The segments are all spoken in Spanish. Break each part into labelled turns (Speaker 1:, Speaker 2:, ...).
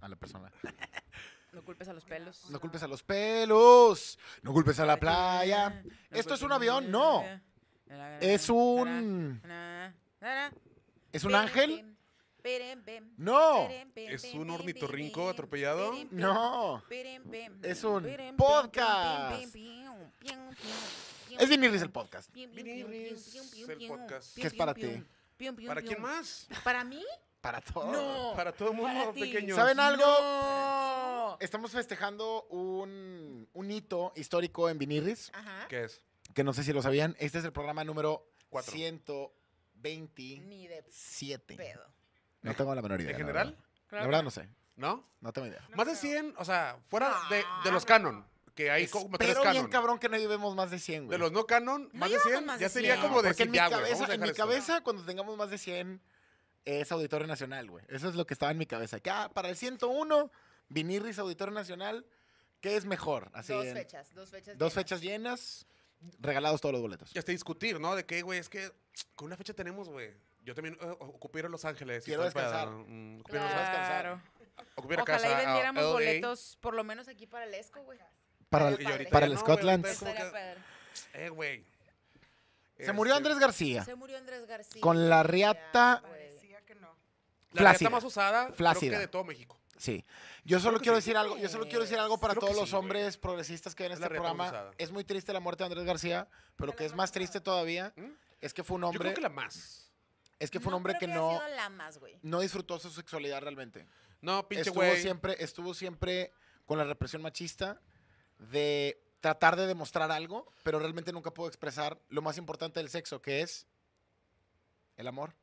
Speaker 1: a la persona.
Speaker 2: No culpes a los pelos.
Speaker 1: No culpes a los pelos, no culpes a la playa. ¿Esto es un avión? No. ¿Es un- ¿Es un ángel? No.
Speaker 3: ¿Es un ornitorrinco atropellado?
Speaker 1: No. Es un podcast. Es
Speaker 2: Es
Speaker 1: Vinilis el podcast.
Speaker 3: Vinilis, el podcast.
Speaker 1: Que es para ti.
Speaker 3: ¿Para quién más?
Speaker 2: ¿Para mí?
Speaker 1: Para todos.
Speaker 2: No.
Speaker 3: Para todo el
Speaker 2: Para
Speaker 3: mundo,
Speaker 2: ti.
Speaker 3: pequeño.
Speaker 1: Oh. ¿Saben algo?
Speaker 2: No.
Speaker 1: Estamos festejando un, un hito histórico en Vinirris,
Speaker 2: Ajá.
Speaker 3: ¿Qué es?
Speaker 1: que no sé si lo sabían. Este es el programa número
Speaker 3: Cuatro.
Speaker 1: 127.
Speaker 2: Ni de pedo.
Speaker 1: No tengo la menor idea.
Speaker 3: ¿En
Speaker 1: la
Speaker 3: general?
Speaker 1: verdad. La verdad no sé.
Speaker 3: ¿No?
Speaker 1: No tengo idea.
Speaker 3: Más de 100, o sea, fuera de,
Speaker 2: Ah,
Speaker 3: de los canon, que hay como tres
Speaker 1: Pero bien
Speaker 3: canon.
Speaker 1: cabrón que no llevemos más de 100, güey.
Speaker 3: De los no canon,
Speaker 2: No
Speaker 3: más de 100,
Speaker 2: llevamos más
Speaker 3: ya
Speaker 2: de
Speaker 3: sería
Speaker 2: 100.
Speaker 3: como de
Speaker 1: Porque en
Speaker 3: decir,
Speaker 1: mi
Speaker 3: ya, güey, vamos
Speaker 1: cabeza,
Speaker 3: a
Speaker 1: en
Speaker 3: dejar
Speaker 1: mi
Speaker 3: esto.
Speaker 1: cabeza cuando tengamos más de 100 es Auditorio Nacional, güey. Eso es lo que estaba en mi cabeza. Que, ah, para el 101, Vinirris Auditorio Nacional, ¿qué es mejor? Así
Speaker 2: Dos
Speaker 1: en-
Speaker 2: fechas, dos fechas.
Speaker 1: Dos
Speaker 2: llenas.
Speaker 1: fechas llenas, regalados todos los boletos.
Speaker 3: Y hasta discutir, ¿no? De que, güey, es que con una fecha tenemos, güey. Yo también eh, ocupé ir a Los Ángeles. y
Speaker 1: Quiero
Speaker 3: todo el pedo,
Speaker 1: descansar.
Speaker 3: mm, ocupé ir a Los Ángeles,
Speaker 2: Claro.
Speaker 3: ocupé ir a
Speaker 2: Ojalá y
Speaker 3: casa, ah, a
Speaker 2: vendiéramos
Speaker 3: LA.
Speaker 2: boletos, por lo menos aquí para el Esco, güey.
Speaker 1: Para,
Speaker 2: Y ahorita
Speaker 1: para
Speaker 2: ya
Speaker 1: el
Speaker 3: no, güey,
Speaker 1: Scotland.
Speaker 3: ahorita Es como
Speaker 2: Estaría
Speaker 3: que-
Speaker 2: padre.
Speaker 3: Eh, güey.
Speaker 1: Se murió
Speaker 3: Este,
Speaker 1: Andrés García.
Speaker 2: Se murió Andrés García.
Speaker 1: Con la riata-
Speaker 2: güey.
Speaker 4: Parecía que no.
Speaker 3: La plata
Speaker 1: Flácida.
Speaker 3: más usada, creo
Speaker 1: Flácida.
Speaker 3: que de todo México.
Speaker 1: Sí. Yo solo
Speaker 3: que
Speaker 1: quiero
Speaker 3: sí.
Speaker 1: decir algo. Yo solo quiero decir algo para
Speaker 3: Creo que
Speaker 1: todos
Speaker 3: sí,
Speaker 1: los
Speaker 3: güey.
Speaker 1: hombres progresistas que ven
Speaker 3: Es la
Speaker 1: este
Speaker 3: reata
Speaker 1: programa.
Speaker 3: cruzada.
Speaker 1: Es muy triste la muerte de Andrés García, pero lo que es más triste todavía
Speaker 3: ¿Mm?
Speaker 1: es que fue un
Speaker 3: Yo
Speaker 1: hombre,
Speaker 3: creo que la más.
Speaker 1: es que fue un hombre
Speaker 2: creo
Speaker 1: que
Speaker 2: hubiera
Speaker 1: no,
Speaker 2: sido la más, güey.
Speaker 1: no disfrutó su sexualidad realmente.
Speaker 3: No, pinche
Speaker 1: estuvo
Speaker 3: güey.
Speaker 1: siempre, estuvo siempre con la represión machista de tratar de demostrar algo, pero realmente nunca pudo expresar lo más importante del sexo, que es el amor.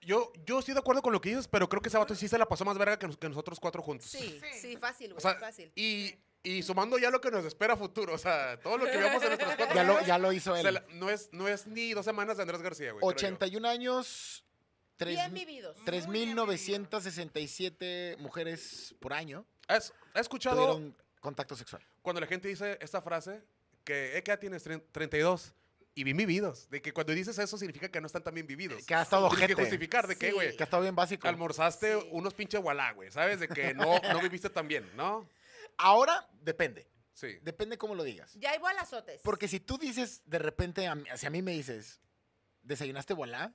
Speaker 3: Yo, yo estoy de acuerdo con lo que dices, pero creo que ese vato sí se la pasó más verga que, nos- que nosotros cuatro juntos.
Speaker 2: Sí,
Speaker 4: Sí.
Speaker 2: sí, fácil,
Speaker 3: O
Speaker 2: güey,
Speaker 3: sea,
Speaker 2: fácil.
Speaker 3: y, y sumando ya lo que nos espera a futuro, o sea, todo lo que veamos en nuestras cuatro
Speaker 1: Ya lo,
Speaker 3: vidas,
Speaker 1: ya lo hizo
Speaker 3: o sea,
Speaker 1: él.
Speaker 3: la- no, es, no es ni dos semanas de Andrés García, güey. creo yo.
Speaker 1: 81 años, tres-
Speaker 2: Bien vividos.
Speaker 4: tres-
Speaker 1: 3.967 mujeres por año
Speaker 3: ¿Has, has escuchado
Speaker 1: tuvieron contacto sexual.
Speaker 3: cuando la gente dice esta frase? Que, eh, ¿qué edad tienes? Tre- 32. Y bien vividos. De que cuando dices eso significa que no están tan bien vividos.
Speaker 1: Que ha estado
Speaker 3: Tienes que
Speaker 1: gente,
Speaker 3: justificar de que,
Speaker 2: Sí.
Speaker 3: güey,
Speaker 1: que ha estado bien básico.
Speaker 3: almorzaste
Speaker 2: Sí.
Speaker 3: unos pinche gualá, güey, ¿sabes? De que no, no viviste tan bien, ¿no?
Speaker 1: Ahora depende,
Speaker 3: Sí.
Speaker 1: depende cómo lo digas.
Speaker 2: Ya hay balazotes.
Speaker 1: Porque si tú dices de repente, a mí, hacia mí me dices, ¿desayunaste volá?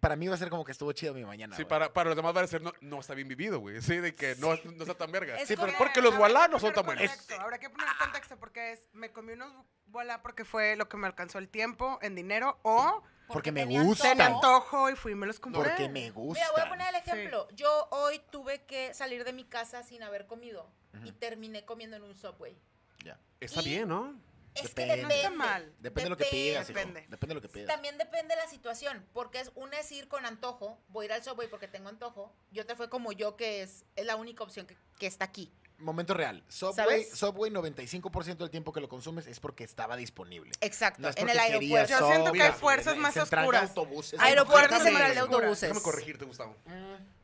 Speaker 1: Para mí va a ser como que estuvo chido mi mañana.
Speaker 3: Sí,
Speaker 1: güey.
Speaker 3: para, para los demás va a ser, no, no está bien vivido, güey. Sí, de que no, no está tan verga.
Speaker 2: Es
Speaker 3: Sí, pero
Speaker 2: como-
Speaker 3: porque los
Speaker 4: Habrá
Speaker 3: gualá
Speaker 4: que
Speaker 3: no son
Speaker 4: poner
Speaker 3: tan buenos.
Speaker 4: contexto, Habrá que poner contexto porque es, me comí unos voilà porque fue lo que me alcanzó el tiempo en dinero o
Speaker 1: Porque me
Speaker 2: tenían
Speaker 1: gusta.
Speaker 4: tenía
Speaker 1: Gustan.
Speaker 4: antojo y fui y me los compré.
Speaker 1: Porque me gusta.
Speaker 2: Mira, voy a poner el ejemplo. Yo hoy tuve que salir de mi casa sin haber comido y terminé comiendo en un Subway.
Speaker 1: Ya.
Speaker 3: Está
Speaker 2: Y-
Speaker 3: bien, ¿no?
Speaker 2: Es
Speaker 1: Depende.
Speaker 2: que
Speaker 4: No
Speaker 2: depende.
Speaker 4: está mal.
Speaker 1: Depende de lo que pidas, hijo.
Speaker 4: Depende.
Speaker 1: Depende. de lo que pidas.
Speaker 2: También depende de la situación, porque es una es ir con antojo, voy a ir al Subway porque tengo antojo, y otra fue como yo, que es, es la única opción que, que está aquí.
Speaker 1: Momento real. Subway,
Speaker 2: ¿Sabes?
Speaker 1: Subway 95% del tiempo que lo consumes es porque estaba disponible.
Speaker 2: Exacto,
Speaker 1: No es
Speaker 2: en
Speaker 1: porque
Speaker 2: el
Speaker 1: querías
Speaker 2: aeropuerto.
Speaker 4: Yo siento que hay
Speaker 3: Obvio,
Speaker 4: fuerzas
Speaker 3: güey,
Speaker 4: más
Speaker 1: Central
Speaker 4: oscuras.
Speaker 1: de autobuses.
Speaker 2: Aeropuerto
Speaker 4: Déjame-
Speaker 2: central de
Speaker 4: déjame
Speaker 2: autobuses.
Speaker 3: Déjame corregirte, Gustavo.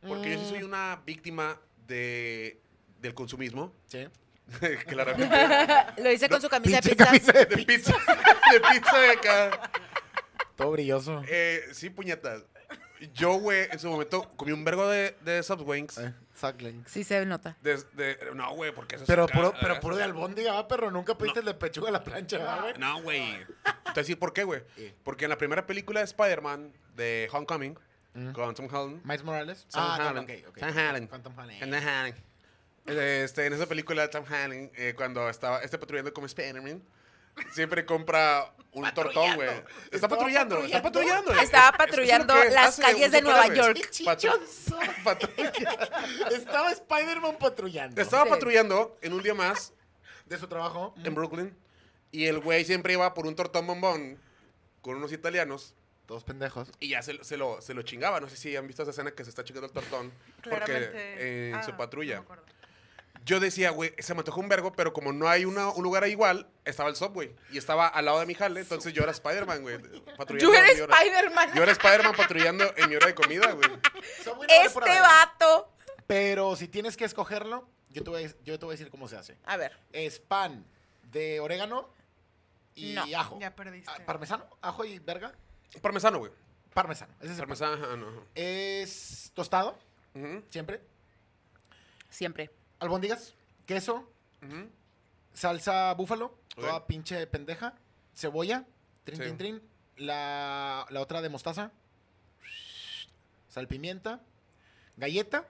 Speaker 3: Porque yo sí soy una víctima de, del consumismo,
Speaker 1: Sí.
Speaker 3: claramente.
Speaker 2: Lo hice con su camisa de
Speaker 1: Pinche
Speaker 2: pizza.
Speaker 1: camisa de
Speaker 3: De
Speaker 1: pi-
Speaker 3: pizza, de pizza de acá.
Speaker 1: Todo brilloso.
Speaker 3: Eh, sí, puñetas. Yo, güey, en su momento comí un vergo de, de Subwings.
Speaker 1: Eh, sucklings.
Speaker 2: Sí se nota.
Speaker 3: De, de- no, güey, porque eso es
Speaker 1: Pero
Speaker 3: acá,
Speaker 1: puro,
Speaker 3: ¿verdad?
Speaker 1: pero puro de albóndiga, ¿va, perro? Nunca pediste el de pechuga a la plancha, ¿va, güey?
Speaker 3: eh, No, güey. Te voy a decir por qué, güey.
Speaker 1: Eh.
Speaker 3: Porque en la primera película de Spider-Man, de Homecoming,
Speaker 1: Mm.
Speaker 3: con Tom Holland.
Speaker 1: Miles Morales.
Speaker 3: Tom
Speaker 1: ah, no, no,
Speaker 3: Holland.
Speaker 1: ok, ok.
Speaker 3: Tom Holland.
Speaker 1: Con Tom Holland.
Speaker 3: Tom Holland. Este, en esa película de Tom Holland, eh, cuando estaba este patrullando como Spider-Man, siempre compra un tortón, güey. Está
Speaker 1: Estaba
Speaker 3: patrullando, está patrullando. eh.
Speaker 2: Estaba
Speaker 3: Es- es-
Speaker 2: patrullando
Speaker 3: es lo que
Speaker 2: las
Speaker 3: hace
Speaker 2: calles
Speaker 3: un
Speaker 2: de Nueva
Speaker 3: superhéroe.
Speaker 2: York.
Speaker 3: Patru-
Speaker 1: Chichonzo.
Speaker 3: patrulla.
Speaker 1: Estaba Spider-Man patrullando.
Speaker 3: Estaba
Speaker 2: Sí.
Speaker 3: patrullando en un día más
Speaker 1: De su trabajo.
Speaker 3: en Brooklyn y el güey siempre iba por un tortón bombón con unos italianos
Speaker 1: Dos pendejos.
Speaker 3: Y ya se, se lo, se lo chingaba. No sé si han visto esa escena que se está chingando el tortón. Porque eh,
Speaker 4: Claramente.
Speaker 3: en
Speaker 4: Ah,
Speaker 3: su
Speaker 4: no
Speaker 3: patrulla.
Speaker 4: me acuerdo.
Speaker 3: Yo decía, güey, se me antojó un vergo, pero como no hay una- un lugar igual, estaba el subway. Y estaba al lado de mi jale, entonces yo era Spider-Man, güey.
Speaker 2: Yo
Speaker 3: patrullando
Speaker 2: era
Speaker 3: en mi hora-
Speaker 2: Spider-Man.
Speaker 3: Yo era Spider-Man patrullando en mi hora de comida, güey.
Speaker 2: Este vato.
Speaker 1: Pero si tienes que escogerlo, yo te voy a, yo te voy a decir cómo se hace.
Speaker 2: A ver,
Speaker 1: Es pan de orégano y
Speaker 2: No,
Speaker 1: ajo.
Speaker 4: Ya perdiste.
Speaker 1: Ah, ¿Parmesano? ¿Ajo y verga?
Speaker 3: Parmesano, güey.
Speaker 1: Parmesano. Ese es el pan.
Speaker 3: Parmesano. ajá, no.
Speaker 1: Es tostado,
Speaker 3: Ujú.
Speaker 1: siempre.
Speaker 2: Siempre.
Speaker 1: albóndigas, queso,
Speaker 3: Ujú.
Speaker 1: salsa búfalo, toda
Speaker 3: Ok.
Speaker 1: pinche pendeja, cebolla, trin,
Speaker 3: Sí.
Speaker 1: trin, trin, la, la otra de mostaza, salpimienta, galleta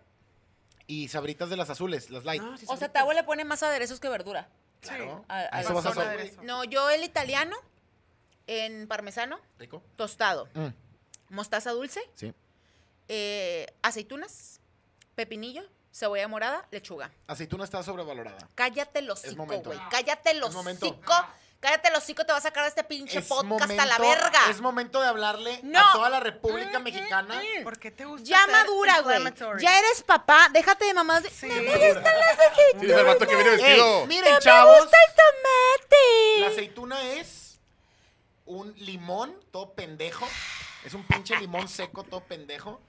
Speaker 1: y sabritas de las azules, las light.
Speaker 3: No, sí
Speaker 2: O
Speaker 3: sabe.
Speaker 2: sea, Tabo le pone más aderezos que verdura.
Speaker 1: Claro.
Speaker 2: A- a-
Speaker 1: Eso vas a
Speaker 2: Son
Speaker 1: hacer.
Speaker 4: aderezos.
Speaker 2: No, yo el italiano en parmesano,
Speaker 1: Rico.
Speaker 2: tostado,
Speaker 1: Mm,
Speaker 2: mostaza dulce,
Speaker 1: sí.
Speaker 2: eh, aceitunas, pepinillo, cebolla morada, lechuga.
Speaker 1: Aceituna está sobrevalorada.
Speaker 2: Cállate los
Speaker 1: Es
Speaker 2: hocico,
Speaker 1: momento.
Speaker 2: güey. Cállate los
Speaker 1: Es momento.
Speaker 2: hocico. Cállate los hocico, te va a sacar de este pinche podcast a la verga.
Speaker 1: es momento de hablarle a
Speaker 2: No. Mm,
Speaker 1: toda la República Mexicana.
Speaker 4: ¿Por qué te gusta
Speaker 2: Ya
Speaker 4: ser
Speaker 2: madura, güey.
Speaker 4: inflammatory?
Speaker 2: Ya eres papá. Déjate de mamás. de-
Speaker 4: Sí.
Speaker 2: No me gusta la
Speaker 3: Sí, es el vato que viene vestido.
Speaker 1: Ey, miren, chavos, la
Speaker 2: tomate.
Speaker 1: aceituna es un limón todo pendejo. Es un pinche limón seco todo pendejo.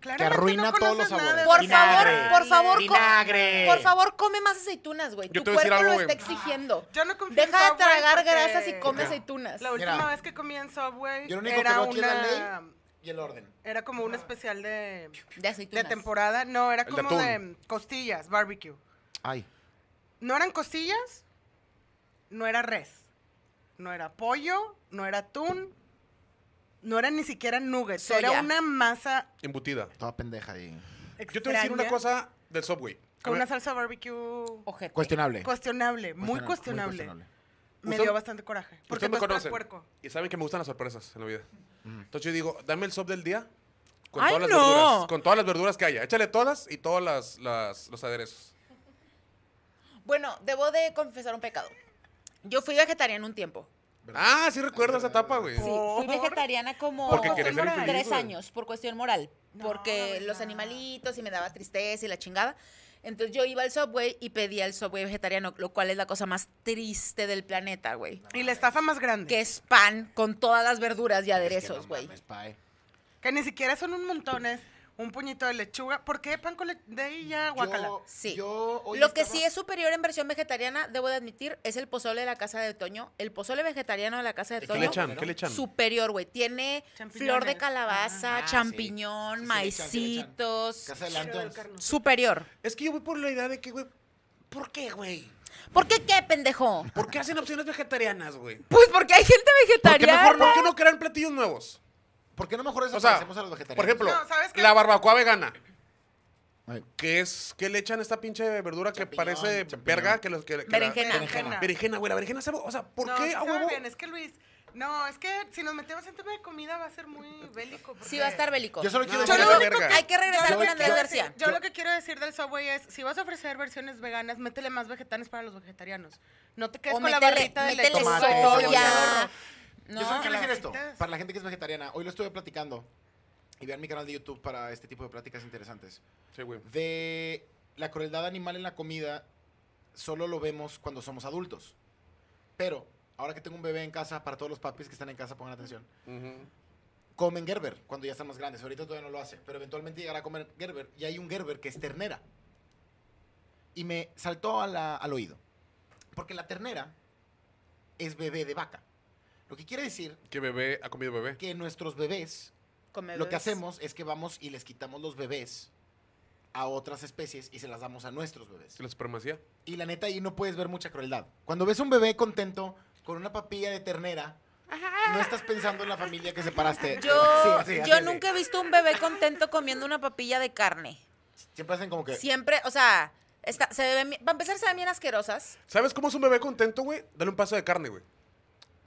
Speaker 4: Claramente
Speaker 1: arruina
Speaker 4: no
Speaker 1: todos los
Speaker 4: conoces nada
Speaker 1: sabores.
Speaker 4: de
Speaker 2: Por
Speaker 1: Vinagre.
Speaker 2: favor, por favor, co-
Speaker 1: Vinagre.
Speaker 2: por favor, come más aceitunas, güey.
Speaker 3: Yo
Speaker 2: Tu
Speaker 3: te voy a decir
Speaker 2: cuerpo lo
Speaker 3: algo,
Speaker 2: está
Speaker 3: güey.
Speaker 2: exigiendo.
Speaker 4: Yo no confío en
Speaker 2: Deja de
Speaker 4: Subway
Speaker 2: tragar
Speaker 4: Ah. porque
Speaker 2: grasas y come
Speaker 3: Ok.
Speaker 2: aceitunas.
Speaker 4: La última
Speaker 1: Mira.
Speaker 4: vez que comí en Subway
Speaker 1: Yo lo único que
Speaker 4: era
Speaker 1: veo aquí es la
Speaker 4: una...
Speaker 1: ley y el orden.
Speaker 4: Era como un especial de,
Speaker 2: De
Speaker 4: de
Speaker 2: aceitunas.
Speaker 4: temporada. No, era
Speaker 3: El de
Speaker 4: como de,
Speaker 3: atún.
Speaker 4: costillas, barbecue.
Speaker 1: Ay.
Speaker 4: No eran costillas, no era res, no era pollo, no era atún, no era ni siquiera nuggets. Era
Speaker 2: Soya.
Speaker 4: una masa
Speaker 3: Embutida.
Speaker 1: Toda pendeja ahí.
Speaker 4: extraña.
Speaker 3: Yo te voy a decir una cosa del Subway. A
Speaker 4: Con
Speaker 3: ver,
Speaker 4: una salsa barbecue
Speaker 2: Ojete.
Speaker 1: Cuestionable.
Speaker 4: cuestionable, muy cuestionable. Me
Speaker 3: Usted-
Speaker 4: dio bastante coraje. Porque
Speaker 3: ustedes
Speaker 4: no
Speaker 3: me
Speaker 4: es tan
Speaker 3: conocen
Speaker 4: puerco.
Speaker 3: y saben que me gustan las sorpresas en la vida. Entonces yo digo, dame el sub del día con
Speaker 2: ¡Ay,
Speaker 3: todas las
Speaker 2: no!
Speaker 3: verduras, con todas las verduras que haya. Échale todas y todos las, las- los aderezos.
Speaker 2: Bueno, debo de confesar un pecado. Yo fui vegetariana un tiempo.
Speaker 3: Ah, sí recuerdo esa etapa, güey.
Speaker 2: Sí, fui
Speaker 4: ¿Por?
Speaker 2: vegetariana como
Speaker 3: Porque
Speaker 2: por cuestión
Speaker 3: querías ser
Speaker 2: moral.
Speaker 3: infeliz,
Speaker 2: tres
Speaker 3: güey.
Speaker 2: años, por cuestión moral.
Speaker 4: No,
Speaker 2: Porque
Speaker 4: no,
Speaker 2: los
Speaker 4: no.
Speaker 2: animalitos y me daba tristeza y la chingada. Entonces yo iba al Subway y pedía el Subway vegetariano, lo cual es la cosa más triste del planeta, güey.
Speaker 4: Y la estafa más grande.
Speaker 2: Que es pan con todas las verduras y aderezos, güey.
Speaker 4: Que ni siquiera son un montón, es un puñito de lechuga. ¿Por qué pan con lechuga? De ahí ya, guacala.
Speaker 1: Yo,
Speaker 2: Ah, Sí.
Speaker 1: yo hoy
Speaker 2: Lo que
Speaker 1: estaba-
Speaker 2: sí es superior en versión vegetariana, debo de admitir, es el pozole de la casa de Toño. El pozole vegetariano de la casa de
Speaker 1: ¿El que
Speaker 3: ¿Qué
Speaker 2: Toño.
Speaker 3: le echan? ¿Qué le echan?
Speaker 2: Superior, güey. Tiene flor de
Speaker 4: Champiñones.
Speaker 2: calabaza,
Speaker 1: Ah, sí.
Speaker 2: champiñón,
Speaker 1: Sí, sí le echan, sí le echan.
Speaker 2: maicitos.
Speaker 1: Casa del Antons.
Speaker 2: Superior.
Speaker 3: Es que yo voy por la idea de que, güey, ¿por qué, güey?
Speaker 2: ¿Por qué qué, pendejo?
Speaker 3: ¿Por qué hacen opciones vegetarianas, güey?
Speaker 2: Pues porque hay gente
Speaker 3: ¿Por qué, mejor,
Speaker 2: vegetariana.
Speaker 3: ¿Por qué no crean platillos nuevos?
Speaker 1: ¿Por qué no mejor
Speaker 3: O sea,
Speaker 1: desaparecemos a los vegetarianos?
Speaker 3: por ejemplo,
Speaker 4: No, ¿sabes qué?
Speaker 3: la barbacoa vegana.
Speaker 1: Ay,
Speaker 3: ¿Qué es? ¿Qué le echan a esta pinche verdura que
Speaker 1: Champiñón,
Speaker 3: parece
Speaker 1: champiñón.
Speaker 3: verga? Que los, que, que la-
Speaker 2: Berenjena.
Speaker 1: Berenjena.
Speaker 3: berenjena, güey. La berenjena sabe... O sea, ¿por
Speaker 4: No, sí
Speaker 3: qué a
Speaker 4: sabe
Speaker 3: huevo?
Speaker 4: bien, es que Luis, no, es que si nos metemos en tema de comida va a ser muy bélico.
Speaker 2: Sí, va a estar
Speaker 4: bélico.
Speaker 2: bélico.
Speaker 1: Yo solo quiero
Speaker 3: No,
Speaker 1: decir
Speaker 3: yo
Speaker 1: algo.
Speaker 3: lo único que-
Speaker 2: Hay que regresar
Speaker 1: Yo
Speaker 2: con
Speaker 1: lo
Speaker 2: Andrés
Speaker 1: quiero-
Speaker 2: García.
Speaker 4: Yo, lo que quiero decir del Subway es, si vas a ofrecer versiones veganas, métele más vegetales para los vegetarianos. No te quedes
Speaker 2: O
Speaker 4: con la
Speaker 2: métele,
Speaker 4: barrita de
Speaker 2: métele
Speaker 4: lechuga.
Speaker 1: tomate,
Speaker 2: soya.
Speaker 1: cebolla.
Speaker 2: No,
Speaker 1: Yo solo quiero decir esto.
Speaker 4: Calabacitas.
Speaker 1: Para la gente que es vegetariana, hoy lo estuve platicando. Y vean mi canal de YouTube para este tipo de pláticas interesantes.
Speaker 3: Sí, güey.
Speaker 1: De la crueldad animal en la comida, solo lo vemos cuando somos adultos. Pero, ahora que tengo un bebé en casa, para todos los papis que están en casa, pongan atención.
Speaker 3: Ujú.
Speaker 1: Comen Gerber cuando ya están más grandes. Ahorita todavía no lo hace, pero eventualmente llegará a comer Gerber. Y hay un Gerber que es ternera. Y me saltó a la- al oído. Porque la ternera es bebé de vaca. Lo que quiere decir
Speaker 3: ¿Qué bebé ha comido bebé?
Speaker 1: que nuestros bebés,
Speaker 2: Come
Speaker 1: lo que
Speaker 2: bebés.
Speaker 1: hacemos es que vamos y les quitamos los bebés a otras especies y se las damos a nuestros bebés.
Speaker 3: ¿La supremacía?
Speaker 1: Y la neta ahí no puedes ver mucha crueldad. Cuando ves un bebé contento con una papilla de ternera, no estás pensando en la familia que separaste.
Speaker 2: Yo,
Speaker 1: Sí, sí,
Speaker 2: yo
Speaker 1: así,
Speaker 2: nunca he visto un bebé contento comiendo una papilla de carne.
Speaker 1: sí. Siempre hacen como que...
Speaker 2: Siempre, o sea, está, se ven, bien- para empezar se ven bien asquerosas.
Speaker 3: ¿Sabes cómo es un bebé contento, güey? Dale un paso de carne, güey.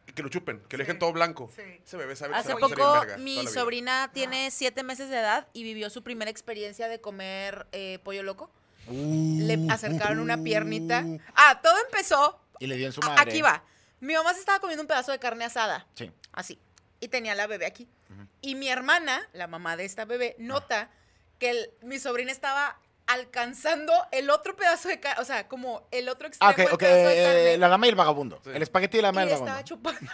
Speaker 3: Y que lo chupen, que lo
Speaker 4: Sí.
Speaker 3: dejen todo blanco.
Speaker 4: Sí.
Speaker 3: Ese bebé sabe que se
Speaker 2: Hace
Speaker 3: va a poner bien
Speaker 2: poco
Speaker 3: verga toda
Speaker 2: mi
Speaker 3: la vida.
Speaker 2: sobrina tiene siete meses de edad y vivió su primera experiencia de comer eh, pollo loco.
Speaker 1: "Uh,
Speaker 2: Le acercaron una piernita. Ah, todo empezó.
Speaker 1: Y le dio en su
Speaker 2: a-
Speaker 1: madre.
Speaker 2: Aquí va. Mi mamá se estaba comiendo un pedazo de carne asada.
Speaker 1: Sí.
Speaker 2: Así. Y tenía la bebé aquí. Y mi hermana, la mamá de esta bebé, nota
Speaker 1: Ah.
Speaker 2: que el- mi sobrina estaba alcanzando el otro pedazo de carne. O sea, como el otro extremo
Speaker 1: Ah, ok,
Speaker 2: del
Speaker 1: ok.
Speaker 2: pedazo de
Speaker 1: eh,
Speaker 2: carne.
Speaker 1: la dama y el vagabundo.
Speaker 3: Sí.
Speaker 1: El espagueti y la dama y
Speaker 2: y
Speaker 1: el
Speaker 2: le estaba
Speaker 1: vagabundo.
Speaker 2: chupando.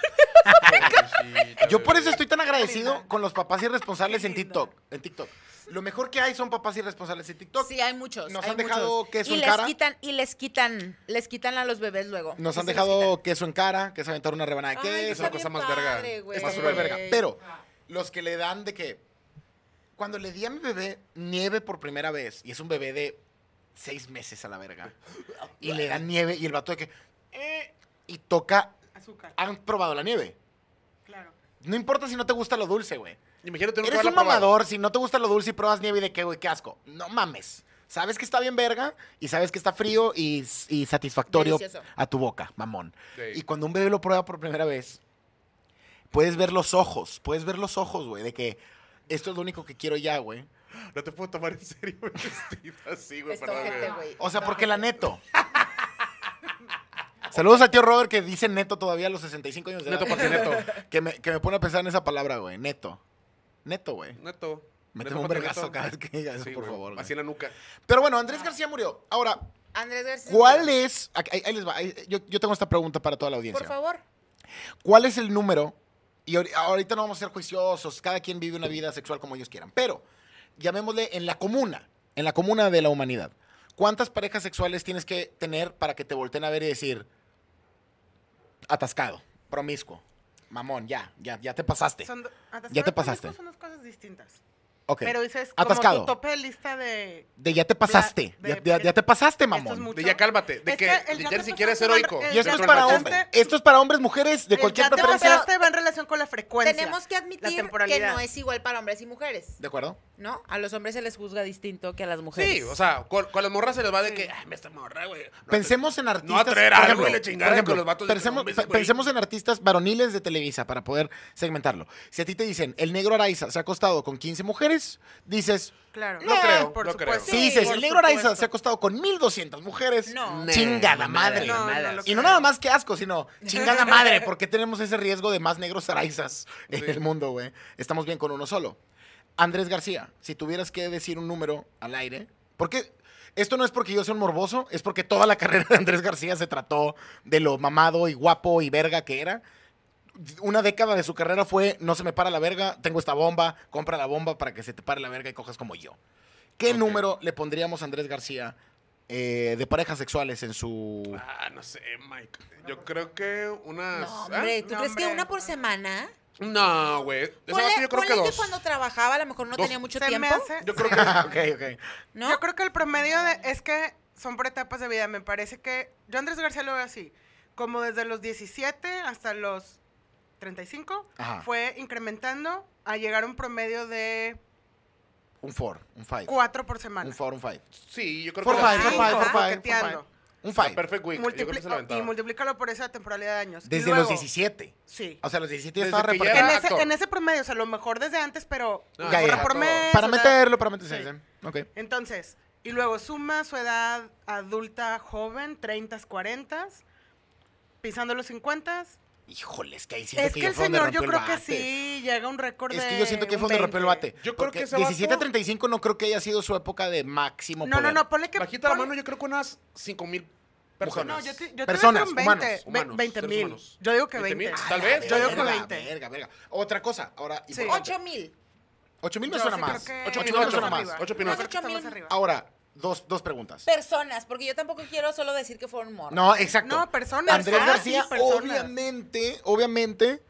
Speaker 3: Pobrecita,
Speaker 1: Yo por
Speaker 3: bebé.
Speaker 1: eso estoy tan agradecido
Speaker 4: linda.
Speaker 1: con los papás irresponsables
Speaker 4: Qué
Speaker 1: en
Speaker 4: linda.
Speaker 1: TikTok. En TikTok. Lo mejor que hay son papás irresponsables en TikTok.
Speaker 2: Sí, hay muchos.
Speaker 1: Nos
Speaker 2: hay
Speaker 1: han dejado
Speaker 2: muchos.
Speaker 1: queso
Speaker 2: y
Speaker 1: en
Speaker 2: les
Speaker 1: cara.
Speaker 2: Quitan, y les quitan, les quitan a los bebés luego.
Speaker 1: Nos
Speaker 2: Sí
Speaker 1: han
Speaker 2: se los
Speaker 1: dejado queso en cara, que es aventar una rebanada de
Speaker 2: quitan. Ay,
Speaker 1: queso.
Speaker 2: está
Speaker 3: la cosa
Speaker 2: bien
Speaker 3: más verga.
Speaker 2: padre, güey.
Speaker 1: Está
Speaker 3: Ey.
Speaker 1: súper verga. Pero los que le dan de que. Cuando le di a mi bebé nieve por primera vez, y es un bebé de seis meses a la verga. Y le dan nieve y el vato de que... eh, y toca...
Speaker 4: Azúcar,
Speaker 1: Han probado la nieve.
Speaker 4: claro.
Speaker 1: No importa si no te gusta lo dulce, güey.
Speaker 3: Imagínate nunca
Speaker 1: Eres un
Speaker 3: haberla probado.
Speaker 1: mamador, si no te gusta lo dulce y pruebas nieve y de qué, güey, qué asco. No mames. Sabes que está bien verga y sabes que está frío y, y satisfactorio
Speaker 2: Delicioso.
Speaker 1: a tu boca, mamón.
Speaker 3: Sí.
Speaker 1: Y cuando un bebé lo prueba por primera vez, puedes ver los ojos, puedes ver los ojos, güey, de que esto es lo único que quiero ya, güey.
Speaker 3: No te puedo tomar en serio un vestido así, güey.
Speaker 2: Es
Speaker 3: perdón,
Speaker 2: ojete,
Speaker 3: güey.
Speaker 2: güey.
Speaker 1: O sea, porque la neto. Saludos al tío Robert que dice neto todavía a los 65 años de edad.
Speaker 3: Neto patineto.
Speaker 1: Que me, que me pone a pensar en esa palabra, güey, neto. Neto, güey.
Speaker 3: Neto.
Speaker 1: Méteme
Speaker 3: Neto
Speaker 1: un
Speaker 3: patineto.
Speaker 1: vergazo cada vez que diga eso,
Speaker 3: Sí,
Speaker 1: por
Speaker 3: güey,
Speaker 1: favor. güey.
Speaker 3: Así en la nuca.
Speaker 1: Pero bueno, Andrés García murió. Ahora,
Speaker 2: Andrés García.
Speaker 1: ¿cuál es? aquí- Ahí, ahí les va. ahí- yo, yo tengo esta pregunta para toda la audiencia.
Speaker 2: Por favor.
Speaker 1: ¿Cuál es el número? Y ahori- ahorita no vamos a ser juiciosos. Cada quien vive una vida sexual como ellos quieran. Pero llamémosle en la comuna, en la comuna de la humanidad. ¿Cuántas parejas sexuales tienes que tener para que te volteen a ver y decir atascado, promiscuo, mamón, ya, ya, ya te pasaste?
Speaker 4: Son do- atascado
Speaker 1: Ya te
Speaker 4: y promiscuo
Speaker 1: pasaste.
Speaker 4: Son dos cosas distintas.
Speaker 1: Ok.
Speaker 4: Pero dices,
Speaker 1: Atascado.
Speaker 4: como tu tope de lista de...
Speaker 1: de ya te pasaste,
Speaker 4: de-
Speaker 1: ya, ya- ya te pasaste, mamón.
Speaker 4: Esto es mucho.
Speaker 3: De ya cálmate. De
Speaker 4: Es
Speaker 3: que,
Speaker 4: que el
Speaker 3: de ya
Speaker 4: ya te
Speaker 3: ni siquiera es
Speaker 4: pasaste,
Speaker 3: heroico.
Speaker 4: el-
Speaker 1: Y esto
Speaker 4: Ya
Speaker 1: es
Speaker 4: te
Speaker 1: para
Speaker 4: pasaste.
Speaker 1: hombres. Esto es para hombres, mujeres, de
Speaker 4: el
Speaker 1: cualquier
Speaker 4: ya te
Speaker 1: preferencia.
Speaker 4: pasaste va en relación con la frecuencia.
Speaker 2: Tenemos que admitir que
Speaker 4: temporalidad.
Speaker 2: no es igual para hombres y mujeres,
Speaker 1: ¿De acuerdo?
Speaker 2: ¿no? A los hombres se les juzga distinto que a las mujeres.
Speaker 3: Sí, o sea, con, con las morras se les va de que, ay, me está morra, güey. No,
Speaker 1: Pensemos en artistas.
Speaker 3: traer algo y la chingada
Speaker 1: por
Speaker 3: con los vatos de
Speaker 1: pensemos,
Speaker 3: Colombia,
Speaker 1: pe-
Speaker 3: güey.
Speaker 1: pensemos en artistas varoniles de Televisa para poder segmentarlo. Si a ti te dicen, el negro Araiza se ha acostado con 15 mujeres, dices,
Speaker 4: Claro.
Speaker 3: No creo,
Speaker 4: por
Speaker 3: no creo.
Speaker 4: supuesto.
Speaker 1: si
Speaker 2: Sí,
Speaker 1: dices,
Speaker 4: por
Speaker 1: el negro Araiza
Speaker 4: supuesto.
Speaker 1: se ha acostado con 1200 mujeres,
Speaker 2: No.
Speaker 1: chingada madre.
Speaker 4: No, no lo
Speaker 1: Y no
Speaker 4: creo.
Speaker 1: nada más que asco, sino chingada madre, porque tenemos ese riesgo de más negros araizas en
Speaker 3: Sí.
Speaker 1: el mundo, güey. Estamos bien con uno solo. Andrés García, si tuvieras que decir un número al aire, porque esto no es porque yo sea un morboso, es porque toda la carrera de Andrés García se trató de lo mamado y guapo y verga que era. Una década de su carrera fue, no se me para la verga, tengo esta bomba, compra la bomba para que se te pare la verga y cojas como yo. ¿Qué
Speaker 3: Ok.
Speaker 1: número le pondríamos a Andrés García eh, de parejas sexuales en su...
Speaker 3: Ah, no sé, Mike. Yo creo que unas.
Speaker 2: No, hombre,
Speaker 3: ¿Ah?
Speaker 2: ¿tú
Speaker 4: No,
Speaker 2: crees que
Speaker 4: hombre.
Speaker 2: una por semana?
Speaker 3: No, güey. Esa
Speaker 2: Ponle,
Speaker 3: vato yo creo
Speaker 2: ponle
Speaker 3: que
Speaker 2: que,
Speaker 3: dos.
Speaker 2: cuando trabajaba a lo mejor no
Speaker 3: Dos.
Speaker 2: tenía mucho
Speaker 4: Se
Speaker 2: tiempo,
Speaker 4: me hace-
Speaker 3: Yo creo
Speaker 4: se-
Speaker 3: que.
Speaker 1: ok, ok.
Speaker 2: ¿no?
Speaker 4: Yo creo que el promedio de- es que son por etapas de vida. Me parece que yo a Andrés García lo veo así, como desde los 17 hasta los 35
Speaker 1: Ajá.
Speaker 4: fue incrementando a llegar a un promedio de
Speaker 1: Un four, un five.
Speaker 4: 4 por semana.
Speaker 1: Un four, un five.
Speaker 3: Sí, yo creo
Speaker 1: Four
Speaker 3: que.
Speaker 1: five,
Speaker 3: las
Speaker 1: four
Speaker 3: cinco.
Speaker 1: five, four
Speaker 4: Ah,
Speaker 1: five, four
Speaker 4: coqueteando.
Speaker 1: five. Un
Speaker 3: La
Speaker 1: five.
Speaker 3: Perfect Week. yo creo que se la
Speaker 4: Multipli-
Speaker 3: aventaba.
Speaker 4: y multiplícalo por esa temporalidad de años. Y
Speaker 1: Desde los
Speaker 4: luego-
Speaker 1: 17.
Speaker 4: Sí.
Speaker 1: O sea, los 17 ya
Speaker 3: Desde
Speaker 1: estaba
Speaker 3: que ya
Speaker 1: repartiendo.
Speaker 3: era
Speaker 4: En ese,
Speaker 3: actor.
Speaker 4: en ese promedio, o sea, a lo mejor desde antes, pero
Speaker 3: No,
Speaker 1: Ya,
Speaker 4: gorra
Speaker 1: ya.
Speaker 4: por mes,
Speaker 1: Para
Speaker 4: o sea,
Speaker 1: meterlo, para meterse.
Speaker 4: Sí.
Speaker 1: sí. Ok.
Speaker 4: Entonces, y luego suma su edad adulta joven, 30, 40, pisando los 50.
Speaker 1: Híjole, es que ahí siento
Speaker 4: Es que
Speaker 1: ya
Speaker 4: el
Speaker 1: fue donde
Speaker 4: señor yo
Speaker 1: rompió el
Speaker 4: creo que
Speaker 1: bate.
Speaker 4: sí llega a un récord de
Speaker 1: Es que yo siento que fue
Speaker 4: un
Speaker 1: donde rompió el
Speaker 4: 20.
Speaker 1: bate.
Speaker 3: Yo creo
Speaker 1: Porque
Speaker 3: que ese
Speaker 1: 17 a
Speaker 3: vato-
Speaker 1: 35 no creo que haya sido su época de máximo
Speaker 4: No, no,
Speaker 1: poder.
Speaker 4: no, ponle que...
Speaker 3: Bajita la
Speaker 4: ponle-
Speaker 3: mano, yo creo que unas 5 mil
Speaker 4: No,
Speaker 3: personas.
Speaker 4: yo te, yo
Speaker 1: Personas,
Speaker 4: te voy a decir un
Speaker 1: humanos,
Speaker 4: 20,
Speaker 3: humanos,
Speaker 4: 20
Speaker 3: seres
Speaker 4: mil.
Speaker 3: humanos.
Speaker 4: Yo digo que
Speaker 3: 20,000,
Speaker 4: 20.
Speaker 1: A
Speaker 3: tal
Speaker 1: la
Speaker 3: vez,
Speaker 4: yo digo que
Speaker 1: verga,
Speaker 4: 20.
Speaker 1: Verga, verga. Otra cosa, ahora...
Speaker 4: Sí.
Speaker 1: importante.
Speaker 2: Ocho mil.
Speaker 1: 8 mil me
Speaker 4: Yo
Speaker 1: suena
Speaker 4: sí
Speaker 1: más.
Speaker 4: creo que-
Speaker 1: 8 mil
Speaker 3: Ocho,
Speaker 1: me suena
Speaker 3: ocho,
Speaker 1: más. Ah,
Speaker 3: ocho. opinas?
Speaker 4: Creo que está
Speaker 2: Ocho
Speaker 4: más
Speaker 2: mil.
Speaker 4: arriba.
Speaker 1: Ahora, dos dos preguntas.
Speaker 2: Personas, porque yo tampoco quiero solo decir que fueron morros.
Speaker 1: No, exacto.
Speaker 4: No, personas.
Speaker 1: Andrés
Speaker 4: ah,
Speaker 1: García,
Speaker 4: sí, personas.
Speaker 1: obviamente, obviamente,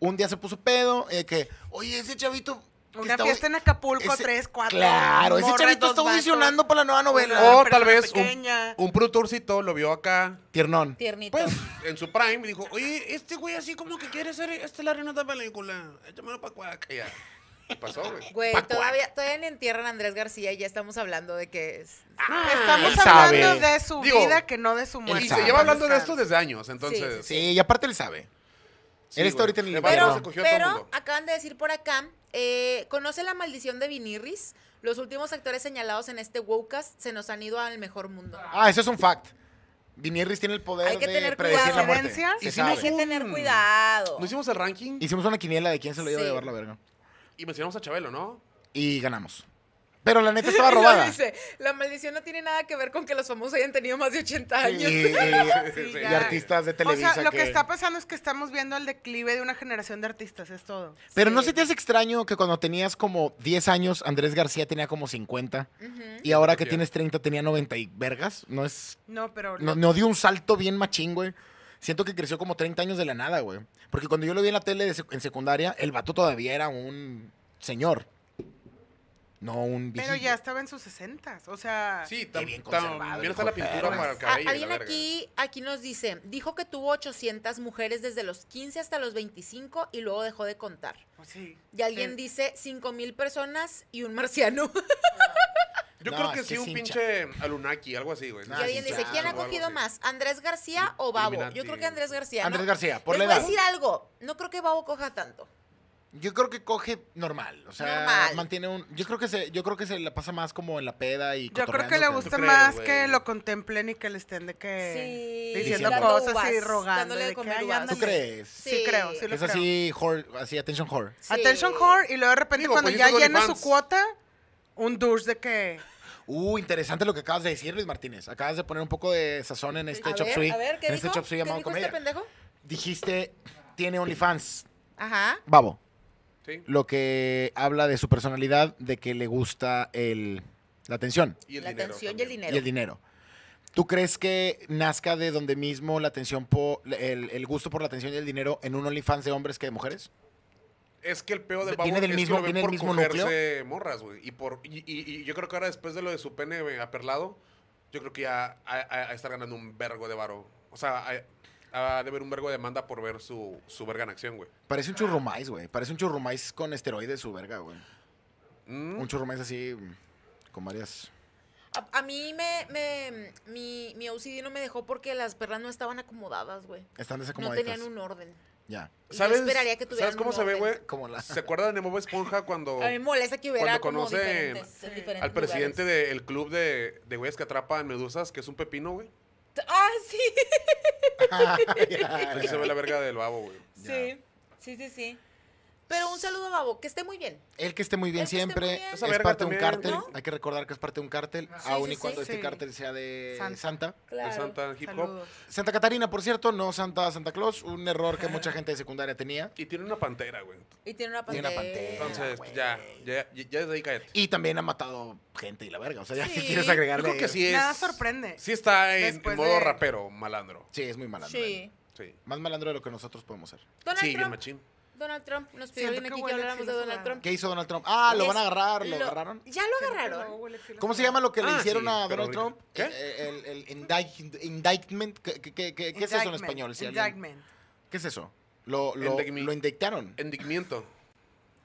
Speaker 1: un día se puso pedo, eh, que, oye, ese chavito... que
Speaker 4: Una
Speaker 1: está
Speaker 4: fiesta
Speaker 1: audi-
Speaker 4: en Acapulco,
Speaker 1: ese-
Speaker 4: 3, 4.
Speaker 1: Claro, ese chavito está audicionando para la nueva novela.
Speaker 4: Una
Speaker 3: O
Speaker 4: persona
Speaker 3: tal vez
Speaker 4: pequeña.
Speaker 3: un, un productorcito lo vio acá
Speaker 1: Tiernón.
Speaker 2: Tiernito.
Speaker 3: Pues en su prime y dijo, oye, este güey así como que quiere ser este estelar en otra película. Échamelo pa' cuaca ya. ¿Qué pasó, güey?
Speaker 2: Güey,
Speaker 1: Paco.
Speaker 2: todavía, todavía no entierran a Andrés García y ya estamos hablando de que es...
Speaker 3: Ah,
Speaker 4: Estamos
Speaker 1: él
Speaker 4: hablando
Speaker 1: sabe.
Speaker 4: de su
Speaker 3: Digo,
Speaker 4: vida que no de su muerte.
Speaker 3: Y se
Speaker 1: sabe.
Speaker 3: lleva hablando de esto desde años, entonces.
Speaker 1: Sí, y aparte él sabe.
Speaker 3: Sí,
Speaker 1: él está
Speaker 3: güey.
Speaker 1: ahorita en el
Speaker 3: Le valió,
Speaker 1: infierno.
Speaker 2: Pero,
Speaker 3: se cogió a todo el
Speaker 2: pero
Speaker 3: mundo.
Speaker 2: acaban de decir por acá, eh, ¿conoce la maldición de Vinirris? Los últimos actores señalados en este Wowcast se nos han ido al mejor mundo.
Speaker 1: Ah, eso es un fact. Vinierris tiene el poder
Speaker 2: Hay que
Speaker 1: de
Speaker 2: tener
Speaker 1: predecir
Speaker 2: cuidado.
Speaker 1: la muerte.
Speaker 4: Herencia.
Speaker 1: Se
Speaker 3: Hicimos
Speaker 2: Hay
Speaker 1: sabe.
Speaker 2: que
Speaker 3: un-
Speaker 2: tener cuidado.
Speaker 3: No hicimos el ranking
Speaker 1: Mm. Hicimos una quiniela de quién se lo iba a
Speaker 2: Sí.
Speaker 1: llevar la verga.
Speaker 3: y mencionamos a Chabelo, ¿no?
Speaker 1: Y ganamos. Pero la neta estaba
Speaker 2: Y luego
Speaker 1: robada.
Speaker 2: dice, la maldición no tiene nada que ver con que los famosos hayan tenido más de 80
Speaker 1: Y,
Speaker 2: años.
Speaker 1: y-
Speaker 2: Ah,
Speaker 4: Sí,
Speaker 1: y
Speaker 4: ya.
Speaker 1: artistas de
Speaker 4: O
Speaker 1: Televisa.
Speaker 4: sea, lo que... está pasando es que estamos viendo el declive de una generación de artistas, es todo.
Speaker 1: Pero no
Speaker 2: Sí.
Speaker 1: se te hace extraño que cuando tenías como 10 años, Andrés García tenía como 50.
Speaker 2: Ujú.
Speaker 1: Y ahora que
Speaker 3: Ya.
Speaker 1: tienes 30 tenía 90 y vergas. No es.
Speaker 4: No, pero
Speaker 1: No, no dio un salto bien machín, güey. Siento que creció como 30 años de la nada, güey. Porque cuando yo lo vi en la tele de sec- en secundaria, el vato todavía era un señor. No, un
Speaker 4: Pero
Speaker 1: viejillo.
Speaker 4: ya estaba en sus sesentas. O sea,
Speaker 3: Sí,
Speaker 1: Qué
Speaker 3: tam-
Speaker 1: bien
Speaker 3: tam-
Speaker 1: conservado,
Speaker 3: bien está
Speaker 1: hijo
Speaker 3: la
Speaker 1: de
Speaker 3: pintura
Speaker 1: perra.
Speaker 3: para el
Speaker 2: Ah,
Speaker 3: cabello.
Speaker 2: alguien
Speaker 3: la verga.
Speaker 2: aquí, aquí nos dice, dijo que tuvo 800 mujeres desde los 15 hasta los 25 y luego dejó de contar.
Speaker 4: pues sí.
Speaker 2: Y alguien
Speaker 4: Sí.
Speaker 2: dice 5000 personas y un marciano.
Speaker 3: Yo
Speaker 1: No,
Speaker 3: creo que
Speaker 1: es que
Speaker 3: sí, un
Speaker 1: es
Speaker 3: pinche Alunaki, algo así, güey.
Speaker 1: Ah,
Speaker 2: y alguien
Speaker 1: sí,
Speaker 2: dice, ¿quién ha
Speaker 1: claro,
Speaker 2: cogido más? ¿Andrés García o Babo? Yo
Speaker 3: Illuminati.
Speaker 2: creo que Andrés García. ¿no?
Speaker 1: Andrés García, por la
Speaker 2: Les
Speaker 1: edad.
Speaker 2: voy a decir algo. No creo que Babo coja tanto.
Speaker 1: Yo creo que coge normal, o sea,
Speaker 2: Normal.
Speaker 1: mantiene un yo creo que se yo creo que se la pasa más como en la peda y
Speaker 4: Yo creo que le
Speaker 1: cotorreando
Speaker 4: gusta
Speaker 3: ¿Tú crees,
Speaker 4: más
Speaker 3: güey?
Speaker 4: que lo contemplen y que le estén de que
Speaker 2: Sí,
Speaker 4: diciendo
Speaker 1: dando
Speaker 4: cosas y
Speaker 2: uvas,
Speaker 4: rogando.
Speaker 2: dándole de
Speaker 4: de que,
Speaker 2: comer
Speaker 4: "Ay,
Speaker 2: uvas".
Speaker 1: ¿Tú
Speaker 4: ándale".
Speaker 1: crees?
Speaker 4: Sí, creo, sí
Speaker 1: Que
Speaker 4: lo
Speaker 1: es
Speaker 4: creo.
Speaker 1: así whore, así attention whore.
Speaker 2: Sí.
Speaker 4: Attention whore y luego de repente
Speaker 3: Digo,
Speaker 4: cuando
Speaker 3: pues,
Speaker 4: ya
Speaker 3: esos
Speaker 4: llena su
Speaker 3: OnlyFans.
Speaker 4: cuota, un douche de que
Speaker 1: Uh, interesante lo que acabas de decir, Luis Martínez. Acabas de poner un poco de sazón en este
Speaker 2: a,
Speaker 1: chop
Speaker 2: ver,
Speaker 1: suey,
Speaker 2: a ver, ¿qué
Speaker 1: en
Speaker 2: dijo?
Speaker 1: este chop suey
Speaker 2: ¿Qué
Speaker 1: llamado
Speaker 2: dijo este
Speaker 1: comedia.
Speaker 2: pendejo?
Speaker 1: Dijiste tiene OnlyFans.
Speaker 2: Ajá.
Speaker 1: Babo,
Speaker 3: Sí.
Speaker 1: lo que habla de su personalidad, de que le gusta el la atención
Speaker 3: Y el
Speaker 2: la
Speaker 3: dinero
Speaker 2: atención y el
Speaker 3: también.
Speaker 2: dinero.
Speaker 1: y el dinero. ¿Tú crees que nazca de donde mismo la atención por el, el gusto por la atención y el dinero en un OnlyFans de hombres que de mujeres?
Speaker 3: Es que el peo del
Speaker 1: ¿Viene
Speaker 3: babo
Speaker 1: del
Speaker 3: es
Speaker 1: mismo-
Speaker 3: que lo ven
Speaker 1: viene del mismo
Speaker 3: por cogerse morras, güey. Y, por, y, y- y yo creo que ahora después de lo de su pene güey, aperlado, yo creo que ya a, a- a estar ganando un vergo de varo. O sea, a, a deber un vergo de demanda por ver su, su verga en acción, güey.
Speaker 1: Parece un churrumais, güey. Parece un churrumais con esteroides su verga, güey.
Speaker 3: Mm.
Speaker 1: Un churrumais así mm, con varias.
Speaker 2: A, a mí me, me- mi, mi OCD no me dejó porque las perlas no estaban acomodadas, güey.
Speaker 1: Están
Speaker 2: No
Speaker 1: desacomoditas.
Speaker 2: tenían un orden.
Speaker 1: Ya.
Speaker 2: Y yo
Speaker 3: ¿Sabes,
Speaker 2: esperaría que tuvieran
Speaker 3: ¿Sabes cómo
Speaker 2: un
Speaker 3: se ve,
Speaker 2: orden.
Speaker 3: güey?
Speaker 1: Como la-
Speaker 3: ¿Se acuerdan de Bob Esponja cuando
Speaker 2: A mí me molesta que hubiera
Speaker 3: Cuando
Speaker 2: como
Speaker 3: conocen
Speaker 2: diferentes, en diferentes
Speaker 3: al presidente
Speaker 2: lugares.
Speaker 3: del club de, de güeyes que atrapan medusas, que es un pepino, güey?
Speaker 2: Ah, sí.
Speaker 1: Ah,
Speaker 3: Así se ve la verga del babo, güey.
Speaker 1: Ya.
Speaker 2: Sí, sí, sí, sí. Pero un saludo a Babo, que esté muy bien.
Speaker 1: El que esté muy bien
Speaker 2: El que esté
Speaker 1: siempre.
Speaker 2: muy bien.
Speaker 1: Es
Speaker 3: Esa verga
Speaker 1: parte de un
Speaker 3: también,
Speaker 1: cártel.
Speaker 2: ¿no?
Speaker 1: Hay que recordar que es parte de un cártel.
Speaker 2: Sí,
Speaker 1: aun
Speaker 2: sí,
Speaker 1: y
Speaker 2: sí.
Speaker 1: cuando este
Speaker 4: Sí.
Speaker 1: cártel sea de
Speaker 4: Santa.
Speaker 1: Santa.
Speaker 3: El Santa Hip Hop.
Speaker 4: saludos.
Speaker 1: Santa Catarina, por cierto, no Santa Santa Claus. Un error que mucha gente de secundaria tenía.
Speaker 3: Y tiene una pantera, güey.
Speaker 2: Y tiene una
Speaker 1: Tiene
Speaker 2: pantera.
Speaker 1: una pantera.
Speaker 3: Entonces,
Speaker 1: güey.
Speaker 3: ya, ya, ya ya desde ahí cállate.
Speaker 1: Y también ha matado gente y la verga. O sea, ya que
Speaker 2: Sí.
Speaker 1: quieres
Speaker 3: Yo
Speaker 1: agregarle.
Speaker 3: creo que sí es.
Speaker 4: Nada sorprende.
Speaker 3: Sí está en,
Speaker 4: Después
Speaker 3: en modo
Speaker 4: de-
Speaker 3: rapero, malandro.
Speaker 1: Sí, es muy malandro.
Speaker 2: Sí.
Speaker 3: Sí.
Speaker 1: Más malandro de lo que nosotros podemos ser.
Speaker 2: Donald
Speaker 3: sí, bien
Speaker 2: Trump.
Speaker 3: machín.
Speaker 2: Donald Trump nos pidió
Speaker 4: Siento
Speaker 2: alguien
Speaker 4: que
Speaker 2: aquí que
Speaker 4: huele a
Speaker 2: habláramos de
Speaker 4: chile
Speaker 2: Donald
Speaker 4: serrano.
Speaker 2: Trump.
Speaker 1: ¿Qué hizo Donald Trump? Ah, lo
Speaker 2: Les-
Speaker 1: van a agarrar, lo
Speaker 2: lo-
Speaker 1: agarraron.
Speaker 2: Ya lo agarraron.
Speaker 1: ¿Cómo se llama lo que le
Speaker 3: Ah,
Speaker 1: hicieron
Speaker 3: sí,
Speaker 1: a
Speaker 3: pero
Speaker 1: Donald Trump?
Speaker 3: ahorita- ¿Qué?
Speaker 1: Eh, El, el indict- indictment. ¿Qué, qué- qué- qué- qué es eso en español? si alguien-
Speaker 4: Indictment.
Speaker 1: ¿Qué es eso? Lo, lo,
Speaker 3: Indictment.
Speaker 1: lo indictaron,
Speaker 3: Endicmiento.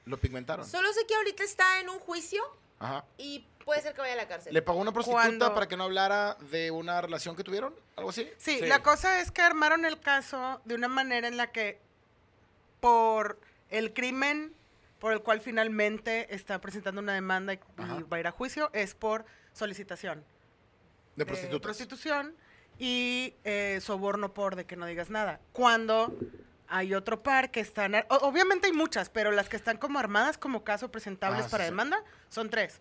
Speaker 1: lo pigmentaron.
Speaker 2: Solo sé que ahorita está en un juicio
Speaker 1: Ajá.
Speaker 2: y puede ser que vaya a la cárcel.
Speaker 1: ¿Le pagó una prostituta
Speaker 4: Cuando-
Speaker 1: para que no hablara de una relación que tuvieron? ¿Algo así?
Speaker 4: Sí,
Speaker 3: Sí.
Speaker 4: la cosa es que armaron el caso de una manera en la que por el crimen por el cual finalmente está presentando una demanda y, y
Speaker 1: Ajá.
Speaker 4: va a ir a juicio es por solicitación Eh,
Speaker 1: De prostituta.
Speaker 4: prostitución y eh, soborno por de que no digas nada. Cuando hay otro par que están, ar- o- obviamente hay muchas, pero las que están como armadas como caso presentables
Speaker 1: Ah, sí,
Speaker 4: para
Speaker 1: sí.
Speaker 4: demanda son tres.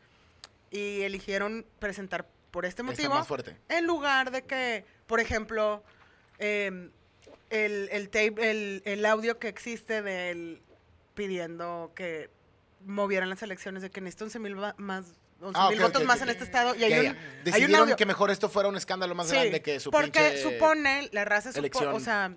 Speaker 4: Y eligieron presentar por este
Speaker 1: Está
Speaker 4: motivo
Speaker 1: más fuerte.
Speaker 4: en lugar de que, por ejemplo, em, el, el tape, el, el audio que existe de él pidiendo que movieran las elecciones de que necesita 11 mil más, 11
Speaker 1: Ah, ok,
Speaker 4: votos
Speaker 1: ok,
Speaker 4: más
Speaker 1: ok.
Speaker 4: en este estado. Y hay
Speaker 1: Ya,
Speaker 4: un-
Speaker 1: ya.
Speaker 4: hay un
Speaker 1: Decidieron
Speaker 4: audio.
Speaker 1: que mejor esto fuera un escándalo más
Speaker 4: Sí,
Speaker 1: grande que su
Speaker 4: porque
Speaker 1: pinche-
Speaker 4: supone, la raza supone,
Speaker 1: elección.
Speaker 4: o sea,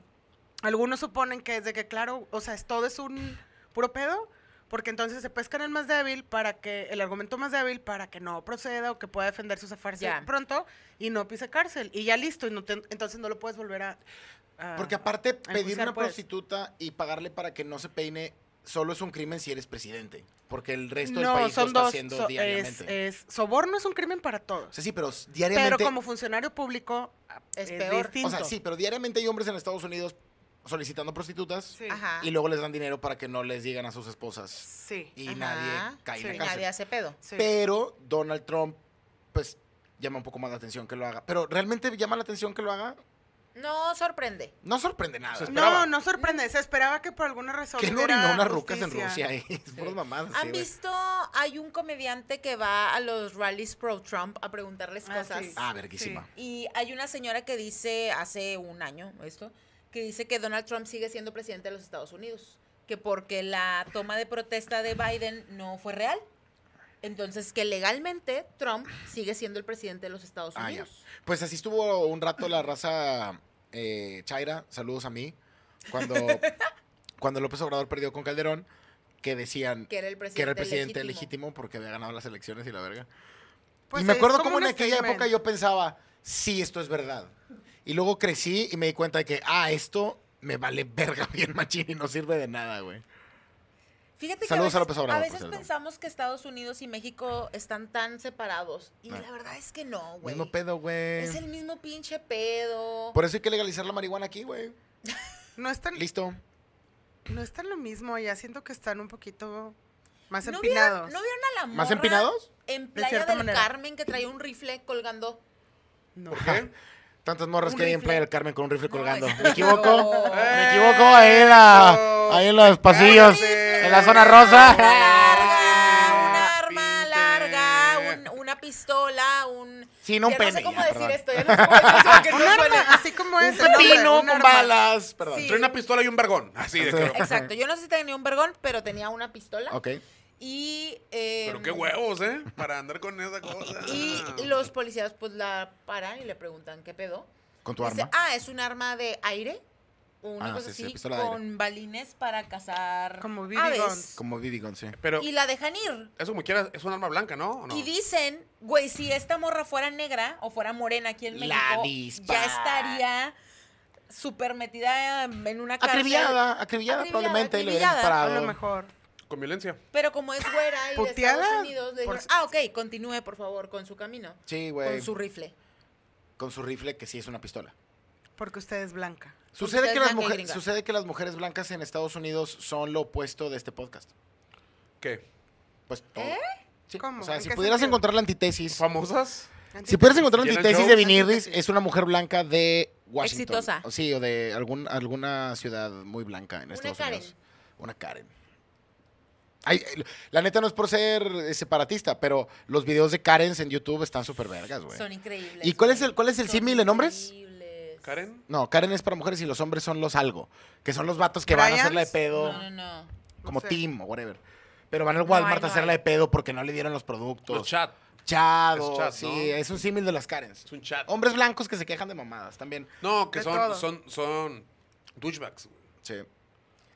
Speaker 4: algunos suponen que es de que, claro, o sea, es, todo es un puro pedo, porque entonces se pescan el más débil para que, el argumento más débil para que no proceda o que pueda defender sus afarse
Speaker 2: Ya.
Speaker 4: pronto y no pise cárcel. Y ya listo, y no te- entonces no lo puedes volver a... a-
Speaker 1: Porque aparte, pedir
Speaker 4: enjuiciar,
Speaker 1: una
Speaker 4: pues.
Speaker 1: prostituta y pagarle para que no se peine solo es un crimen si eres presidente. Porque el resto
Speaker 4: no,
Speaker 1: del país lo
Speaker 4: son
Speaker 1: está
Speaker 4: dos,
Speaker 1: haciendo
Speaker 4: so- es,
Speaker 1: diariamente.
Speaker 4: es- soborno es un crimen para todos.
Speaker 1: O sea, sí, pero s-
Speaker 4: pero
Speaker 1: diariamente...
Speaker 4: como funcionario público
Speaker 2: Es
Speaker 4: es,
Speaker 2: peor.
Speaker 4: distinto.
Speaker 1: O sea, sí, pero diariamente hay hombres en Estados Unidos solicitando prostitutas
Speaker 4: Sí.
Speaker 2: Ajá.
Speaker 1: y luego les dan dinero para que no les digan a sus esposas
Speaker 4: Sí.
Speaker 1: y
Speaker 2: Ajá.
Speaker 1: nadie cae en
Speaker 4: Sí.
Speaker 1: la
Speaker 2: Y
Speaker 1: cárcel.
Speaker 2: nadie hace pedo.
Speaker 4: sí.
Speaker 1: Pero Donald Trump, pues, llama un poco más la atención que lo haga. Pero realmente llama la atención que lo haga.
Speaker 2: No sorprende.
Speaker 1: No sorprende nada.
Speaker 3: Se esperaba.
Speaker 4: No, no sorprende. Se esperaba que por alguna razón.
Speaker 1: ¿Quién
Speaker 4: hubiera
Speaker 1: orinó unas rucas en
Speaker 4: justicia.
Speaker 1: Rusia? eh? Es puras mamadas. sí,
Speaker 2: ¿Han
Speaker 1: güey.
Speaker 2: visto? Hay un comediante que va a los rallies pro-Trump a preguntarles
Speaker 4: Ah,
Speaker 2: cosas.
Speaker 4: sí.
Speaker 1: Ah, verguísima.
Speaker 2: Y hay una señora que dice hace un año esto, que dice que Donald Trump sigue siendo presidente de los Estados Unidos, que porque la toma de protesta de Biden no fue real. Entonces que legalmente Trump sigue siendo el presidente de los Estados
Speaker 1: Ah, ya.
Speaker 2: Unidos.
Speaker 1: Pues así estuvo un rato la raza eh, Chaira, saludos a mí, cuando, cuando López Obrador perdió con Calderón. que decían
Speaker 2: Que era el presidente,
Speaker 1: que era el presidente
Speaker 2: legítimo.
Speaker 1: legítimo. porque había ganado las elecciones y la verga.
Speaker 4: Pues
Speaker 1: y me
Speaker 4: es
Speaker 1: acuerdo
Speaker 4: como
Speaker 1: como
Speaker 4: un
Speaker 1: en aquella
Speaker 4: statement.
Speaker 1: época yo pensaba, sí, esto es verdad. Y luego crecí y me di cuenta de que, ah, esto me vale verga bien machín y no sirve de nada, güey.
Speaker 2: Fíjate
Speaker 1: Saludos a
Speaker 2: que a
Speaker 1: López
Speaker 2: veces,
Speaker 1: Obrador,
Speaker 2: a
Speaker 1: por
Speaker 2: veces
Speaker 1: cierto.
Speaker 2: pensamos que Estados Unidos y México están tan separados. Y
Speaker 1: Ah.
Speaker 2: la verdad es que no, güey.
Speaker 1: Mismo pedo, güey.
Speaker 2: Es el mismo pinche pedo.
Speaker 1: Por eso hay que legalizar la marihuana aquí, güey.
Speaker 4: No es tan,
Speaker 1: Listo.
Speaker 4: no es tan lo mismo, ya siento que están un poquito más
Speaker 2: ¿No
Speaker 4: empinados.
Speaker 2: vieron, ¿No vieron a la morra
Speaker 1: ¿Más empinados?
Speaker 2: en
Speaker 4: De
Speaker 2: Playa
Speaker 4: cierta
Speaker 2: del
Speaker 4: manera.
Speaker 2: Carmen que traía un rifle colgando?
Speaker 4: No.
Speaker 3: ¿Por qué?
Speaker 1: Tantas morras
Speaker 2: Un
Speaker 1: que hay en
Speaker 2: rifle.
Speaker 1: Playa del Carmen con un rifle
Speaker 2: No,
Speaker 1: colgando.
Speaker 2: es-
Speaker 1: ¿Me equivoco?
Speaker 2: No.
Speaker 1: Me equivoco ahí en, la- ahí en los pasillos.
Speaker 3: Cállate.
Speaker 1: En la zona rosa.
Speaker 2: Una larga, un arma
Speaker 3: Pinte.
Speaker 2: larga, un- una pistola, un...
Speaker 1: Sí, no un
Speaker 2: Ya
Speaker 1: pene.
Speaker 2: No sé cómo
Speaker 1: ya,
Speaker 2: decir
Speaker 1: perdón.
Speaker 2: esto, ya no sé cómo decir esto, que
Speaker 4: Un
Speaker 2: no
Speaker 4: arma,
Speaker 2: suene.
Speaker 4: así como es. el
Speaker 1: Un
Speaker 4: nombre,
Speaker 1: pepino
Speaker 4: un
Speaker 1: con
Speaker 4: arma.
Speaker 1: balas. Perdón.
Speaker 2: Sí.
Speaker 3: Trae una pistola y un vergón. Así de claro.
Speaker 2: Exacto, yo no sé si tenía un vergón, pero tenía una pistola.
Speaker 1: Ok.
Speaker 2: Y... eh,
Speaker 3: Pero qué huevos, ¿eh? Para andar con esa cosa.
Speaker 2: Y los policías pues la paran y le preguntan qué pedo.
Speaker 1: Con tu
Speaker 2: Dice,
Speaker 1: arma.
Speaker 2: ah, es un arma de aire. O una
Speaker 1: Ah,
Speaker 2: cosa
Speaker 1: sí, sí,
Speaker 2: así,
Speaker 1: pistola de aire.
Speaker 2: con balines para cazar
Speaker 4: Como BB
Speaker 2: aves.
Speaker 4: guns.
Speaker 1: Como Bibi Gonce.
Speaker 3: Pero
Speaker 2: Y la dejan ir.
Speaker 3: eso como quieras, es un arma blanca, ¿no? ¿O no?
Speaker 2: Y dicen, güey, si esta morra fuera negra o fuera morena aquí en México,
Speaker 1: La
Speaker 2: ya
Speaker 1: dispara.
Speaker 2: estaría súper metida en una cárcel.
Speaker 1: Acribillada, acribillada
Speaker 2: Acribillada,
Speaker 1: probablemente. y le hubieran
Speaker 2: acribillada.
Speaker 4: A
Speaker 1: disparado.
Speaker 4: lo mejor.
Speaker 3: Con violencia.
Speaker 2: Pero como es güera y de Estados
Speaker 4: Puteada,
Speaker 2: Unidos, le
Speaker 4: por
Speaker 2: dijeron, ah, ok, continúe, por favor, con su camino.
Speaker 1: Sí,
Speaker 2: Con
Speaker 1: güey.
Speaker 2: su rifle.
Speaker 1: Con su rifle, que sí es una pistola.
Speaker 4: Porque usted es blanca.
Speaker 1: Sucede
Speaker 2: usted
Speaker 1: que, las
Speaker 2: es blanca y
Speaker 1: mujeres,
Speaker 2: gringa.
Speaker 1: sucede que las mujeres blancas en Estados Unidos son lo opuesto de este podcast.
Speaker 3: ¿Qué?
Speaker 1: Pues todo.
Speaker 2: ¿Eh?
Speaker 1: Sí,
Speaker 4: ¿Cómo?
Speaker 1: O sea,
Speaker 4: ¿En
Speaker 1: si
Speaker 4: qué
Speaker 1: pudieras
Speaker 4: sentido?
Speaker 1: encontrar la antítesis.
Speaker 3: ¿Famosas?
Speaker 1: Si pudieras encontrar la
Speaker 3: Indiana
Speaker 1: antítesis de
Speaker 3: Jones.
Speaker 1: Vinirdis, es una mujer blanca de Washington.
Speaker 2: Exitosa.
Speaker 1: Sí, o de algún, alguna ciudad muy blanca en
Speaker 2: Una
Speaker 1: Estados
Speaker 2: Karen.
Speaker 1: Unidos. Una Karen. Ay, eh, la neta no es por ser eh, separatista, pero los videos de Karens en YouTube están súper vergas, güey.
Speaker 2: Son increíbles.
Speaker 1: ¿Y cuál es
Speaker 2: güey.
Speaker 1: el- cuál es el
Speaker 2: Son
Speaker 1: símil en hombres?
Speaker 2: increíbles.
Speaker 3: ¿Karen?
Speaker 1: No, Karen es para mujeres y los hombres son los algo. Que son los vatos que van a hacerla de
Speaker 4: ¿Bryans?
Speaker 1: pedo,
Speaker 2: No, no, no.
Speaker 1: como
Speaker 4: sé.
Speaker 1: Tim o whatever. Pero van al
Speaker 2: No
Speaker 1: Walmart
Speaker 2: hay, no
Speaker 1: a hacerla
Speaker 2: hay.
Speaker 1: de pedo porque no le dieron los productos.
Speaker 3: Los chat.
Speaker 1: Chado,
Speaker 3: Es chat,
Speaker 1: sí,
Speaker 3: ¿no?
Speaker 1: es un símil de las Karens.
Speaker 3: Es un chat.
Speaker 1: Hombres blancos que se quejan de mamadas también.
Speaker 3: No, que
Speaker 4: De todo.
Speaker 3: son, son, son douchebags. güey.
Speaker 1: Sí.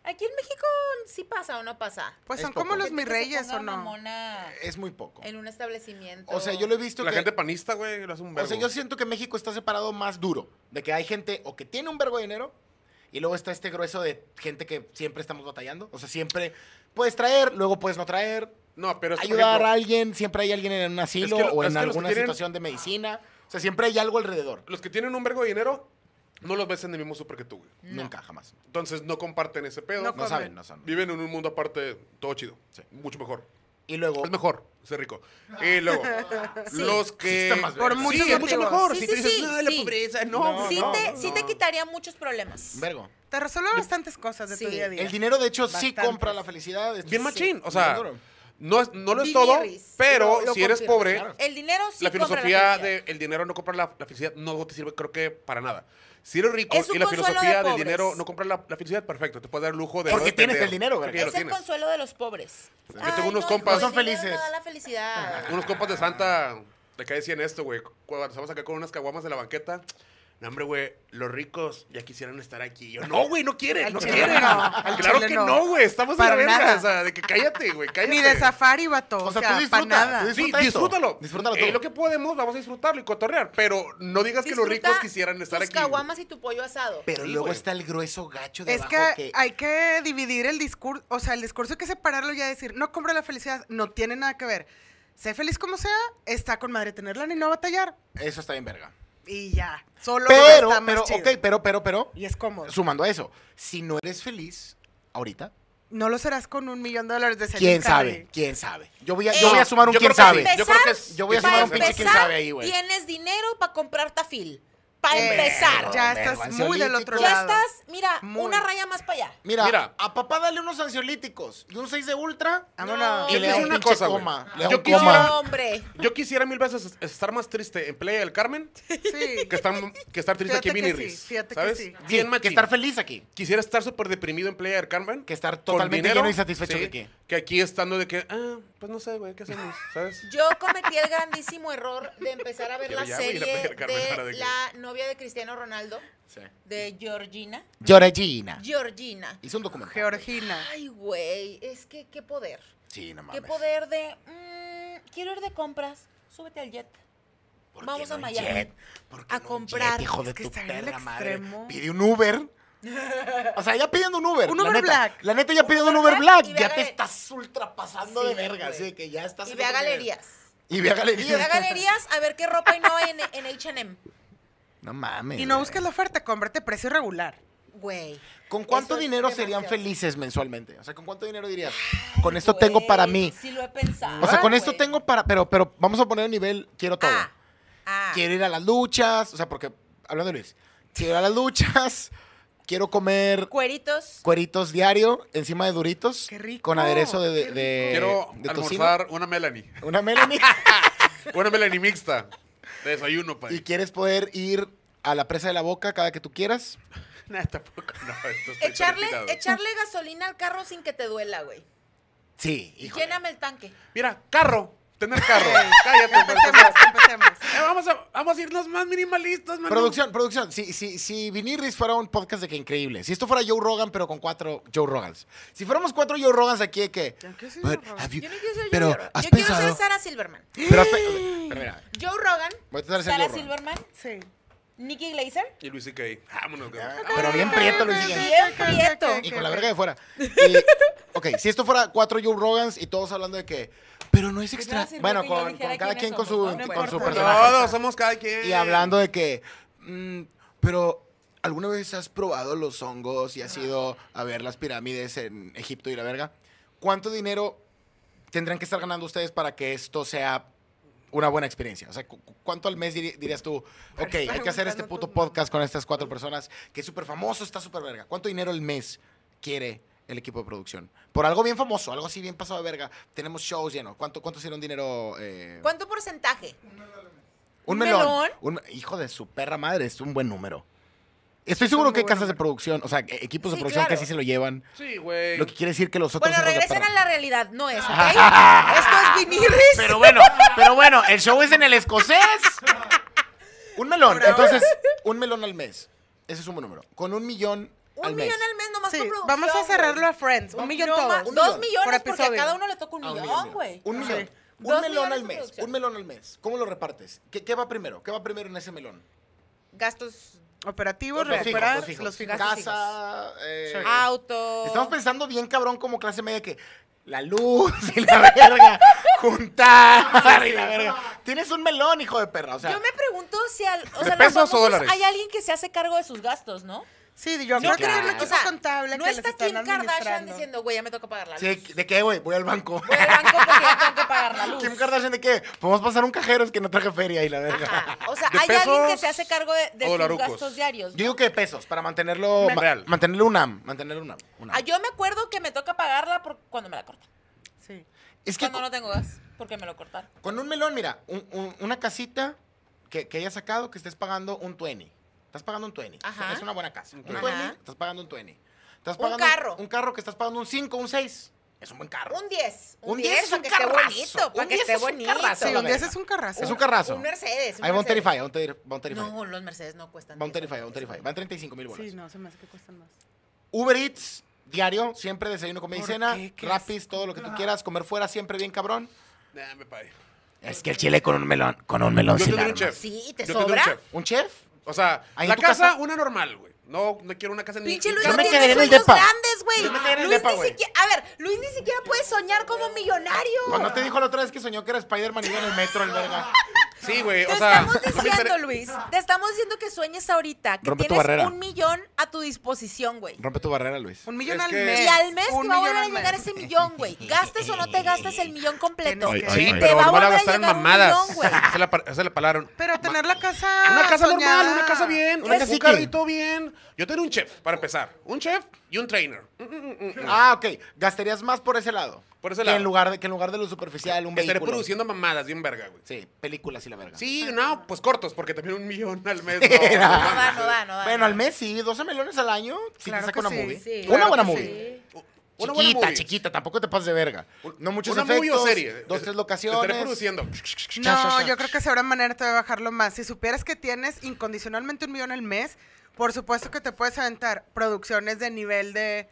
Speaker 2: Aquí en México sí pasa o no pasa.
Speaker 4: Pues
Speaker 1: Es
Speaker 4: son
Speaker 1: poco.
Speaker 4: como los
Speaker 2: Gente
Speaker 4: mis
Speaker 2: que se
Speaker 4: reyes,
Speaker 2: ponga
Speaker 4: ¿o no?
Speaker 2: mamona
Speaker 1: Es muy poco.
Speaker 2: En un establecimiento.
Speaker 1: O sea, yo lo he visto
Speaker 3: La
Speaker 1: que-
Speaker 3: gente panista, güey, lo hace un
Speaker 1: o
Speaker 3: vergo.
Speaker 1: sea, yo siento que México está separado más duro. De que hay gente o que tiene un vergo de dinero y luego está este grueso de gente que siempre estamos batallando. O sea, siempre puedes traer, luego puedes no traer.
Speaker 3: No, pero es que, por
Speaker 1: ayudar
Speaker 3: ejemplo,
Speaker 1: a alguien, siempre hay alguien en un asilo
Speaker 3: lo-
Speaker 1: o
Speaker 3: es
Speaker 1: en
Speaker 3: que los que
Speaker 1: alguna
Speaker 3: tienen-
Speaker 1: situación de medicina. O sea, siempre hay algo alrededor.
Speaker 3: los que tienen un vergo de dinero no los ves en el mismo súper que tú, güey.
Speaker 2: No.
Speaker 1: Nunca, jamás.
Speaker 3: Entonces no comparten ese pedo.
Speaker 4: No
Speaker 1: No
Speaker 4: comen.
Speaker 1: saben, no saben.
Speaker 3: Viven en un mundo aparte, todo chido.
Speaker 1: Sí.
Speaker 3: Mucho mejor.
Speaker 1: Y luego,
Speaker 3: Es mejor, ser rico. Y luego,
Speaker 2: Sí.
Speaker 3: los que.
Speaker 1: Sí, está más
Speaker 4: Por verga. muchos
Speaker 3: Sí, es mucho
Speaker 4: motivos.
Speaker 3: mejor.
Speaker 2: Sí,
Speaker 3: si
Speaker 2: sí,
Speaker 3: te dices,
Speaker 2: sí,
Speaker 3: "Ah, la
Speaker 2: sí.
Speaker 3: pobreza,
Speaker 1: No,
Speaker 3: no.
Speaker 2: sí,
Speaker 1: no,
Speaker 2: te,
Speaker 1: no,
Speaker 2: sí te quitaría muchos problemas.
Speaker 1: vergo.
Speaker 4: Te resuelve bastantes cosas de tu
Speaker 2: Sí.
Speaker 4: día a día.
Speaker 1: El dinero, de hecho, sí
Speaker 4: Bastantes.
Speaker 1: compra la felicidad. Esto
Speaker 3: Bien
Speaker 1: sí,
Speaker 3: machín,
Speaker 1: bien
Speaker 3: o sea,
Speaker 1: duro.
Speaker 3: no, es- no lo es
Speaker 2: Vivi
Speaker 3: todo,
Speaker 2: Riz,
Speaker 3: pero
Speaker 2: lo- lo
Speaker 3: si eres
Speaker 2: confirmo.
Speaker 3: pobre,
Speaker 1: Claro.
Speaker 2: El dinero sí
Speaker 3: la
Speaker 2: compra
Speaker 3: filosofía
Speaker 2: felicidad.
Speaker 3: del dinero no comprar la, la felicidad no te sirve, creo que, para nada. Si eres rico
Speaker 2: Es un
Speaker 3: y la
Speaker 2: consuelo
Speaker 3: filosofía
Speaker 2: de
Speaker 3: del
Speaker 2: pobres.
Speaker 3: dinero no comprar la, la felicidad, perfecto, te puedes dar el lujo de.
Speaker 1: Porque
Speaker 3: no
Speaker 1: tienes
Speaker 3: depender,
Speaker 1: el dinero,
Speaker 3: porque
Speaker 1: verga.
Speaker 3: ya
Speaker 2: Es
Speaker 3: lo
Speaker 2: el
Speaker 3: tienes.
Speaker 2: consuelo de los pobres.
Speaker 3: Yo tengo unos
Speaker 2: hijo,
Speaker 3: compas-
Speaker 2: el
Speaker 1: Son
Speaker 2: dinero no
Speaker 1: felices.
Speaker 2: da la felicidad.
Speaker 3: Unos compas de Santa de acá decían esto, güey. Cuando estamos acá con unas caguamas de la banqueta. No, hombre, güey, los ricos ya quisieran estar aquí. Yo, no, güey, no quieren,
Speaker 4: Al
Speaker 3: no
Speaker 4: chile
Speaker 3: quieren.
Speaker 4: no, al
Speaker 3: claro
Speaker 4: chile
Speaker 3: que
Speaker 4: no.
Speaker 3: no, güey, estamos de la
Speaker 4: Para
Speaker 3: verga,
Speaker 4: nada.
Speaker 3: O sea, de que cállate, güey, cállate.
Speaker 4: Ni de safari, vato.
Speaker 1: O
Speaker 4: O
Speaker 1: sea,
Speaker 4: sea,
Speaker 1: tú
Speaker 4: pa'
Speaker 1: disfruta,
Speaker 4: nada.
Speaker 1: tú disfruta.
Speaker 3: Sí,
Speaker 1: esto.
Speaker 3: disfrútalo.
Speaker 1: Disfrútalo
Speaker 3: Eh,
Speaker 1: todo.
Speaker 3: lo que podemos, vamos a disfrutarlo y cotorrear. Pero no digas que los
Speaker 2: Disfruta
Speaker 3: ricos quisieran estar
Speaker 2: tus
Speaker 3: aquí.
Speaker 2: caguamas y tu pollo asado.
Speaker 1: Pero
Speaker 3: Sí,
Speaker 1: luego
Speaker 3: güey.
Speaker 1: está el grueso gacho de
Speaker 4: Es que, hay que dividir el discurso, o sea, el discurso hay que separarlo y ya decir, no compra la felicidad, no tiene nada que ver. Sé feliz como sea, está con madre tenerla ni no batallar
Speaker 1: Eso está bien verga.
Speaker 4: y ya. Solo
Speaker 1: Pero,
Speaker 4: está más
Speaker 1: pero,
Speaker 4: chido.
Speaker 1: ok, pero, pero, pero,
Speaker 4: Y es cómodo.
Speaker 1: sumando a eso, si no eres feliz ahorita,
Speaker 4: No lo serás con un millón de dólares de
Speaker 1: quién
Speaker 4: Selena
Speaker 1: sabe,
Speaker 4: Carrey.
Speaker 1: quién sabe. Yo voy a,
Speaker 2: Eh,
Speaker 1: yo voy a sumar un
Speaker 3: yo
Speaker 1: quién
Speaker 3: creo que
Speaker 1: sabe.
Speaker 3: sí, yo creo que es-
Speaker 1: Yo voy a
Speaker 3: que sí,
Speaker 1: sumar
Speaker 2: Para
Speaker 1: un pinche quién
Speaker 2: empezar,
Speaker 1: sabe ahí, güey.
Speaker 2: tienes dinero para comprar tafil. Para
Speaker 4: Eh,
Speaker 2: empezar. Ya,
Speaker 4: Ya
Speaker 1: Pero,
Speaker 4: estás muy del otro
Speaker 1: ansiolítico.
Speaker 4: lado.
Speaker 2: estás, mira,
Speaker 4: Muy.
Speaker 2: una raya más para allá.
Speaker 1: Mira,
Speaker 3: Mira.
Speaker 1: a papá dale unos ansiolíticos y un 6 de ultra
Speaker 4: Vámonos.
Speaker 2: No,
Speaker 1: y
Speaker 3: Yo
Speaker 1: le
Speaker 3: te
Speaker 1: da
Speaker 3: digo
Speaker 1: un
Speaker 3: una
Speaker 1: pinche
Speaker 3: cosa, güey.
Speaker 1: coma. Le da
Speaker 3: Yo
Speaker 1: un
Speaker 3: quisiera-
Speaker 1: coma.
Speaker 2: No, hombre.
Speaker 3: Yo quisiera mil veces es- estar más triste en Playa del Carmen
Speaker 4: Sí.
Speaker 3: que estar, que estar triste aquí
Speaker 4: Fíjate
Speaker 3: en
Speaker 4: que
Speaker 3: Vini
Speaker 4: sí,
Speaker 3: Riz,
Speaker 4: fíjate que
Speaker 3: ¿sabes?
Speaker 4: sí.
Speaker 1: Sí,
Speaker 3: Bien
Speaker 1: que
Speaker 3: machín.
Speaker 1: estar feliz aquí.
Speaker 3: Quisiera estar súper deprimido en Playa del Carmen.
Speaker 1: Que estar
Speaker 3: con
Speaker 1: totalmente
Speaker 3: dinero,
Speaker 1: lleno y satisfecho
Speaker 3: sí,
Speaker 1: de aquí.
Speaker 3: Que aquí estando de que, ah, pues no sé, güey, ¿qué hacemos? ¿Sabes?
Speaker 1: Eh,
Speaker 2: Yo cometí el grandísimo error de empezar a ver
Speaker 3: Quiero
Speaker 2: la
Speaker 3: ya, güey, ir a
Speaker 2: serie
Speaker 3: pegar Carmen Jara
Speaker 2: de
Speaker 3: de que-
Speaker 2: la novia novia de Cristiano Ronaldo,
Speaker 5: Sí.
Speaker 2: de Georgina.
Speaker 1: Georgina.
Speaker 2: Georgina.
Speaker 1: Hizo un documental.
Speaker 4: Georgina.
Speaker 2: Ay, güey, es que qué poder.
Speaker 1: Sí, no
Speaker 2: Qué
Speaker 1: mames.
Speaker 2: poder de... mm, quiero ir de compras. Súbete al jet.
Speaker 1: ¿Por qué
Speaker 2: Vamos
Speaker 1: no
Speaker 2: a
Speaker 1: en
Speaker 2: Miami
Speaker 1: jet? ¿Por qué
Speaker 2: a
Speaker 1: no en
Speaker 2: comprar.
Speaker 1: jet, hijo de
Speaker 4: Es que
Speaker 1: tu
Speaker 4: está en el
Speaker 1: perra madre.
Speaker 4: extremo.
Speaker 1: Pide un Uber. O sea, ya pidiendo un Uber.
Speaker 4: Un
Speaker 1: la
Speaker 4: Uber
Speaker 1: neta.
Speaker 4: Black.
Speaker 1: La neta, ya pidiendo un Uber
Speaker 2: Black
Speaker 1: Black.
Speaker 2: y ve a
Speaker 1: Ya te
Speaker 2: galer-
Speaker 1: estás ultrapasando
Speaker 2: Sí,
Speaker 1: de verga.
Speaker 2: güey.
Speaker 1: Así de que ya estás.
Speaker 2: Y
Speaker 1: en
Speaker 2: ve a
Speaker 1: otro nivel.
Speaker 2: galerías.
Speaker 1: Y ve a
Speaker 2: Y ve a
Speaker 1: galerías.
Speaker 2: galerías a ver qué ropa y no hay en, en H&M.
Speaker 1: No mames.
Speaker 4: Y no
Speaker 1: güey.
Speaker 4: busques la oferta, cómprate precio regular.
Speaker 2: Güey.
Speaker 1: ¿Con cuánto
Speaker 2: Eso es
Speaker 1: dinero serían
Speaker 2: demasiado.
Speaker 1: felices mensualmente? O sea, ¿con cuánto dinero dirías? Con esto tengo para
Speaker 2: Güey,
Speaker 1: mí.
Speaker 2: Sí lo he pensado. Ah,
Speaker 1: O sea, con esto
Speaker 2: güey.
Speaker 1: tengo para. Pero, pero vamos a poner el nivel, quiero todo.
Speaker 2: Ah, ah.
Speaker 1: Quiero ir a las luchas. O sea, porque, hablando de Luis, quiero ir a las luchas. Quiero comer
Speaker 2: Cueritos.
Speaker 1: cueritos diario encima de duritos.
Speaker 4: ¡Qué rico!
Speaker 1: Con aderezo de, de,
Speaker 4: ¡Qué
Speaker 1: de-
Speaker 3: Quiero
Speaker 1: de tocino.
Speaker 3: almorzar una Melanie.
Speaker 1: Una Melanie.
Speaker 3: Una Melanie mixta. De desayuno, pa.
Speaker 1: y quieres poder ir a la presa de la boca cada que tú quieras.
Speaker 3: Nah, tampoco. No, esto estoy
Speaker 2: Echarle,
Speaker 3: calificado.
Speaker 2: echarle gasolina al carro sin que te duela, güey.
Speaker 1: Sí,
Speaker 2: Y
Speaker 1: hijo.
Speaker 2: Lléname el tanque.
Speaker 3: Mira, carro. Tener carro.
Speaker 1: Ah,
Speaker 3: Cállate,
Speaker 1: pues,
Speaker 4: Ya empecemos,
Speaker 3: Marcela.
Speaker 4: empecemos.
Speaker 3: Eh, vamos, a, vamos a irnos más minimalistas, man.
Speaker 1: Producción, producción. Si, si, si Viniris fuera un podcast de que increíble. Si esto fuera Joe Rogan, pero con cuatro Joe Rogans. Si fuéramos cuatro Joe Rogans aquí, de que.
Speaker 4: Ya, ¿qué es
Speaker 1: But
Speaker 4: eso?
Speaker 1: have you-
Speaker 2: Yo no quiero ser Joe
Speaker 1: pero
Speaker 2: Rogan.
Speaker 1: has
Speaker 2: Yo
Speaker 1: pensado.
Speaker 2: quiero ser Sara Silverman.
Speaker 1: Pero has pe- pero mira,
Speaker 2: Joe Rogan,
Speaker 1: Voy a tratar de ser
Speaker 2: Sara
Speaker 1: Joe Rogan.
Speaker 2: Silverman,
Speaker 4: Sí.
Speaker 2: Nikki Glaser.
Speaker 3: Y Luis C.K. Vámonos, güey.
Speaker 1: Ah, Pero
Speaker 2: Ah,
Speaker 1: bien prieto lo
Speaker 2: Bien
Speaker 1: hicieron.
Speaker 2: prieto.
Speaker 1: Y con la verga de fuera. Y, ok, si esto fuera cuatro Joe Rogans y todos hablando de que. Pero no es
Speaker 2: nada
Speaker 1: extra.
Speaker 2: sirvió
Speaker 1: Bueno,
Speaker 2: que Pues yo
Speaker 1: con,
Speaker 2: dijera
Speaker 1: con cada
Speaker 2: quiénes
Speaker 1: quien con su,
Speaker 2: somos, ¿no?
Speaker 1: con
Speaker 2: No
Speaker 1: su
Speaker 2: importa.
Speaker 1: personaje.
Speaker 3: Todos somos cada quien.
Speaker 1: Y hablando de que, mm, pero ¿alguna vez has probado los hongos y has ido a ver las pirámides en Egipto y la verga? ¿Cuánto dinero tendrán que estar ganando ustedes para que esto sea una buena experiencia? O sea, cu- cu- ¿cuánto al mes diri- dirías tú, ok, hay que hacer este
Speaker 4: preguntando
Speaker 1: puto
Speaker 4: tus
Speaker 1: podcast con estas cuatro personas, que es súper famoso, está súper verga? ¿Cuánto dinero al mes quiere el equipo de producción? Por algo bien famoso, algo así bien pasado de verga, tenemos shows llenos. ¿Cuánto, cuánto sería un dinero? eh,
Speaker 2: ¿Cuánto porcentaje?
Speaker 1: un
Speaker 2: ¿Un
Speaker 1: melón.
Speaker 2: melón?
Speaker 1: Un- hijo de su perra madre, es un buen número. Estoy seguro
Speaker 4: un
Speaker 1: que
Speaker 4: muy buen
Speaker 1: casas de
Speaker 4: número.
Speaker 1: producción, o sea, e- equipos de
Speaker 2: Sí,
Speaker 1: producción
Speaker 2: claro.
Speaker 1: que sí se lo llevan.
Speaker 3: Sí, güey.
Speaker 1: Lo que quiere decir que los otros
Speaker 2: Bueno,
Speaker 1: hijos de
Speaker 2: regresen
Speaker 1: perra-
Speaker 2: a la realidad. No es, ¿ok? Esto es vinirris.
Speaker 1: Pero bueno, pero bueno, el show es en el escocés. Un melón, entonces, un melón al mes. Ese es un buen número. Con un millón
Speaker 2: Un
Speaker 1: al mes.
Speaker 2: millón al mes nomás
Speaker 4: Sí,
Speaker 2: por producción.
Speaker 4: vamos a cerrarlo
Speaker 2: güey.
Speaker 4: a Friends. Un millón
Speaker 2: No, ma-
Speaker 4: todos.
Speaker 1: un
Speaker 2: Dos
Speaker 1: millón.
Speaker 4: Por
Speaker 2: millones porque a
Speaker 4: episodio.
Speaker 2: cada uno le toca un
Speaker 1: Ah,
Speaker 2: millón,
Speaker 1: millón.
Speaker 2: güey.
Speaker 1: Un
Speaker 4: Ajá.
Speaker 1: millón.
Speaker 2: Dos
Speaker 1: Un melón
Speaker 2: millones
Speaker 1: al
Speaker 2: de
Speaker 1: mes.
Speaker 2: producción.
Speaker 1: Un melón al mes. ¿Cómo lo repartes? ¿Qué, qué va primero? ¿Qué va primero en ese melón?
Speaker 2: Gastos,
Speaker 4: Operativos,
Speaker 1: Los fijos,
Speaker 4: recuperar,
Speaker 1: los fijos.
Speaker 4: los fijos.
Speaker 1: Casa, eh,
Speaker 2: auto.
Speaker 1: Estamos pensando bien cabrón como clase media que la luz y la verga, juntar y la verga. Tienes un melón, hijo de perra, o sea.
Speaker 2: Yo me pregunto si al, o
Speaker 3: ¿de
Speaker 2: sea, los
Speaker 3: pesos o
Speaker 2: famosos,
Speaker 3: dólares?
Speaker 2: hay alguien que se hace cargo de sus gastos, ¿no?
Speaker 4: Sí, yo
Speaker 1: Sí,
Speaker 4: creo que
Speaker 1: claro.
Speaker 4: es el equipo
Speaker 2: O sea,
Speaker 4: contable
Speaker 2: no
Speaker 4: que
Speaker 2: está
Speaker 4: les están
Speaker 2: Kim Kardashian
Speaker 4: administrando.
Speaker 2: diciendo, güey, ya me toca pagar la luz.
Speaker 1: Sí, ¿De qué, güey? Voy al banco.
Speaker 2: Voy al banco porque ya tengo que pagar la luz.
Speaker 1: Kim Kardashian, ¿de qué? Podemos pasar un cajero, es que no traje feria y la verga.
Speaker 2: Ajá. O sea,
Speaker 3: ¿De
Speaker 2: hay alguien que
Speaker 3: pesos
Speaker 2: se hace cargo de, de
Speaker 3: o
Speaker 2: sus
Speaker 3: dolarucos?
Speaker 2: gastos diarios.
Speaker 1: Yo digo que de pesos, para mantenerlo
Speaker 3: Me-
Speaker 1: ma-
Speaker 3: Real.
Speaker 1: mantenerlo UNAM, mantenerlo UNAM. UNAM.
Speaker 2: Ah, yo me acuerdo que me toca pagarla por cuando me la cortan.
Speaker 4: Sí.
Speaker 1: es que
Speaker 2: Cuando
Speaker 1: con,
Speaker 2: no tengo gas, porque me lo cortaron.
Speaker 1: con un melón, mira, un- un- una casita que, que hayas sacado que estés pagando un 20. Estás pagando un 20.
Speaker 2: Ajá.
Speaker 1: Es una buena casa. Un
Speaker 2: Ajá.
Speaker 1: 20, estás pagando un 20. Estás
Speaker 2: Un
Speaker 1: pagando
Speaker 2: carro.
Speaker 1: Un carro que estás pagando un 5, un 6. Es un buen carro.
Speaker 2: Un 10.
Speaker 1: Un 10 es
Speaker 2: para
Speaker 1: un
Speaker 2: que esté
Speaker 1: carrazo.
Speaker 2: bonito,
Speaker 1: Un
Speaker 2: para que
Speaker 1: 10
Speaker 2: esté
Speaker 1: es un
Speaker 2: bonito.
Speaker 1: carrazo,
Speaker 4: Sí,
Speaker 1: la
Speaker 4: un día
Speaker 1: verga.
Speaker 4: es un carrazo.
Speaker 1: Es un carrazo.
Speaker 2: Un Mercedes. un
Speaker 1: Ahí va un
Speaker 2: Mercedes.
Speaker 1: Terrify, va un Terrify. Va un Terrify.
Speaker 2: No, los Mercedes no cuestan.
Speaker 1: Va un
Speaker 2: 10
Speaker 1: Terrify, va un Terrify. Van 35 mil bolas.
Speaker 4: Sí, no, se me hace que cuestan más.
Speaker 1: Uber Eats, diario, siempre desayuno, comida y
Speaker 4: ¿Por
Speaker 1: cena.
Speaker 4: qué? Qué
Speaker 1: Rapis, todo lo que tú quieras. Comer fuera, siempre bien cabrón.
Speaker 3: Nah, me pague.
Speaker 1: Es que el chile con un melón, con un melón
Speaker 3: Yo
Speaker 1: sin
Speaker 3: tendría un
Speaker 1: armas.
Speaker 3: chef.
Speaker 2: Sí, ¿te
Speaker 3: Yo tendría un
Speaker 2: sobra?
Speaker 3: chef.
Speaker 1: ¿Un chef?
Speaker 3: O sea,
Speaker 1: Ahí en
Speaker 3: la
Speaker 1: tu
Speaker 3: casa,
Speaker 1: casa.
Speaker 3: una normal, güey. No, no quiero una casa ni
Speaker 2: Pinche
Speaker 3: ni
Speaker 2: Luis
Speaker 1: Yo
Speaker 2: no
Speaker 1: me
Speaker 3: casa.
Speaker 1: quedé
Speaker 2: tiene
Speaker 1: en el
Speaker 2: sueños
Speaker 1: depa.
Speaker 2: grandes, güey.
Speaker 1: Yo me quedé en el
Speaker 2: Luis
Speaker 1: depa,
Speaker 2: ni
Speaker 1: güey.
Speaker 2: siquiera, a ver, Luis ni siquiera puede soñar como millonario.
Speaker 1: Cuando te dijo la otra vez que soñó que era Spider-Man y iba en el metro, el verga.
Speaker 3: Sí, güey.
Speaker 2: Te
Speaker 3: O sea,
Speaker 2: estamos
Speaker 3: no me
Speaker 2: diciendo,
Speaker 3: inter-
Speaker 2: Luis, te estamos diciendo que sueñes ahorita, que
Speaker 1: Rompe tu
Speaker 2: tienes
Speaker 1: barrera.
Speaker 2: un millón a tu disposición, güey.
Speaker 1: Rompe tu barrera, Luis.
Speaker 4: Un millón
Speaker 3: Es
Speaker 4: al
Speaker 3: que-
Speaker 4: mes.
Speaker 2: Y al mes
Speaker 4: un
Speaker 2: te va a volver
Speaker 4: millón
Speaker 2: a
Speaker 4: al
Speaker 2: llegar
Speaker 4: mes.
Speaker 2: ese millón, güey. Gastes o no te gastes el millón completo.
Speaker 4: Tienes que-
Speaker 3: Sí,
Speaker 4: Ay,
Speaker 3: pero
Speaker 2: va
Speaker 3: no van a
Speaker 2: volver
Speaker 3: gastar en
Speaker 2: llegar un
Speaker 3: mamadas.
Speaker 2: millón, güey.
Speaker 3: Se la, par- se la palaron.
Speaker 4: Pero tener la casa
Speaker 3: Una casa
Speaker 4: soñada.
Speaker 3: normal, una casa bien, una
Speaker 2: Pues
Speaker 1: Un
Speaker 3: casa, un
Speaker 1: cacique.
Speaker 3: carrito bien. Yo tengo un chef, para empezar. Un chef y un trainer. Mm, mm, mm, mm.
Speaker 1: Ah, ok. Gastarías más por ese lado.
Speaker 3: Por ese
Speaker 1: Que
Speaker 3: lado.
Speaker 1: En lugar de, que en lugar de lo superficial, un
Speaker 3: Estaré
Speaker 1: vehículo.
Speaker 3: produciendo mamadas bien verga, güey.
Speaker 1: Sí, películas y la verga.
Speaker 3: Sí, no, pues cortos, porque también un millón al mes. No,
Speaker 2: No va, no va, no va.
Speaker 1: Bueno, al mes sí, 12 melones al año, sí
Speaker 4: Claro
Speaker 1: te saca
Speaker 4: que
Speaker 1: una
Speaker 4: sí.
Speaker 1: movie.
Speaker 2: Sí.
Speaker 1: Una
Speaker 4: Claro
Speaker 1: buena
Speaker 4: que
Speaker 1: movie.
Speaker 4: sí.
Speaker 3: no. Una buena
Speaker 1: Chiquita,
Speaker 3: movie.
Speaker 1: chiquita, tampoco te pases de verga.
Speaker 3: Un-
Speaker 1: No muchos
Speaker 3: una movie o
Speaker 1: efectos,
Speaker 3: serie.
Speaker 1: dos, tres
Speaker 3: Te estaré
Speaker 1: locaciones.
Speaker 3: produciendo.
Speaker 1: Cha, cha,
Speaker 4: No,
Speaker 1: cha.
Speaker 4: yo creo que habrá manera de bajarlo más. Si supieras que tienes incondicionalmente un millón al mes, por supuesto que te puedes aventar producciones de nivel de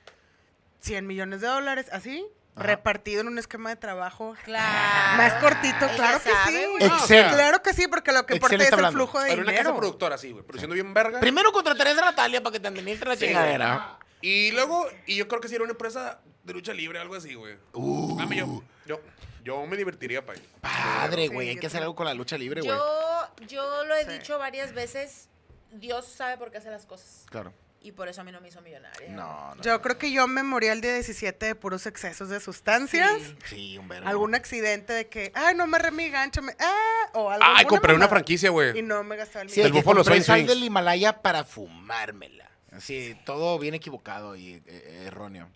Speaker 4: 100 millones de dólares, así,
Speaker 1: Ajá.
Speaker 4: repartido en un esquema de trabajo.
Speaker 2: Claro.
Speaker 4: Más cortito,
Speaker 2: Ella
Speaker 4: claro que
Speaker 2: sabe,
Speaker 4: sí.
Speaker 2: güey.
Speaker 3: Eh,
Speaker 1: Excel.
Speaker 3: Ah,
Speaker 4: Claro que sí, porque lo
Speaker 1: Excel
Speaker 4: que importa es
Speaker 1: está
Speaker 4: el
Speaker 1: hablando.
Speaker 4: flujo de
Speaker 3: Pero una casa
Speaker 4: dinero.
Speaker 3: productora, sí, güey. Produciendo bien verga.
Speaker 1: Primero contratarás a Natalia para que te administre la
Speaker 3: Sí,
Speaker 1: chingadera.
Speaker 3: güey. Y luego, y yo creo que si era una empresa de lucha libre, algo así, güey.
Speaker 1: Uh.
Speaker 3: Mami, yo, yo, yo me divertiría, pay.
Speaker 1: Padre,
Speaker 4: Sí,
Speaker 1: güey, hay
Speaker 4: yo
Speaker 1: que hacer
Speaker 4: creo-
Speaker 1: algo con la lucha libre, güey.
Speaker 2: Yo, yo lo he
Speaker 4: Sí.
Speaker 2: dicho varias veces, Dios sabe por qué hace las cosas.
Speaker 1: Claro.
Speaker 2: Y por eso a mí no me hizo millonaria.
Speaker 1: No, no.
Speaker 4: eh, Yo creo que yo me morí al día 17 de puros excesos de sustancias.
Speaker 1: Sí, un verbo.
Speaker 4: Algún accidente de que, ay, no me remí, gánchame. Ah, o algo
Speaker 3: Ay,
Speaker 4: alguna
Speaker 3: compré una
Speaker 4: mamada.
Speaker 3: franquicia,
Speaker 4: Y
Speaker 3: güey.
Speaker 4: no me gastaba el
Speaker 1: Sí,
Speaker 4: millón.
Speaker 1: el
Speaker 3: Del
Speaker 1: que
Speaker 3: bufón, los
Speaker 1: compré
Speaker 3: Swing
Speaker 1: sal
Speaker 3: Swings.
Speaker 1: del Himalaya para fumármela. Así, todo bien equivocado y eh, eh, erróneo.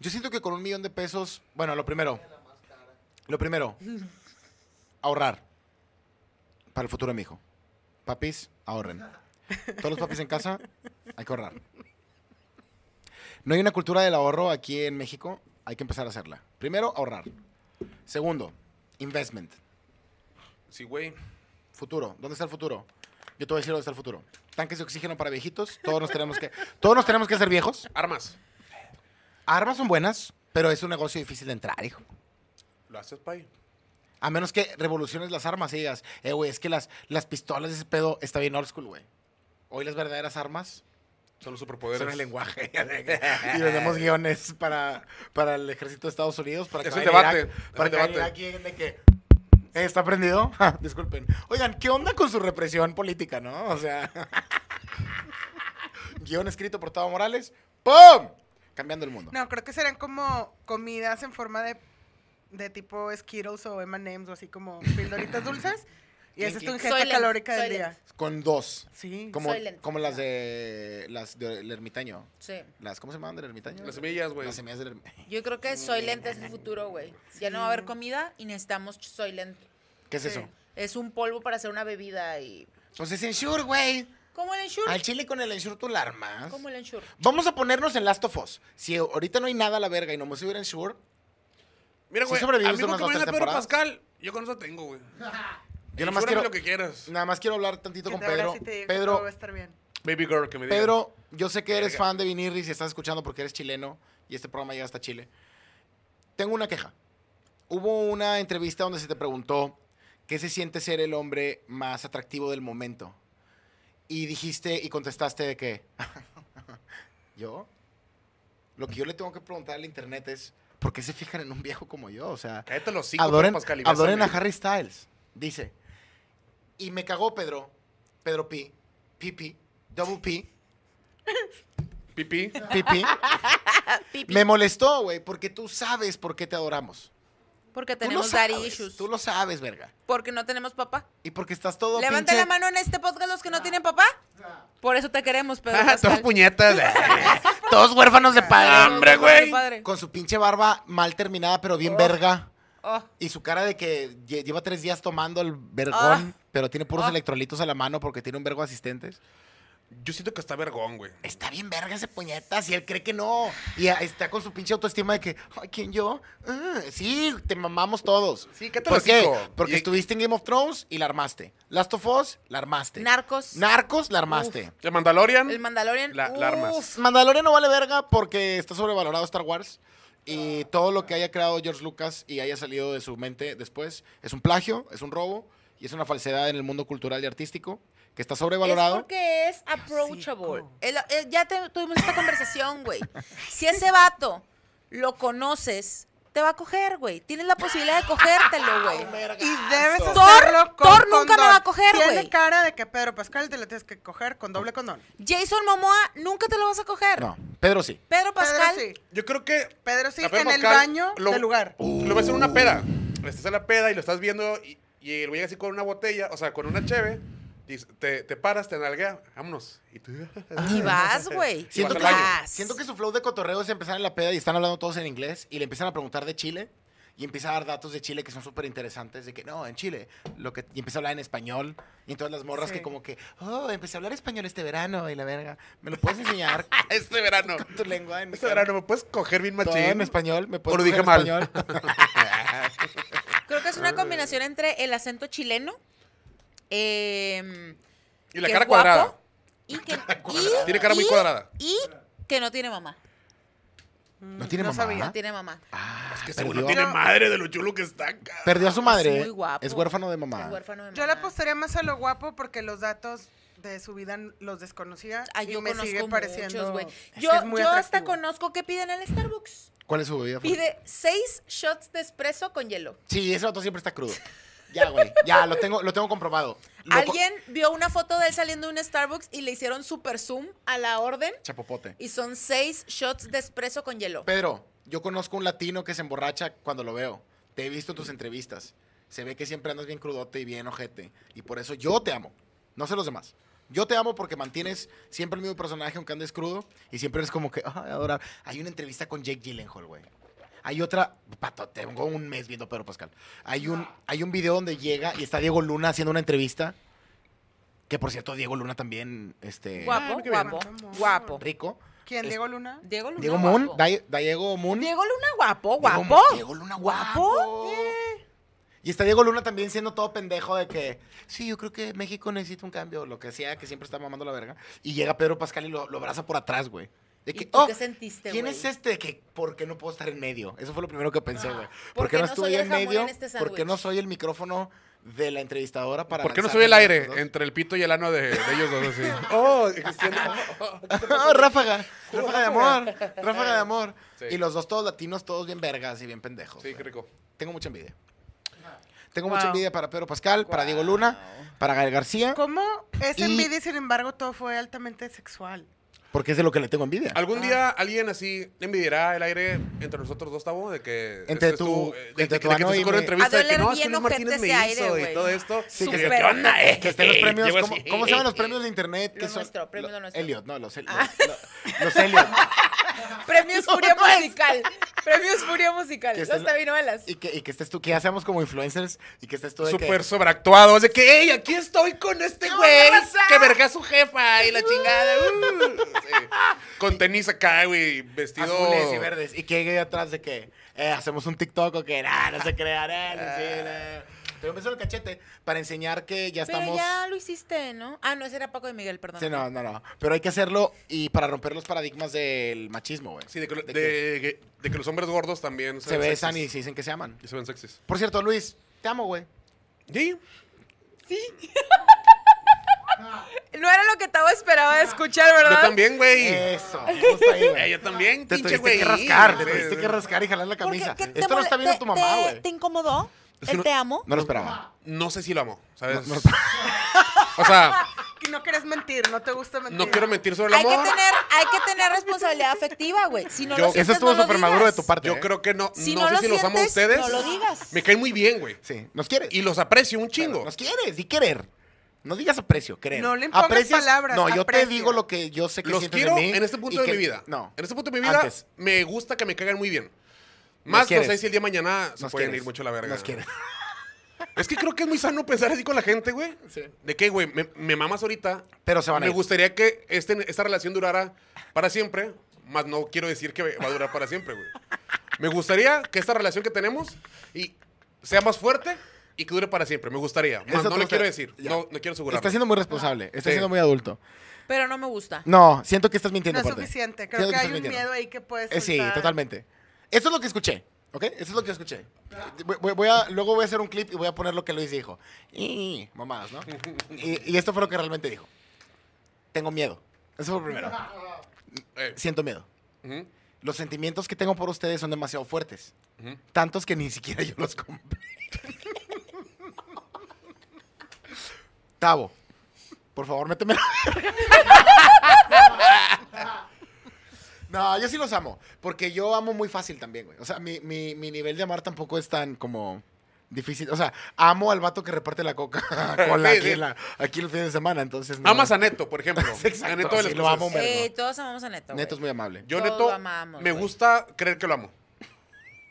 Speaker 1: Yo siento que con un millón de pesos, bueno, lo primero, lo primero, ahorrar para el futuro de mi hijo. Papis, ahorren. Todos los papis en casa, hay que ahorrar. No hay una cultura del ahorro aquí en México, hay que empezar a hacerla. Primero, ahorrar. Segundo, investment.
Speaker 3: Sí, güey.
Speaker 1: Futuro. ¿Dónde está el futuro? Yo te voy a decir dónde está el futuro. Tanques de oxígeno para viejitos. Todos nos tenemos que, todos nos tenemos que hacer viejos.
Speaker 3: Armas.
Speaker 1: Armas son buenas, pero es un negocio difícil de entrar, hijo.
Speaker 3: ¿Lo haces, pay?
Speaker 1: A menos que revoluciones las armas y digas, eh, güey, es que las, las pistolas de ese pedo está bien old school, güey. Hoy las verdaderas armas
Speaker 3: Son los superpoderes.
Speaker 1: son el lenguaje. y vendemos guiones para, para el ejército de Estados Unidos, para que
Speaker 3: Es un
Speaker 1: vayan a
Speaker 3: debate,
Speaker 1: Irak,
Speaker 3: es
Speaker 1: para
Speaker 3: un
Speaker 1: que vayan a Irak
Speaker 3: debate.
Speaker 1: y lleguen de que "Eh, está prendido. Ja, Disculpen. Oigan, ¿qué onda con su represión política, no? O sea, guión escrito por Tavo Morales, ¡pum! Cambiando el mundo.
Speaker 4: No, creo que serán como comidas en forma de, de tipo Skittles o M&M's o así como pildoritas dulces. Y esa es tu
Speaker 1: Soylent,
Speaker 4: ingesta calórica del
Speaker 2: Soylent.
Speaker 4: día.
Speaker 1: Con dos,
Speaker 4: Sí.
Speaker 1: como,
Speaker 2: Soy lenta.
Speaker 1: como las de las del ermitaño.
Speaker 2: Sí.
Speaker 1: Las, ¿Cómo se llamaban del ermitaño?
Speaker 3: Las semillas, güey.
Speaker 1: Las semillas del erm-, ermitaño.
Speaker 2: Yo creo que soy lenta es el futuro, güey. Ya no va a haber comida y necesitamos soy lenta.
Speaker 1: ¿Qué es
Speaker 4: Sí.
Speaker 1: eso?
Speaker 2: Es un polvo para hacer una bebida y...
Speaker 1: Pues es Ensure, güey.
Speaker 2: Como el ensure.
Speaker 1: Al chile con el Ensure tú la armas.
Speaker 2: Como el ensure.
Speaker 1: Vamos a ponernos en Last of Us. Si ahorita no hay nada a la verga y no me subiera en Shure,
Speaker 3: Mira,
Speaker 1: Sí
Speaker 3: güey.
Speaker 1: sobrevivimos
Speaker 3: amigo
Speaker 1: unas
Speaker 3: que me
Speaker 1: dos,
Speaker 3: viene
Speaker 1: tres
Speaker 3: Pedro
Speaker 1: temporadas.
Speaker 3: Pascal, yo con eso tengo, güey.
Speaker 1: yo nada más,
Speaker 3: Insúrame
Speaker 1: quiero,
Speaker 3: lo que quieras.
Speaker 1: nada más quiero hablar tantito
Speaker 4: Que
Speaker 1: con
Speaker 4: te abras
Speaker 1: Pedro.
Speaker 4: y te diga que todo
Speaker 1: Pedro,
Speaker 4: va a estar bien.
Speaker 3: Baby girl, que me diga.
Speaker 1: Pedro, yo sé que eres
Speaker 3: Verga.
Speaker 1: fan de Vinirris y estás escuchando porque eres chileno y este programa llega hasta Chile. Tengo una queja. Hubo una entrevista donde se te preguntó qué se siente ser el hombre más atractivo del momento. Y dijiste y contestaste de que yo lo que yo le tengo que preguntar al internet es ¿por qué se fijan en un viejo como yo? O sea,
Speaker 3: Cállate los cinco,
Speaker 1: adoren,
Speaker 3: Pedro Pascal. y
Speaker 1: adoren a
Speaker 3: bésame.
Speaker 1: Harry Styles. Dice. Y me cagó Pedro. Pedro P. Pipi. Double P.
Speaker 3: Pipí.
Speaker 1: Pipi.
Speaker 2: Pipi.
Speaker 1: me molestó, güey, porque tú sabes por qué te adoramos.
Speaker 2: Porque
Speaker 1: Tú lo
Speaker 2: tenemos daddy
Speaker 1: sabes.
Speaker 2: issues.
Speaker 1: Tú lo sabes, verga.
Speaker 2: Porque no tenemos papá.
Speaker 1: Y porque estás todo
Speaker 2: Levanta
Speaker 1: pinche-
Speaker 2: la mano en este podcast los que no tienen papá. Por eso te queremos,
Speaker 1: Ah,
Speaker 2: Pedro
Speaker 3: Todos
Speaker 2: Pascal.
Speaker 3: puñetas.
Speaker 1: Todos huérfanos de padre.
Speaker 3: Hambre, güey.
Speaker 2: Padre.
Speaker 1: Con su pinche barba mal terminada, pero bien verga.
Speaker 2: Oh,
Speaker 1: Y su cara de que lle- lleva tres días tomando el vergón, pero tiene puros
Speaker 2: Ah.
Speaker 1: electrolitos a la mano porque tiene un vergo de asistentes.
Speaker 3: Yo siento que está vergón, güey.
Speaker 1: Está bien verga ese puñetas y él cree que no. Y ah, está con su pinche autoestima de que, ay, ¿quién yo? Ah, sí, te mamamos todos.
Speaker 3: Sí, cállate
Speaker 1: ¿Por
Speaker 3: los
Speaker 1: qué?
Speaker 3: cinco.
Speaker 1: Porque
Speaker 3: Y-
Speaker 1: estuviste en Game of Thrones y la armaste. Last of Us, la armaste.
Speaker 2: Narcos.
Speaker 1: Narcos, la armaste.
Speaker 3: ¿El Mandalorian?
Speaker 2: el Mandalorian.
Speaker 3: La- la armas.
Speaker 2: uf.
Speaker 1: Mandalorian no vale verga porque está sobrevalorado Star Wars. Y todo lo que haya creado George Lucas y haya salido de su mente después es un plagio, es un robo y es una falsedad en el mundo cultural y artístico que está
Speaker 2: Es
Speaker 1: sobrevalorado.
Speaker 2: porque
Speaker 1: Ah,
Speaker 2: es approachable. El- el- ya te- tuvimos esta conversación, güey. Si ese vato lo conoces, te va a coger, güey. Tienes la posibilidad de cogértelo, güey.
Speaker 4: Y debes
Speaker 2: Thor-
Speaker 4: hacerlo con
Speaker 2: Thor nunca me
Speaker 4: condón.
Speaker 2: va a coger,
Speaker 4: Tiene
Speaker 2: güey.
Speaker 4: cara de que Pedro Pascal te la tienes que coger con doble condón.
Speaker 2: Jason Momoa, nunca te lo vas a coger.
Speaker 1: No, Pedro sí.
Speaker 2: Pedro Pascal.
Speaker 4: Pedro sí.
Speaker 3: Yo creo que
Speaker 4: Pedro sí,
Speaker 3: La Pedro
Speaker 4: en el
Speaker 3: Pascal,
Speaker 4: baño
Speaker 3: lo-
Speaker 4: del lugar.
Speaker 3: Lo ves en una peda. Estás en la peda y lo estás viendo y, y el güey así con una botella, o sea, con una cheve. dice- Te, te paras, te nalguea, vámonos. Y tú...
Speaker 2: Y vas, güey.
Speaker 3: Sí,
Speaker 1: Siento
Speaker 3: vas
Speaker 1: que,
Speaker 3: al
Speaker 1: su-
Speaker 3: baño.
Speaker 2: Vas.
Speaker 1: siento que su flow de cotorreo es empezar en la peda y están hablando todos en inglés y le empiezan a preguntar de Chile. y empieza a dar datos de Chile que son súper interesantes, de que no, en Chile, lo que, y empieza a hablar en español, y todas las morras
Speaker 4: Sí.
Speaker 1: que como que, oh, empecé a hablar español este verano, y la verga, ¿me lo puedes enseñar?
Speaker 3: Este verano.
Speaker 1: con tu lengua en
Speaker 3: Este verano me puedes coger bien
Speaker 1: Todo en
Speaker 3: machín.
Speaker 1: español, me
Speaker 3: O
Speaker 1: puedes
Speaker 3: lo dije
Speaker 1: coger
Speaker 3: mal.
Speaker 1: en español.
Speaker 2: Creo que es una combinación entre el acento chileno em,
Speaker 3: Y la
Speaker 2: que
Speaker 3: cara
Speaker 2: es guapo,
Speaker 3: cuadrada.
Speaker 2: y que, y-
Speaker 3: Tiene cara muy
Speaker 2: y-
Speaker 3: cuadrada.
Speaker 2: Y que no tiene mamá.
Speaker 1: ¿No tiene
Speaker 4: Mm, No
Speaker 1: mamá?
Speaker 4: sabía.
Speaker 2: No tiene mamá.
Speaker 1: Ah,
Speaker 3: Es que ese güey
Speaker 1: perdió,
Speaker 3: no tiene madre de lo chulo que está. cara.
Speaker 1: perdió a su madre.
Speaker 2: Es muy guapo.
Speaker 1: Es huérfano de
Speaker 3: Ah.
Speaker 1: mamá.
Speaker 2: Es huérfano de
Speaker 4: Yo
Speaker 2: mamá.
Speaker 4: la apostaría más a lo guapo porque los datos de su vida n- los desconocía
Speaker 2: Ah,
Speaker 4: y
Speaker 2: yo
Speaker 4: me
Speaker 2: conozco
Speaker 4: sigue pareciendo
Speaker 2: muchos, güey.
Speaker 4: que
Speaker 2: Yo,
Speaker 4: es muy
Speaker 2: yo hasta
Speaker 4: atractivo.
Speaker 2: conozco que piden en el Starbucks.
Speaker 1: ¿Cuál es su bebida? favorita?
Speaker 2: Pide seis shots de espresso con hielo.
Speaker 1: Sí, ese vato siempre está crudo. Ya, güey. Ya, lo tengo, lo tengo comprobado. Lo co-
Speaker 2: Alguien vio una foto de él saliendo de un Starbucks y le hicieron super zoom a la orden
Speaker 1: Chapopote.
Speaker 2: y son seis shots de espresso con hielo.
Speaker 1: Pedro, yo conozco un latino que se emborracha cuando lo veo. Te he visto en tus entrevistas. Se ve que siempre andas bien crudote y bien ojete. Y por eso yo te amo. No sé los demás. Yo te amo porque mantienes siempre el mismo personaje aunque andes crudo. Y siempre eres como que, ay, adorar. Hay una entrevista con Jake Gyllenhaal, güey. Hay otra, pato, tengo un mes viendo Pedro Pascal. Hay un, hay un video donde llega y está Diego Luna haciendo una entrevista. Que por cierto, Diego Luna también, este,
Speaker 4: Ah,
Speaker 2: Guapo,
Speaker 4: qué bien.
Speaker 2: guapo,
Speaker 4: Vamos.
Speaker 2: guapo.
Speaker 1: rico.
Speaker 4: ¿Quién?
Speaker 1: Es-
Speaker 4: ¿Diego Luna?
Speaker 2: Diego Luna.
Speaker 1: Diego Moon,
Speaker 2: guapo.
Speaker 1: Dai- Diego Moon.
Speaker 2: Diego Luna, guapo,
Speaker 1: Diego-
Speaker 2: guapo.
Speaker 1: Diego Luna, guapo. Y está Diego Luna también siendo todo pendejo de que, sí, yo creo que México necesita un cambio, lo que sea, que siempre está mamando la verga. Y llega Pedro Pascal y lo, lo abraza por atrás, güey. De
Speaker 2: ¿Y
Speaker 1: que,
Speaker 2: tú
Speaker 1: oh,
Speaker 2: qué sentiste,
Speaker 1: ¿quién
Speaker 2: güey? Ah,
Speaker 1: es este? De que, ¿por qué no puedo estar en medio? Eso fue lo primero que pensé, güey.
Speaker 2: ¿por
Speaker 1: ¿Por qué
Speaker 2: qué
Speaker 1: no
Speaker 2: no
Speaker 1: estuve
Speaker 2: soy
Speaker 1: yo
Speaker 2: el
Speaker 1: en
Speaker 2: jamón
Speaker 1: medio?
Speaker 2: en este
Speaker 1: ¿Por qué
Speaker 2: sándwich?
Speaker 1: no soy el micrófono de la entrevistadora para
Speaker 3: ¿Por qué no
Speaker 1: lanzarme
Speaker 3: soy el
Speaker 1: a
Speaker 3: aire
Speaker 1: los dos?
Speaker 3: entre el pito y el ano de, de ellos dos así? oh,
Speaker 1: Oh, ráfaga, ráfaga de amor, ráfaga de amor.
Speaker 3: Sí.
Speaker 1: Y los dos todos latinos, todos bien vergas y bien pendejos.
Speaker 3: Sí,
Speaker 1: güey.
Speaker 3: qué rico.
Speaker 1: Tengo mucha envidia. Tengo
Speaker 4: Wow.
Speaker 1: mucha envidia para Pedro Pascal, para Diego Luna, para Gael García,
Speaker 4: ¿Cómo es
Speaker 1: Y-
Speaker 4: envidia y sin embargo todo fue altamente sexual?
Speaker 1: porque es de lo que le tengo envidia.
Speaker 2: Ah.
Speaker 3: ¿Algún día alguien así envidiará el aire entre nosotros dos, Tabo? De que
Speaker 1: Entre
Speaker 3: ese
Speaker 1: tu-
Speaker 3: eh,
Speaker 1: entre
Speaker 3: de,
Speaker 1: tu
Speaker 3: de que
Speaker 1: ano
Speaker 3: te
Speaker 1: y
Speaker 3: sacó una
Speaker 1: mi-
Speaker 3: entrevista de
Speaker 2: A
Speaker 3: que
Speaker 2: doler
Speaker 3: no, es que
Speaker 2: bien
Speaker 3: Luis Martínez
Speaker 2: ojete
Speaker 3: me
Speaker 2: ese aire,
Speaker 3: hizo y
Speaker 2: güey.
Speaker 3: todo esto.
Speaker 1: Sí,
Speaker 3: Y yo,
Speaker 2: súper
Speaker 3: ¿Qué onda, eh?
Speaker 1: Que estén los premios,
Speaker 3: Llego
Speaker 1: ¿cómo,
Speaker 3: así,
Speaker 1: cómo se llaman los premios de
Speaker 3: eh,
Speaker 1: internet? que
Speaker 2: Lo
Speaker 1: son-
Speaker 2: nuestro, premio lo nuestro.
Speaker 1: Elliot, no, los, los, los- los Elliot.
Speaker 2: Premios Furia Musical. Premios Furia Musical.
Speaker 1: Que
Speaker 2: Los
Speaker 1: está en-
Speaker 2: telenovelas.
Speaker 1: Y que, y que estés tú, que ya seamos como influencers y que estés tú de que-
Speaker 3: Súper sobreactuado. Es de que, hey, aquí estoy con este güey que verga a su jefa y la chingada. uh". Sí. Con tenis acá, güey, vestido.
Speaker 1: azules y verdes. Y que llegue atrás de que eh, hacemos un TikTok o que nah, no se crean. Eh, no, sí, nah. Pero me hizo el cachete para enseñar que ya
Speaker 2: Pero
Speaker 1: estamos.
Speaker 2: ya lo hiciste, ¿no? Ah, no, ese era Paco de Miguel, perdón.
Speaker 1: Sí, no, no, no. Pero hay que hacerlo y para romper los paradigmas del machismo, güey.
Speaker 3: Sí, de que,
Speaker 1: De que
Speaker 3: de que- de que los hombres gordos también
Speaker 1: se besan y
Speaker 3: sexys.
Speaker 1: se dicen que se aman.
Speaker 3: Y se ven sexys.
Speaker 1: Por cierto, Luis, te amo, güey.
Speaker 3: Sí.
Speaker 2: No era lo que estaba esperaba de escuchar, ¿verdad?
Speaker 3: Yo también, güey.
Speaker 1: Eso, justo ahí,
Speaker 3: Eh,
Speaker 1: güey.
Speaker 3: yo también,
Speaker 1: Te tuviste
Speaker 3: pinche güey.
Speaker 1: que rascar, te
Speaker 3: Sí,
Speaker 1: tuviste
Speaker 3: sí.
Speaker 1: que rascar y jalar la
Speaker 2: Porque,
Speaker 1: camisa.
Speaker 2: ¿qué te
Speaker 1: Esto lo está
Speaker 2: mole-
Speaker 1: viendo
Speaker 2: te-
Speaker 1: tu mamá,
Speaker 2: te-
Speaker 1: güey.
Speaker 2: ¿Te incomodó?
Speaker 3: Es que
Speaker 2: ¿El
Speaker 3: no-
Speaker 2: te amo?
Speaker 1: No lo esperaba.
Speaker 3: No sé si lo amo, ¿sabes?
Speaker 1: No- no-
Speaker 3: O sea,
Speaker 4: Y No quieres mentir, no te gusta mentir.
Speaker 3: no quiero mentir sobre el
Speaker 2: Hay que,
Speaker 3: amor.
Speaker 2: tener, hay que tener responsabilidad afectiva, güey. Si no
Speaker 3: Yo-
Speaker 2: lo
Speaker 3: Eso
Speaker 2: sientes,
Speaker 1: Eso estuvo
Speaker 2: no lo
Speaker 1: súper maduro de
Speaker 2: digas.
Speaker 1: tu parte.
Speaker 3: Yo
Speaker 1: ¿eh?
Speaker 3: creo que no.
Speaker 2: Si
Speaker 3: no,
Speaker 2: no
Speaker 3: sé
Speaker 2: lo
Speaker 3: si los amo a
Speaker 2: sientes,
Speaker 3: ustedes.
Speaker 2: no lo digas.
Speaker 3: Me caen muy bien, güey.
Speaker 1: Sí, nos quieres.
Speaker 3: Y los aprecio un chingo.
Speaker 1: Nos quieres y querer. No digas aprecio, querer.
Speaker 4: No le impongas palabras,
Speaker 1: No, yo te
Speaker 4: aprecio.
Speaker 1: digo lo que yo sé que
Speaker 3: Los
Speaker 1: sientes
Speaker 3: quiero
Speaker 1: de mí.
Speaker 3: en este
Speaker 1: y
Speaker 3: punto de
Speaker 1: que-
Speaker 3: mi vida.
Speaker 1: No.
Speaker 3: En este punto de mi vida
Speaker 1: Antes.
Speaker 3: me gusta que me caigan muy bien. Más no
Speaker 1: quieres.
Speaker 3: sé si el día de mañana se
Speaker 1: Nos
Speaker 3: pueden
Speaker 1: quieres.
Speaker 3: ir mucho a la verga.
Speaker 1: Nos quieres.
Speaker 3: Es que creo que es muy sano pensar así con la gente, güey. De que, güey, me, me mamas ahorita.
Speaker 1: Pero se van a
Speaker 3: Me
Speaker 1: ir.
Speaker 3: gustaría que este, esta relación durara para siempre, más no quiero decir que va a durar para siempre, güey. Me gustaría que esta relación que tenemos y sea más fuerte y que dure para siempre. Me gustaría. Más
Speaker 1: Eso
Speaker 3: no
Speaker 1: te
Speaker 3: lo
Speaker 1: gusta-
Speaker 3: quiero decir.
Speaker 1: ya.
Speaker 3: No, no quiero asegurarlo.
Speaker 1: Está siendo muy responsable. Está
Speaker 3: Sí.
Speaker 1: siendo muy adulto.
Speaker 2: Pero no me gusta.
Speaker 1: No, siento que estás mintiendo.
Speaker 4: No es
Speaker 1: Corte.
Speaker 4: suficiente. Creo
Speaker 1: Siento
Speaker 4: que
Speaker 1: estás
Speaker 4: hay un
Speaker 1: mintiendo.
Speaker 4: miedo ahí que puedes
Speaker 1: Eh, sí,
Speaker 4: soltar.
Speaker 1: totalmente. Eso es lo que escuché, ¿ok? Eso es lo que escuché. Voy, voy- voy a, luego voy a hacer un clip y voy a poner lo que Luis dijo. Y, mamadas, ¿no? Y, y esto fue lo que realmente dijo. Tengo miedo. Eso fue lo primero.
Speaker 3: Eh,
Speaker 1: Siento miedo.
Speaker 3: ujú,
Speaker 1: Los sentimientos que tengo por ustedes son demasiado fuertes.
Speaker 3: ujú.
Speaker 1: Tantos que ni siquiera yo los compré. Tavo, por favor, méteme la verga. No, yo sí los amo. Porque yo amo muy fácil también, güey. O sea, mi, mi- mi nivel de amar tampoco es tan como difícil. O sea, amo al vato que reparte la coca con la,
Speaker 3: Sí,
Speaker 1: aquí,
Speaker 3: sí.
Speaker 1: la- aquí los fines de semana. Entonces, no.
Speaker 3: Amas a Neto, por ejemplo.
Speaker 1: Exacto,
Speaker 3: a Neto de
Speaker 1: sí,
Speaker 3: las
Speaker 1: lo
Speaker 3: cosas.
Speaker 1: amo, güey.
Speaker 2: Eh,
Speaker 1: verga.
Speaker 2: todos amamos a Neto.
Speaker 1: Neto es
Speaker 2: güey.
Speaker 1: muy amable.
Speaker 3: Yo,
Speaker 2: Todos
Speaker 3: Neto,
Speaker 2: lo amamos,
Speaker 3: me
Speaker 2: güey.
Speaker 3: gusta creer que lo amo.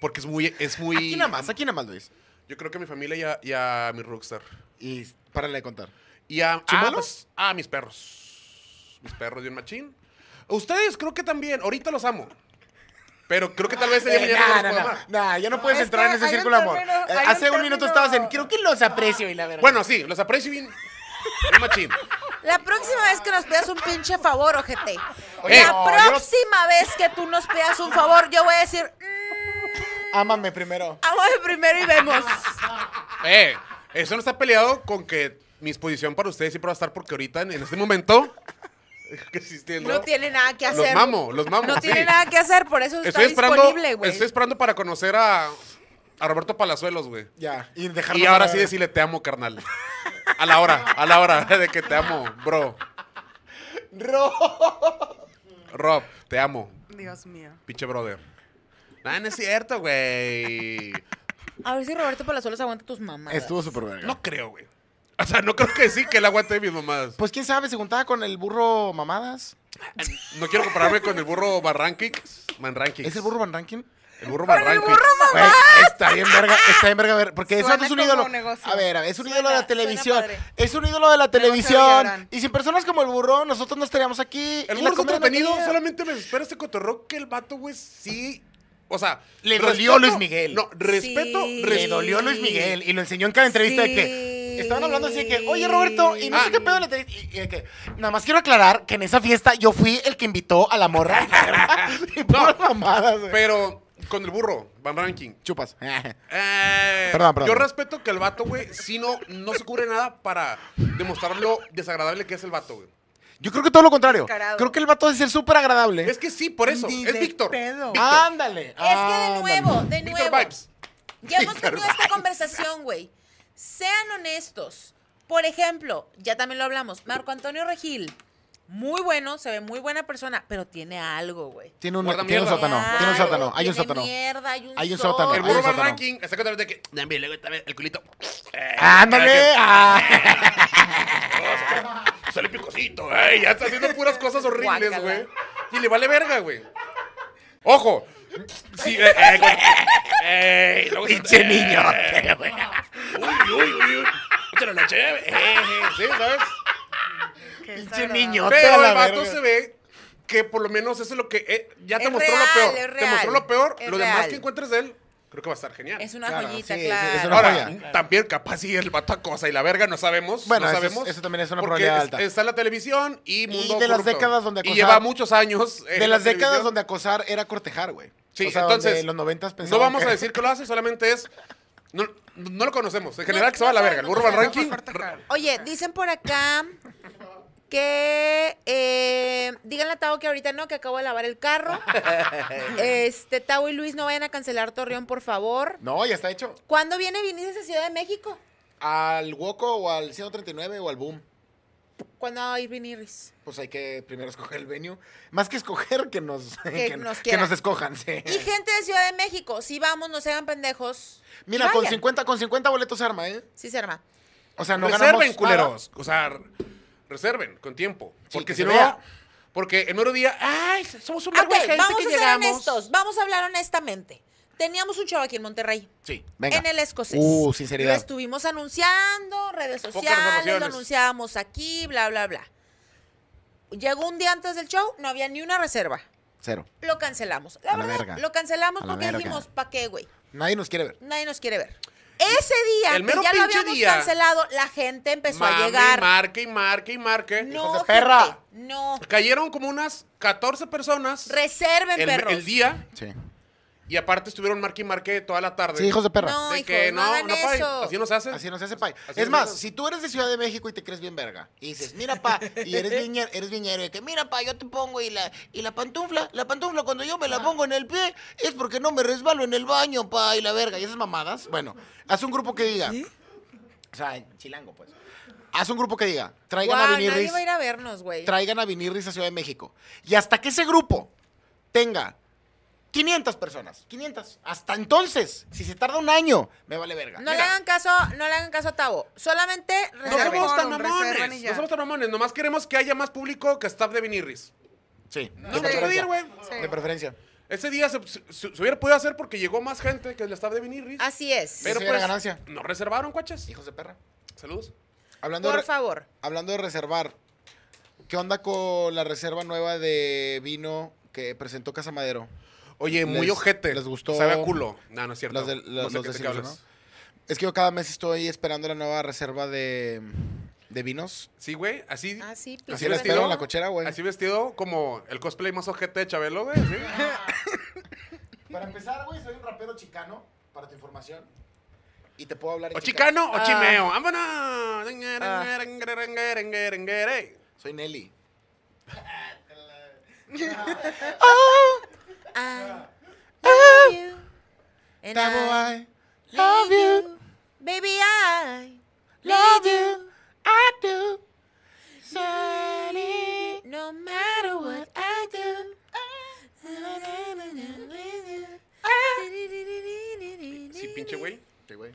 Speaker 3: Porque es muy, es muy.
Speaker 1: Aquí nada más, aquí nada más, Luis.
Speaker 3: Yo creo que a mi familia y a, y a mi rockstar.
Speaker 1: Y párale de contar.
Speaker 3: Y a. Ah,
Speaker 1: ¿Chimuelo?
Speaker 3: pues, ah, mis perros. Mis perros de un machín. Ustedes creo que también. Ahorita los amo. Pero creo que tal vez el día de
Speaker 1: nah,
Speaker 3: mañana Eh, no los pueda
Speaker 1: nah,
Speaker 3: amar.
Speaker 1: nah, nah, ya no puedes
Speaker 4: es
Speaker 1: entrar
Speaker 4: que
Speaker 1: en ese
Speaker 4: hay un
Speaker 1: círculo de amor.
Speaker 4: término-
Speaker 1: Eh,
Speaker 4: hay un
Speaker 1: Hace un minuto
Speaker 4: término-
Speaker 1: estabas en, creo que los aprecio y la verdad.
Speaker 3: Bueno, sí, los aprecio bien. Bien machín.
Speaker 2: La próxima vez que nos pidas un pinche favor, ojete.
Speaker 3: Oye,
Speaker 2: la
Speaker 1: no, yo-
Speaker 2: próxima vez que tú nos pidas un favor, yo voy a decir, mm,
Speaker 1: Ah, ámame primero.
Speaker 2: vamos de primero y vemos.
Speaker 3: Eh, eso no está peleado con que mi exposición para ustedes siempre va a estar porque ahorita, en, en este momento, que existiendo,
Speaker 2: No tiene nada que
Speaker 3: los
Speaker 2: hacer.
Speaker 3: mamo, los mamo.
Speaker 2: no
Speaker 3: sí.
Speaker 2: tiene nada que hacer, por eso está
Speaker 3: Estoy esperando,
Speaker 2: disponible, güey.
Speaker 3: estoy esperando para conocer a, a Roberto Palazuelos, güey.
Speaker 1: Ya, y dejarlo.
Speaker 3: Y ahora
Speaker 2: eh.
Speaker 3: sí decirle te amo, carnal. A la hora, a la hora de que te amo, bro. Rob, te amo,
Speaker 4: Dios mío.
Speaker 3: pinche brother. Ah, No, no es cierto, güey.
Speaker 2: A ver si Roberto Palazuelos aguanta tus mamás.
Speaker 1: Estuvo súper verga.
Speaker 3: No creo, güey. O sea, no creo que sí, que él aguante mis mamadas.
Speaker 1: Pues quién sabe, se juntaba con el burro mamadas.
Speaker 3: No quiero compararme con el burro Barranquix. Manranquix.
Speaker 1: ¿Es el burro Van Rankin?
Speaker 3: El burro
Speaker 2: el
Speaker 3: Barranquix.
Speaker 2: burro
Speaker 1: Güey, está bien verga, está bien verga ver, porque eso
Speaker 4: Suena
Speaker 1: es un
Speaker 4: como
Speaker 1: ídolo.
Speaker 4: un negocio.
Speaker 1: a ver, a ver, es un
Speaker 2: Suena-
Speaker 1: ídolo de la
Speaker 2: suena
Speaker 1: televisión.
Speaker 2: padre.
Speaker 1: Es un ídolo de la televisión.
Speaker 4: lloran.
Speaker 1: Y sin personas como el burro, nosotros no estaríamos aquí. y
Speaker 3: El
Speaker 1: la
Speaker 3: burro es
Speaker 1: comida no
Speaker 3: entretenido.
Speaker 1: tenía.
Speaker 3: Solamente me espera este cotorreo que el vato, güey, sí. O sea,
Speaker 1: Le dolió Luis Miguel.
Speaker 3: No, respeto,
Speaker 2: Sí.
Speaker 3: respeto.
Speaker 1: Le dolió a Luis Miguel y lo enseñó en cada entrevista de que
Speaker 2: Sí.
Speaker 1: estaban hablando así de que, oye Roberto, y no
Speaker 3: Ah.
Speaker 1: sé qué pedo le te- y, y de que, nada más quiero aclarar que en esa fiesta yo fui el que invitó a la morra. y puras mamadas, güey.
Speaker 3: Pero con el burro, Van Ranking.
Speaker 1: Chupas.
Speaker 3: Eh,
Speaker 1: Perdón, perdón.
Speaker 3: Yo respeto que el vato, güey, si no, no se cubre nada para demostrar lo desagradable que es el vato, güey.
Speaker 1: Yo creo que todo lo contrario.
Speaker 4: Descarado.
Speaker 1: Creo que el vato debe ser súper agradable.
Speaker 3: Es que sí, por eso.
Speaker 4: Ni
Speaker 3: es
Speaker 4: de
Speaker 3: Víctor.
Speaker 4: pedo.
Speaker 3: Víctor.
Speaker 1: Ándale.
Speaker 2: Eh, Ah,
Speaker 1: Ah,
Speaker 2: Es que de nuevo, de
Speaker 3: Víctor
Speaker 2: nuevo.
Speaker 3: Vibes.
Speaker 2: Ya hemos
Speaker 3: Peter
Speaker 2: tenido esta
Speaker 3: Pan.
Speaker 2: conversación, güey. Sean honestos. Por ejemplo, ya también lo hablamos, Marco Antonio Regil. Muy bueno, se ve muy buena persona, pero tiene algo, güey.
Speaker 1: Tiene un,
Speaker 3: Guarda
Speaker 1: tiene un
Speaker 3: mierda.
Speaker 1: sótano,
Speaker 2: Algo,
Speaker 1: tiene un sótano, hay un
Speaker 2: tiene
Speaker 1: sótano.
Speaker 2: mierda, hay un,
Speaker 1: Hay un sótano.
Speaker 3: El
Speaker 1: Ay,
Speaker 3: burro
Speaker 1: eso
Speaker 3: Van
Speaker 1: Ah, no.
Speaker 3: Ranking está contando de que. Dame, luego también el culito. Eh,
Speaker 1: Ándale. ah.
Speaker 3: Pues Sale picosito, eh, ya está haciendo puras cosas horribles,
Speaker 2: Guácala.
Speaker 3: güey. Y le vale verga, güey. Ojo. Sí, eh, eh, güey. Ey, luego-
Speaker 1: Pinche niño.
Speaker 3: Uy, uy, uy, uy. Échale la cheve. Eh, eh, sí, ¿sabes?
Speaker 4: Qué
Speaker 1: Pinche
Speaker 4: desagradable.
Speaker 1: niño.
Speaker 3: Pero el vato se ve que por lo menos eso es lo que. eh, ya te
Speaker 2: Es
Speaker 3: mostró
Speaker 2: real,
Speaker 3: lo peor.
Speaker 2: es
Speaker 3: Te mostró
Speaker 2: real,
Speaker 3: lo peor.
Speaker 2: es
Speaker 3: Lo demás
Speaker 2: real.
Speaker 3: que encuentres de él, creo que va a estar genial.
Speaker 2: Es una
Speaker 1: Claro,
Speaker 2: joyita,
Speaker 1: sí, sí, sí,
Speaker 2: claro.
Speaker 1: es una
Speaker 3: Ahora,
Speaker 1: joya.
Speaker 3: también capaz si el vato acosa y la verga, no sabemos.
Speaker 1: Bueno,
Speaker 3: no
Speaker 1: eso es-
Speaker 3: sabemos.
Speaker 1: eso también es una
Speaker 3: porque
Speaker 1: probabilidad
Speaker 3: es-
Speaker 1: alta.
Speaker 3: Está la televisión y mundo
Speaker 1: de las
Speaker 3: corrupto.
Speaker 1: décadas donde
Speaker 3: Y
Speaker 1: acosar-
Speaker 3: lleva muchos años. en
Speaker 1: De
Speaker 3: la
Speaker 1: las décadas
Speaker 3: televisión.
Speaker 1: donde acosar era cortejar, güey.
Speaker 3: Sí,
Speaker 1: O sea,
Speaker 3: entonces.
Speaker 1: donde en los noventas
Speaker 3: No
Speaker 1: pensaban
Speaker 3: vamos
Speaker 1: que-
Speaker 3: a decir que lo hace, solamente es. No, no lo conocemos. En general,
Speaker 2: No,
Speaker 3: que se va a la
Speaker 2: no
Speaker 3: verga. El
Speaker 2: sabemos,
Speaker 3: Urban
Speaker 2: no
Speaker 3: Ranking.
Speaker 4: Mejor tacar.
Speaker 2: Oye, dicen por acá que eh, díganle a Tavo que ahorita no, que acabo de lavar el carro. Este, Tavo y Luis, no vayan a cancelar Torreón, por favor.
Speaker 1: No, ya está hecho.
Speaker 2: ¿Cuándo viene Vinicius a Ciudad de México?
Speaker 1: Al Woco o al 139 o al Boom.
Speaker 2: ¿Cuándo va a ir Viniris?
Speaker 1: Pues hay que primero escoger el venue. Más que escoger, que nos,
Speaker 2: Que nos
Speaker 1: que
Speaker 2: quieran.
Speaker 1: nos escojan, sí.
Speaker 2: Y gente de Ciudad de México, si vamos, no se hagan pendejos.
Speaker 1: Mira, con
Speaker 2: Vayan.
Speaker 1: 50, con 50 boletos se arma, ¿eh?
Speaker 2: Sí, se arma.
Speaker 1: O sea, no ganamos
Speaker 3: reserven,
Speaker 1: nada.
Speaker 3: culeros. O sea, r- reserven con tiempo.
Speaker 1: Sí,
Speaker 3: Porque
Speaker 1: que
Speaker 3: si
Speaker 1: se
Speaker 3: no.
Speaker 1: vea.
Speaker 3: Porque el mero día. ¡Ay! Somos un verbo
Speaker 2: Ok,
Speaker 3: de gente
Speaker 2: vamos a
Speaker 3: que
Speaker 2: ser
Speaker 3: llegamos.
Speaker 2: honestos, vamos a hablar honestamente. Teníamos un chavo aquí en Monterrey,
Speaker 3: Sí.
Speaker 1: Venga.
Speaker 2: en el escocés.
Speaker 1: Uh,
Speaker 2: Lo
Speaker 1: sinceridad.
Speaker 2: estuvimos anunciando, redes sociales,
Speaker 3: reservaciones.
Speaker 2: lo anunciábamos aquí, bla, bla, bla. Llegó un día antes del show, no había ni una reserva.
Speaker 1: Cero.
Speaker 2: Lo cancelamos. La
Speaker 1: A la
Speaker 2: verdad,
Speaker 1: verga.
Speaker 2: lo cancelamos
Speaker 1: A la
Speaker 2: porque
Speaker 1: verga.
Speaker 2: dijimos, ¿pa' qué, güey?
Speaker 1: Nadie nos quiere ver.
Speaker 2: Nadie nos quiere ver. Ese día,
Speaker 3: El
Speaker 2: que
Speaker 3: mero
Speaker 2: ya lo
Speaker 3: pinche
Speaker 2: habíamos
Speaker 3: día.
Speaker 2: cancelado, la gente empezó
Speaker 3: Mame,
Speaker 2: a llegar.
Speaker 3: Marque y marque y marque.
Speaker 2: No,
Speaker 1: de perra.
Speaker 2: gente, no.
Speaker 3: Cayeron como unas 14 personas
Speaker 2: Reserven,
Speaker 3: el,
Speaker 2: perros.
Speaker 3: el día.
Speaker 1: Sí.
Speaker 3: Y aparte estuvieron marque y marque toda la tarde.
Speaker 1: Sí, hijos de perra.
Speaker 2: No,
Speaker 3: De
Speaker 2: hijos,
Speaker 3: que
Speaker 2: no hagan
Speaker 3: pa,
Speaker 2: eso.
Speaker 3: Así no se hace.
Speaker 1: Así no se hace pay.
Speaker 3: Así
Speaker 1: Es
Speaker 3: no
Speaker 1: más,
Speaker 3: se hace.
Speaker 1: si tú eres de Ciudad de México y te crees bien verga, y dices, mira pa, y eres viñero, eres viñero, y que mira pa, yo te pongo y la, y la pantufla, la pantufla cuando yo
Speaker 2: Ah.
Speaker 1: me la pongo en el pie, es porque no me resbalo en el baño, pa, y la verga, y esas mamadas. Bueno, haz un grupo que diga. O sea, en chilango, pues. Haz un grupo que diga, traigan
Speaker 2: Guau,
Speaker 1: a
Speaker 2: nadie
Speaker 1: Vinirris,
Speaker 2: va a ir a vernos, güey.
Speaker 1: traigan a Vinirris a Ciudad de México. Y hasta que ese grupo tenga 500 personas, 500, hasta entonces, si se tarda un año, me vale verga.
Speaker 2: No le
Speaker 1: Mira,
Speaker 2: hagan caso, no le hagan caso a Tavo. Solamente
Speaker 3: No
Speaker 2: reserven.
Speaker 3: somos tan
Speaker 4: Reserven, reserven y
Speaker 3: mamones.
Speaker 4: ya.
Speaker 3: No somos tan mamones. Nomás queremos que haya más público que staff de Vinirris.
Speaker 1: Sí.
Speaker 3: No, no quiero ir, güey.
Speaker 4: Sí.
Speaker 1: De preferencia.
Speaker 3: Ese día se, se- se- se hubiera podido hacer porque llegó más gente que el staff de Viniris.
Speaker 2: Así es.
Speaker 1: Pero- Esa era ganancia.
Speaker 3: no reservaron, cuaches.
Speaker 1: Hijos de perra.
Speaker 3: Saludos.
Speaker 1: Hablando de,
Speaker 2: Por
Speaker 1: re-
Speaker 2: favor.
Speaker 1: hablando de reservar, ¿qué onda con la reserva nueva de vino que presentó Casa Madero?
Speaker 3: Oye, muy
Speaker 1: Les-
Speaker 3: ojete.
Speaker 1: les gustó-
Speaker 3: Sabe a culo. No, no es cierto.
Speaker 1: Las de- las-
Speaker 3: no sé
Speaker 1: los
Speaker 3: qué-
Speaker 1: de
Speaker 3: qué
Speaker 1: Silos,
Speaker 3: hablas.
Speaker 1: ¿no? Es que yo cada mes estoy esperando la nueva reserva de, de vinos.
Speaker 3: Sí, güey. Así,
Speaker 2: Así,
Speaker 1: Así
Speaker 3: ¿Sí
Speaker 1: la
Speaker 3: les
Speaker 1: espero
Speaker 3: tiró?
Speaker 1: en la cochera, güey.
Speaker 3: así vestido como el cosplay más ojete de Chabelo, güey. ¿sí?
Speaker 1: Ah, Para empezar, güey, soy un rapero chicano, para tu información. Y te puedo hablar en
Speaker 3: O chicano o
Speaker 4: Ah.
Speaker 3: chimeo.
Speaker 1: Ah.
Speaker 3: ¡Vámonos!
Speaker 1: Soy Nelly.
Speaker 2: I Ah. love you. And I
Speaker 1: Taboay.
Speaker 2: love you. Baby, I love you.
Speaker 1: I do.
Speaker 2: No matter what I do.
Speaker 3: Sí, pinche güey.
Speaker 1: Sí, güey.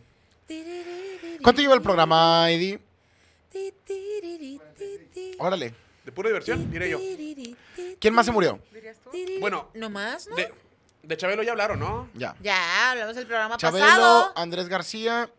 Speaker 1: ¿Cuánto lleva el
Speaker 2: programa?
Speaker 1: programa, Eddie? Órale.
Speaker 3: De pura diversión, diré yo.
Speaker 1: ¿Quién más se murió?
Speaker 4: ¿Dirías tú?
Speaker 3: Bueno,
Speaker 2: ¿no más? ¿No?
Speaker 3: De, de Chabelo ya hablaron, ¿no?
Speaker 1: Ya.
Speaker 2: Ya, hablamos del programa
Speaker 1: Chabelo,
Speaker 2: pasado.
Speaker 1: Andrés García.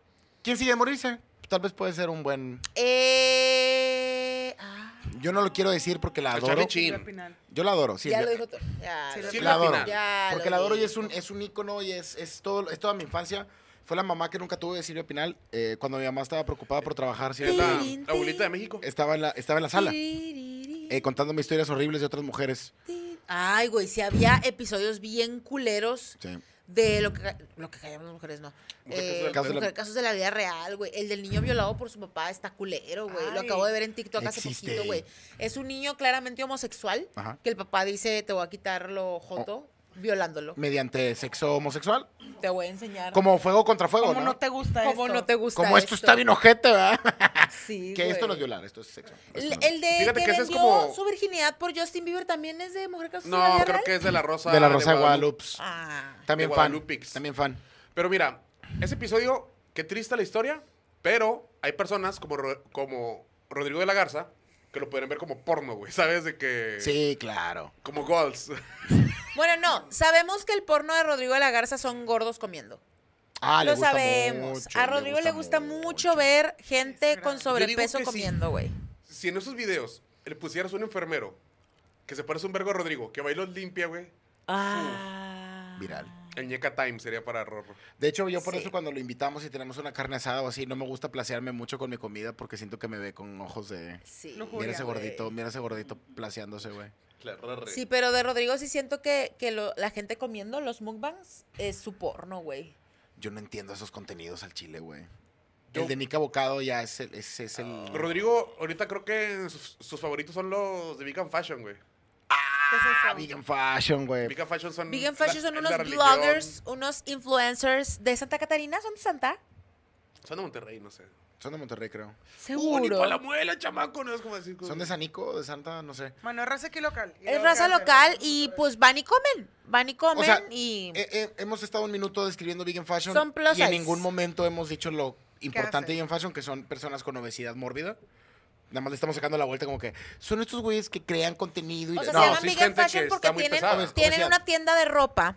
Speaker 1: ¿Quién sigue de morirse? Tal vez puede ser un buen.
Speaker 2: Eh, ah,
Speaker 1: Yo no lo quiero decir porque la
Speaker 3: El
Speaker 1: adoro.
Speaker 3: Charlie Chin.
Speaker 4: Silvia Pinal.
Speaker 1: Yo la adoro, sí.
Speaker 2: ya
Speaker 1: la-
Speaker 2: lo dijo todo. Ya,
Speaker 4: Sí,
Speaker 2: lo-
Speaker 4: sí,
Speaker 1: la
Speaker 3: Silvia
Speaker 1: adoro.
Speaker 3: Pinal.
Speaker 2: ya
Speaker 1: Porque
Speaker 2: lo
Speaker 1: la adoro y
Speaker 2: dijo.
Speaker 1: es un, es un ícono y es, es, todo, es toda mi infancia. Fue la mamá que nunca tuve de Silvia Pinal. eh, cuando mi mamá estaba preocupada por trabajar,
Speaker 3: Sí, es la
Speaker 1: siempre
Speaker 2: Tirín,
Speaker 3: abuelita de
Speaker 2: tirín.
Speaker 3: México.
Speaker 1: estaba en la, estaba en la sala
Speaker 2: Tiririrí,
Speaker 1: eh, contándome historias horribles de otras mujeres.
Speaker 2: tir- Ay, güey, si había episodios bien culeros
Speaker 1: Sí.
Speaker 2: de lo que, lo que callamos las mujeres, no.
Speaker 3: Mujer
Speaker 2: Eh,
Speaker 3: casos de la-
Speaker 1: Casos de la-
Speaker 2: mujer, casos de la vida real, güey. El del niño violado por su papá está culero, güey. Lo
Speaker 4: Ay.
Speaker 2: acabo de ver en TikTok
Speaker 1: Existe.
Speaker 2: hace poquito, güey. Es un niño claramente homosexual
Speaker 1: Ajá. Oh.
Speaker 2: que el papá dice, te voy a quitar lo joto, violándolo.
Speaker 1: Mediante sexo homosexual.
Speaker 2: Te voy a enseñar
Speaker 1: Como fuego contra fuego,
Speaker 4: ¿Cómo
Speaker 1: ¿no?
Speaker 4: no te gusta
Speaker 2: cómo
Speaker 4: esto?
Speaker 2: no te gusta
Speaker 1: Como esto está bien ojete, ¿verdad?
Speaker 2: Sí,
Speaker 1: que esto no es
Speaker 2: güey.
Speaker 1: violar, esto es sexo.
Speaker 2: El,
Speaker 1: Esto no es-
Speaker 2: el de
Speaker 3: Pues, Fíjate
Speaker 2: que,
Speaker 3: que ese es
Speaker 2: vendió
Speaker 3: como-
Speaker 2: su virginidad por Justin Bieber también es de Mujer Casos de la
Speaker 3: No,
Speaker 2: Vida
Speaker 3: creo
Speaker 2: Real.
Speaker 3: que es de la Rosa
Speaker 1: De la Rosa de Guadalupe.
Speaker 2: Ah.
Speaker 1: También
Speaker 3: de
Speaker 1: fan.
Speaker 3: Guadalupix.
Speaker 1: También fan.
Speaker 3: Pero mira, ese episodio, qué triste la historia, pero hay personas como, Ro- como Rodrigo de la Garza que lo pueden ver como porno, güey. ¿Sabes? De que.
Speaker 1: Sí, claro.
Speaker 3: Como goals.
Speaker 2: Bueno, no, sabemos que el porno de Rodrigo de la Garza son gordos comiendo.
Speaker 1: Ah, le
Speaker 2: Lo
Speaker 1: gusta
Speaker 2: sabemos.
Speaker 1: mucho,
Speaker 2: a Rodrigo le gusta mucho, ver gente con sobrepeso
Speaker 3: que sí.
Speaker 2: comiendo, güey.
Speaker 3: Si en esos videos le pusieras un enfermero que se parece un vergo a Rodrigo, que bailos limpia, güey,
Speaker 2: Ah.
Speaker 1: Viral.
Speaker 3: el ñeca time sería para Rorro.
Speaker 1: De hecho, yo por
Speaker 2: Sí.
Speaker 1: eso cuando lo invitamos y tenemos una carne asada o así, no me gusta placearme mucho con mi comida porque siento que me ve con ojos de...
Speaker 2: Sí.
Speaker 4: Lujuria,
Speaker 1: Mira ese
Speaker 2: güey.
Speaker 1: gordito, mira ese gordito placeándose, güey.
Speaker 3: La Rorre.
Speaker 2: Sí, pero de Rodrigo sí siento que, que lo- la gente comiendo los mukbangs es su porno, güey.
Speaker 1: Yo no entiendo esos contenidos al chile, güey.
Speaker 3: Yo- Ah,
Speaker 1: El de Nica Bocado ya es el... Ese es el...
Speaker 3: Rodrigo, ahorita creo que sus, sus favoritos son los de Vegan Fashion, güey.
Speaker 4: ¿Qué es eso?
Speaker 1: Ah, vegan fashion, güey.
Speaker 3: Vegan Fashion son.
Speaker 2: Vegan
Speaker 3: Mm, la-
Speaker 2: Fashion son
Speaker 3: la
Speaker 2: unos
Speaker 3: religión.
Speaker 2: bloggers, unos influencers de Santa Catarina. ¿Son de Santa?
Speaker 3: Son de Monterrey, no sé.
Speaker 1: Son de Monterrey, creo.
Speaker 3: Ni
Speaker 2: Seguro.
Speaker 3: pa' la muela, chamaco, no es como decir.
Speaker 1: ¿Son de Sanico o de Santa? No sé.
Speaker 4: Bueno, es raza aquí local. Y
Speaker 2: Es
Speaker 4: luego
Speaker 2: raza
Speaker 4: ya se-
Speaker 2: local y pues van y comen. Van y comen
Speaker 1: O sea,
Speaker 2: y...
Speaker 1: Eh, eh, hemos estado un minuto describiendo Vegan Fashion.
Speaker 2: Son plus
Speaker 1: y en
Speaker 2: size.
Speaker 1: ningún momento hemos dicho lo importante de
Speaker 4: hacen?
Speaker 1: Vegan Fashion, que son personas con obesidad mórbida. Nada más le estamos sacando la vuelta como que son estos güeyes que crean contenido y...
Speaker 2: O sea,
Speaker 1: no,
Speaker 2: se
Speaker 3: eh, sí
Speaker 2: llaman
Speaker 3: es
Speaker 2: Vegan
Speaker 3: gente que
Speaker 2: Fashion
Speaker 3: está
Speaker 2: porque
Speaker 3: muy
Speaker 2: tienen,
Speaker 3: pesada.
Speaker 2: tienen
Speaker 1: Comercial.
Speaker 2: una tienda de ropa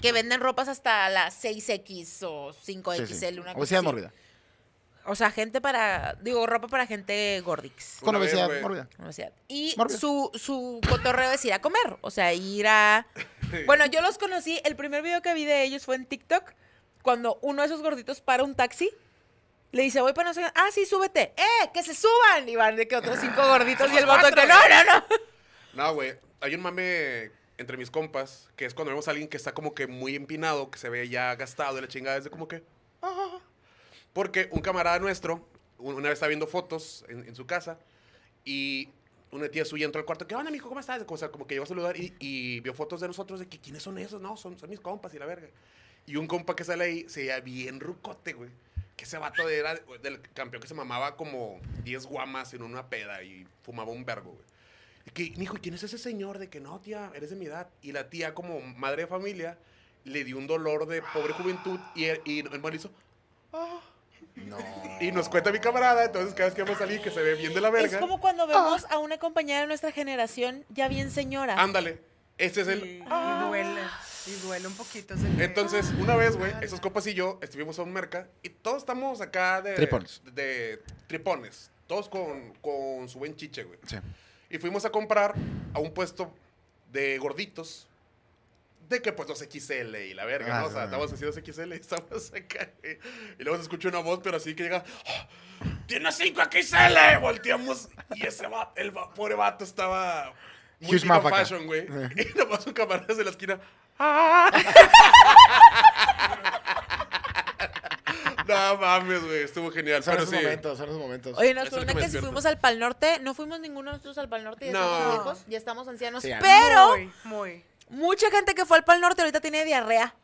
Speaker 2: que venden ropas hasta las 6X o 5XL.
Speaker 1: sí, sí.
Speaker 2: Una cosa
Speaker 1: Obesidad
Speaker 2: así.
Speaker 1: mórbida.
Speaker 2: O sea, gente para, digo, ropa para gente gordix.
Speaker 1: Con
Speaker 3: Una vez,
Speaker 1: obesidad
Speaker 3: güey.
Speaker 1: mórbida.
Speaker 2: O sea, y
Speaker 1: Mórbida.
Speaker 2: su, su cotorreo es ir a comer, o sea, ir a... Bueno, yo los conocí, el primer video que vi de ellos fue en TikTok, cuando uno de esos gorditos para un taxi, le dice, voy para no sé, ah, sí, súbete, eh, que se suban, y van de que otros cinco gorditos y el vato de que no, no, no.
Speaker 3: ¿eh? No, güey. Hay un mame entre mis compas que es cuando vemos a alguien que está como que muy empinado, que se ve ya gastado y la chingada es de como que. "Ah". Porque un camarada nuestro, un- una vez estaba viendo fotos en, en su casa y una tía suya entró al cuarto. ¿Qué onda, mijo? ¿Cómo estás? O sea, como que llegó a saludar y, y vio fotos de nosotros de que quiénes son esos. No, son, son mis compas y la verga. Y un compa que sale ahí se veía bien rucote, güey. Que ese vato era del campeón que se mamaba como 10 guamas en una peda y fumaba un vergo, güey. Y que, mijo, ¿y ¿quién es ese señor? De que no, tía, eres de mi edad. Y la tía, como madre de familia, le dio un dolor de pobre juventud y el, y el mal hizo. "Ah".
Speaker 1: No.
Speaker 3: Y nos cuenta mi camarada, entonces cada vez que vemos a alguien que se ve bien de la
Speaker 2: Es
Speaker 3: verga,
Speaker 2: Ah.
Speaker 3: Ah,
Speaker 2: como cuando vemos a una compañera de nuestra generación ya bien señora.
Speaker 3: ándale. Ese es el...
Speaker 4: Y, y duele, y duele un poquito. ese que-
Speaker 3: Entonces, una vez, güey, esos copas y yo estuvimos a un merca y todos estamos acá de...
Speaker 1: Tripones.
Speaker 3: De, tripones. Todos con, con su buen chiche, güey.
Speaker 1: Sí.
Speaker 3: Y fuimos a comprar a un puesto de gorditos. De que pues los XL y la verga,
Speaker 1: Ah,
Speaker 3: ¿no? O sea,
Speaker 1: sí,
Speaker 3: estamos haciendo XL y estamos acá. güey. Y luego se escucha una voz, pero así que llega. "Ah, ¡Tiene 5 XL! Volteamos. Y ese va, el va- pobre vato estaba. Muy
Speaker 1: Huge
Speaker 3: big on
Speaker 1: mafaca.
Speaker 3: fashion, güey.
Speaker 1: Sí.
Speaker 3: Y nomás un camarada de la esquina. No mames, güey. Estuvo genial.
Speaker 1: Son
Speaker 3: pero
Speaker 1: esos
Speaker 3: sí.
Speaker 1: momentos, son esos momentos.
Speaker 2: Oye, nos
Speaker 3: Eso es lo
Speaker 2: preguntan
Speaker 3: que me
Speaker 2: que si
Speaker 3: despierta.
Speaker 2: fuimos al Pal Norte, no fuimos ninguno de nosotros al Pal Norte, ya
Speaker 3: No.
Speaker 2: estamos viejos, ya estamos ancianos,
Speaker 1: Sí, ya no.
Speaker 2: pero
Speaker 4: Muy, muy.
Speaker 2: mucha gente que fue al Pal Norte ahorita tiene diarrea.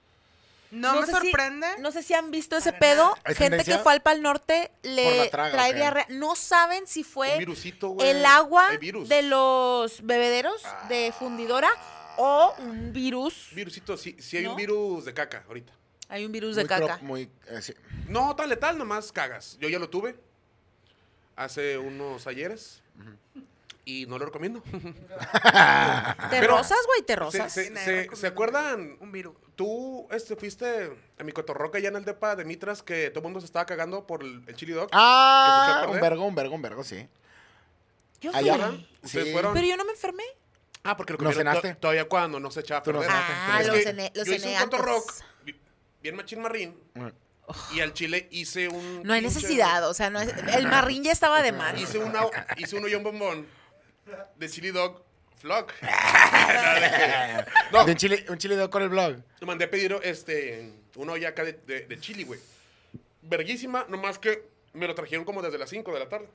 Speaker 4: No, me
Speaker 2: sé si-
Speaker 4: sorprende.
Speaker 2: no sé si han visto ese
Speaker 4: Para
Speaker 2: pedo.
Speaker 1: ¿Hay
Speaker 2: Gente que
Speaker 1: tendencia?
Speaker 2: fue al Pal Norte
Speaker 1: Por
Speaker 2: le
Speaker 1: la traga,
Speaker 2: trae
Speaker 1: ¿o qué?
Speaker 2: diarrea. No saben si
Speaker 3: Un
Speaker 2: fue
Speaker 3: virusito, güey.
Speaker 2: el agua
Speaker 3: Hay virus. Ah.
Speaker 2: de los bebederos de fundidora o un virus.
Speaker 3: Virusito, sí, sí hay
Speaker 2: ¿No?
Speaker 3: un virus de caca ahorita.
Speaker 2: Hay un virus
Speaker 1: muy
Speaker 2: de caca.
Speaker 1: pro- muy, eh, sí.
Speaker 3: No, tan letal, nomás cagas. Yo ya lo tuve hace unos ayeres y no lo recomiendo.
Speaker 2: ¿Te
Speaker 3: Pero-
Speaker 2: rosas, güey? ¿Te
Speaker 3: ¿Se,
Speaker 2: rosas?
Speaker 3: se-
Speaker 4: Sí, nadie
Speaker 3: se-
Speaker 4: recomienda
Speaker 3: se acuerdan?
Speaker 4: Un virus.
Speaker 3: Tú este, fuiste a mi cotorroca allá en el depa de Mitras que todo el mundo se estaba cagando por el el chili dog. ¿Que se
Speaker 1: Ah,
Speaker 3: echó a
Speaker 1: un
Speaker 3: perder?
Speaker 1: vergo, un vergo, un vergo, sí.
Speaker 2: Yo
Speaker 1: Allá
Speaker 2: fui.
Speaker 1: van.
Speaker 3: ¿Ustedes
Speaker 1: Sí.
Speaker 3: fueron?
Speaker 2: Pero yo no me enfermé.
Speaker 3: Ah, porque lo
Speaker 1: ¿No
Speaker 3: comieron to-
Speaker 1: cenaste?
Speaker 3: todavía cuando no se echaba a
Speaker 1: Tú no
Speaker 3: perder.
Speaker 1: cenaste. Ah,
Speaker 3: Es
Speaker 2: lo
Speaker 3: que
Speaker 2: cené- lo
Speaker 3: yo hice
Speaker 2: cené
Speaker 3: un cotorroc
Speaker 2: antes.
Speaker 3: bi- bien machín marrín y al chile hice un...
Speaker 2: No hay
Speaker 3: pinche-
Speaker 2: necesidad, o sea, no es, el marrín ya estaba de más.
Speaker 3: Hice, una, hice un hoyo en bombón de chili dog flock. no,
Speaker 1: Eh, De un chile, un chile de oro con el blog.
Speaker 3: le mandé a pedir este, una olla acá de, de- de chili, güey. Verguísima, nomás que me lo trajeron como desde las 5 de la tarde.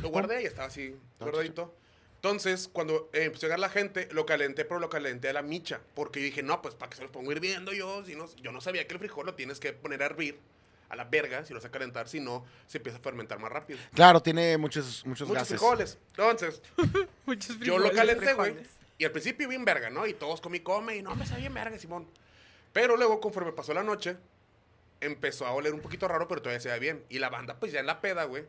Speaker 3: Lo guardé y estaba así, guardadito. Entonces, cuando eh, empezó a llegar la gente, lo calenté, pero lo calenté a la micha. Porque yo dije, no, pues para que se los pongo hirviendo yo. Si no, yo no sabía que el frijol lo tienes que poner a hervir a la verga si lo vas a calentar, si no, se empieza a fermentar más rápido.
Speaker 1: Claro, tiene muchos, muchos,
Speaker 3: Muchos
Speaker 1: gases.
Speaker 3: frijoles. Entonces,
Speaker 4: Muchos
Speaker 3: yo lo
Speaker 4: frijoles,
Speaker 3: calenté, güey.
Speaker 4: frijoles.
Speaker 3: Y al principio bien verga, ¿no? Y todos comí, come, y no, me sabía bien verga, Simón. Pero luego, conforme pasó la noche, empezó a oler un poquito raro, pero todavía se veía bien. Y la banda, pues ya en la peda, güey,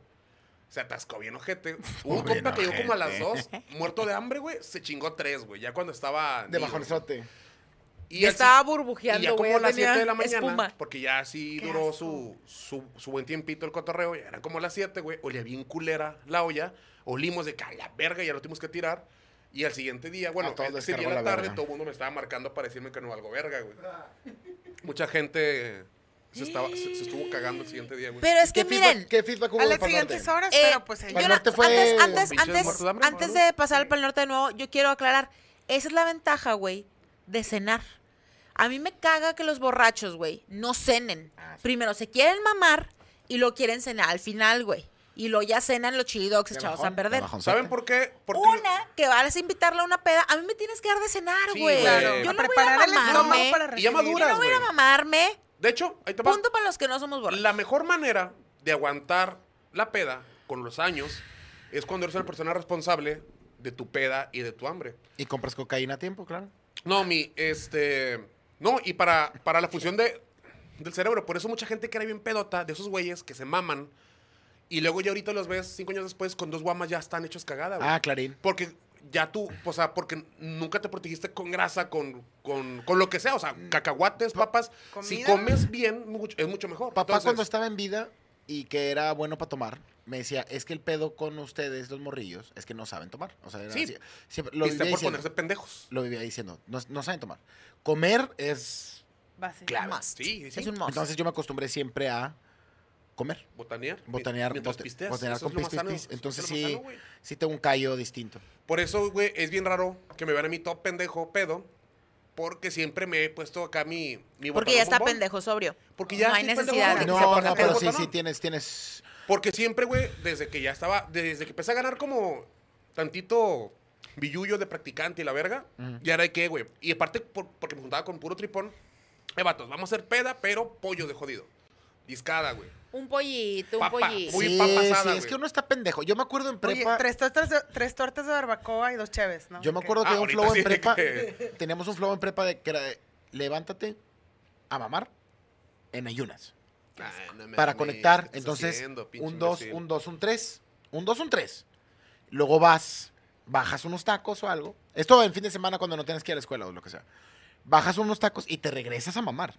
Speaker 3: se atascó bien ojete. Hubo un
Speaker 1: Bien
Speaker 3: compa que llegó como a las dos,
Speaker 1: ojete.
Speaker 3: muerto de hambre, güey, se chingó tres, güey, ya cuando estaba...
Speaker 1: De
Speaker 3: nido.
Speaker 1: bajonzote.
Speaker 3: Y
Speaker 2: Y
Speaker 3: él sí-
Speaker 2: estaba
Speaker 3: y ya
Speaker 2: burbujeando, güey.
Speaker 3: como a las
Speaker 2: tenía
Speaker 3: 7 de la mañana, pues,
Speaker 2: espuma.
Speaker 3: porque ya así
Speaker 4: Qué
Speaker 3: duró
Speaker 4: asco.
Speaker 3: su, su, su buen tiempito el cotorreo, ya eran como las 7, güey, olía bien culera la olla, olimos de que a la verga ya lo tuvimos que tirar, y al siguiente día, bueno,
Speaker 1: A todos les
Speaker 3: ese día
Speaker 1: cargó
Speaker 3: en la
Speaker 1: la
Speaker 3: tarde
Speaker 1: verga.
Speaker 3: todo el mundo me estaba marcando para decirme que no algo verga, güey. Mucha gente se, estaba, se, se estuvo cagando el siguiente día, güey.
Speaker 2: Pero es que
Speaker 1: ¿Qué
Speaker 2: miren,
Speaker 1: feedback- ¿Qué feedback hubo
Speaker 4: A
Speaker 1: del
Speaker 4: las
Speaker 1: Pal
Speaker 4: siguientes
Speaker 1: Norte?
Speaker 4: horas,
Speaker 2: eh,
Speaker 4: pero pues
Speaker 2: yo
Speaker 4: ahí.
Speaker 1: Pal
Speaker 2: no-
Speaker 1: Norte fue-
Speaker 2: antes,
Speaker 1: Con
Speaker 2: antes,
Speaker 3: pinches
Speaker 2: antes,
Speaker 3: muertos de hambre,
Speaker 2: antes
Speaker 3: ¿no?
Speaker 2: de pasar al Pal Norte de nuevo, yo quiero aclarar, esa es la ventaja, güey, de cenar. A mí me caga que los borrachos, güey, no cenen.
Speaker 1: Ah, sí.
Speaker 2: Primero se quieren mamar y lo quieren cenar al final, güey. Y lo ya cenan los chili dogs
Speaker 1: De
Speaker 2: echados a
Speaker 1: bajón,
Speaker 2: perder.
Speaker 1: de bajón.
Speaker 3: ¿Saben por qué? Porque
Speaker 2: Una, que vas a invitarla a una peda, a mí me tienes que dar de cenar,
Speaker 3: Sí,
Speaker 2: güey.
Speaker 3: güey.
Speaker 2: Yo no
Speaker 4: A
Speaker 2: voy a
Speaker 4: preparar el estómago
Speaker 2: mamarme.
Speaker 4: para
Speaker 3: Y ya
Speaker 4: recibir.
Speaker 3: maduras,
Speaker 2: No voy a ir a
Speaker 3: güey.
Speaker 2: mamarme.
Speaker 3: De hecho, ahí te va.
Speaker 2: Punto para los que no somos borrachos.
Speaker 3: La mejor manera de aguantar la peda con los años es cuando eres la persona responsable de tu peda y de tu hambre.
Speaker 1: Y compras cocaína a tiempo, claro.
Speaker 3: No, mi, este. No, y para, para la función de, del cerebro, por eso mucha gente que era bien pedota, de esos güeyes que se maman, y luego ya ahorita los ves cinco años después con dos guamas ya están hechos cagada, güey.
Speaker 1: Ah, Clarín.
Speaker 3: Porque ya tú, o sea, porque nunca te protegiste con grasa, con, con, con lo que sea, o sea,
Speaker 1: Mm.
Speaker 3: cacahuates, papas. Si
Speaker 4: ¿Comida?
Speaker 3: comes bien, mucho- es mucho mejor.
Speaker 1: Papá
Speaker 3: Entonces-
Speaker 1: cuando estaba en vida y que era bueno para tomar, me decía, es que el pedo con ustedes, los morrillos, es que no saben tomar. O sea, era
Speaker 3: Sí.
Speaker 1: así. Siempre, lo,
Speaker 3: y está
Speaker 1: vivía
Speaker 3: por
Speaker 1: diciendo,
Speaker 3: ponerse pendejos.
Speaker 1: lo vivía diciendo, no, no saben tomar. Comer es...
Speaker 4: Base.
Speaker 2: Un
Speaker 3: Claro.
Speaker 2: must.
Speaker 3: Sí, sí.
Speaker 2: Es un must.
Speaker 1: Entonces yo me acostumbré siempre a comer.
Speaker 3: Botanear. mi-
Speaker 1: Botanear,
Speaker 3: mientras
Speaker 1: bote-
Speaker 3: pisteas,
Speaker 1: botanear
Speaker 3: eso
Speaker 1: con
Speaker 3: es lo
Speaker 1: pis,
Speaker 3: más
Speaker 1: pis,
Speaker 3: sano,
Speaker 1: pis.
Speaker 3: eso es
Speaker 1: Entonces
Speaker 3: lo más
Speaker 1: sí,
Speaker 3: sano, güey.
Speaker 1: sí tengo un callo distinto.
Speaker 3: Por eso, güey, es bien raro que me vean a mí todo pendejo, pedo. Porque siempre me he puesto acá mi,
Speaker 2: Porque
Speaker 3: mi botanón
Speaker 2: ya está
Speaker 3: bombón.
Speaker 2: pendejo, sobrio.
Speaker 3: Porque ya
Speaker 2: No hay
Speaker 3: estoy pendejo,
Speaker 2: necesidad.
Speaker 3: güey.
Speaker 2: Porque
Speaker 1: No,
Speaker 3: Porque aparte
Speaker 1: no,
Speaker 3: tengo
Speaker 1: pero sí,
Speaker 3: botanón.
Speaker 1: sí tienes, tienes...
Speaker 3: Porque siempre, güey, desde que ya estaba, desde que empecé a ganar como tantito billullo de practicante y la verga, ya era de qué, güey. Y aparte, por- porque me juntaba con puro tripón, eh, vatos, vamos a hacer peda, pero pollos de jodido. Discada, güey.
Speaker 2: Un pollito, un
Speaker 3: Papa.
Speaker 2: pollito.
Speaker 3: Muy
Speaker 1: sí,
Speaker 3: papasada,
Speaker 1: sí, es
Speaker 3: güey.
Speaker 1: que uno está pendejo. Yo me acuerdo en
Speaker 4: Oye,
Speaker 1: prepa...
Speaker 4: tres tortas, de, tres tortas de barbacoa y dos cheves, ¿no?
Speaker 1: Yo me
Speaker 4: Ok.
Speaker 1: acuerdo
Speaker 3: Ah,
Speaker 1: que un
Speaker 3: ahorita
Speaker 1: flow
Speaker 3: sí,
Speaker 1: en prepa.
Speaker 3: que-
Speaker 1: Teníamos un flow en prepa de que era de, levántate a mamar en ayunas.
Speaker 3: Ah, no me
Speaker 1: para
Speaker 3: mames, ¿qué
Speaker 1: conectar.
Speaker 3: estás
Speaker 1: Entonces,
Speaker 3: haciendo, pinche
Speaker 1: un 2,
Speaker 3: imbécil?
Speaker 1: un 2, un 3. Un 2, un 3. Luego vas bajas unos tacos o algo. Esto en fin de semana cuando no tienes que ir a la escuela o lo que sea. Bajas unos tacos y te regresas a mamar.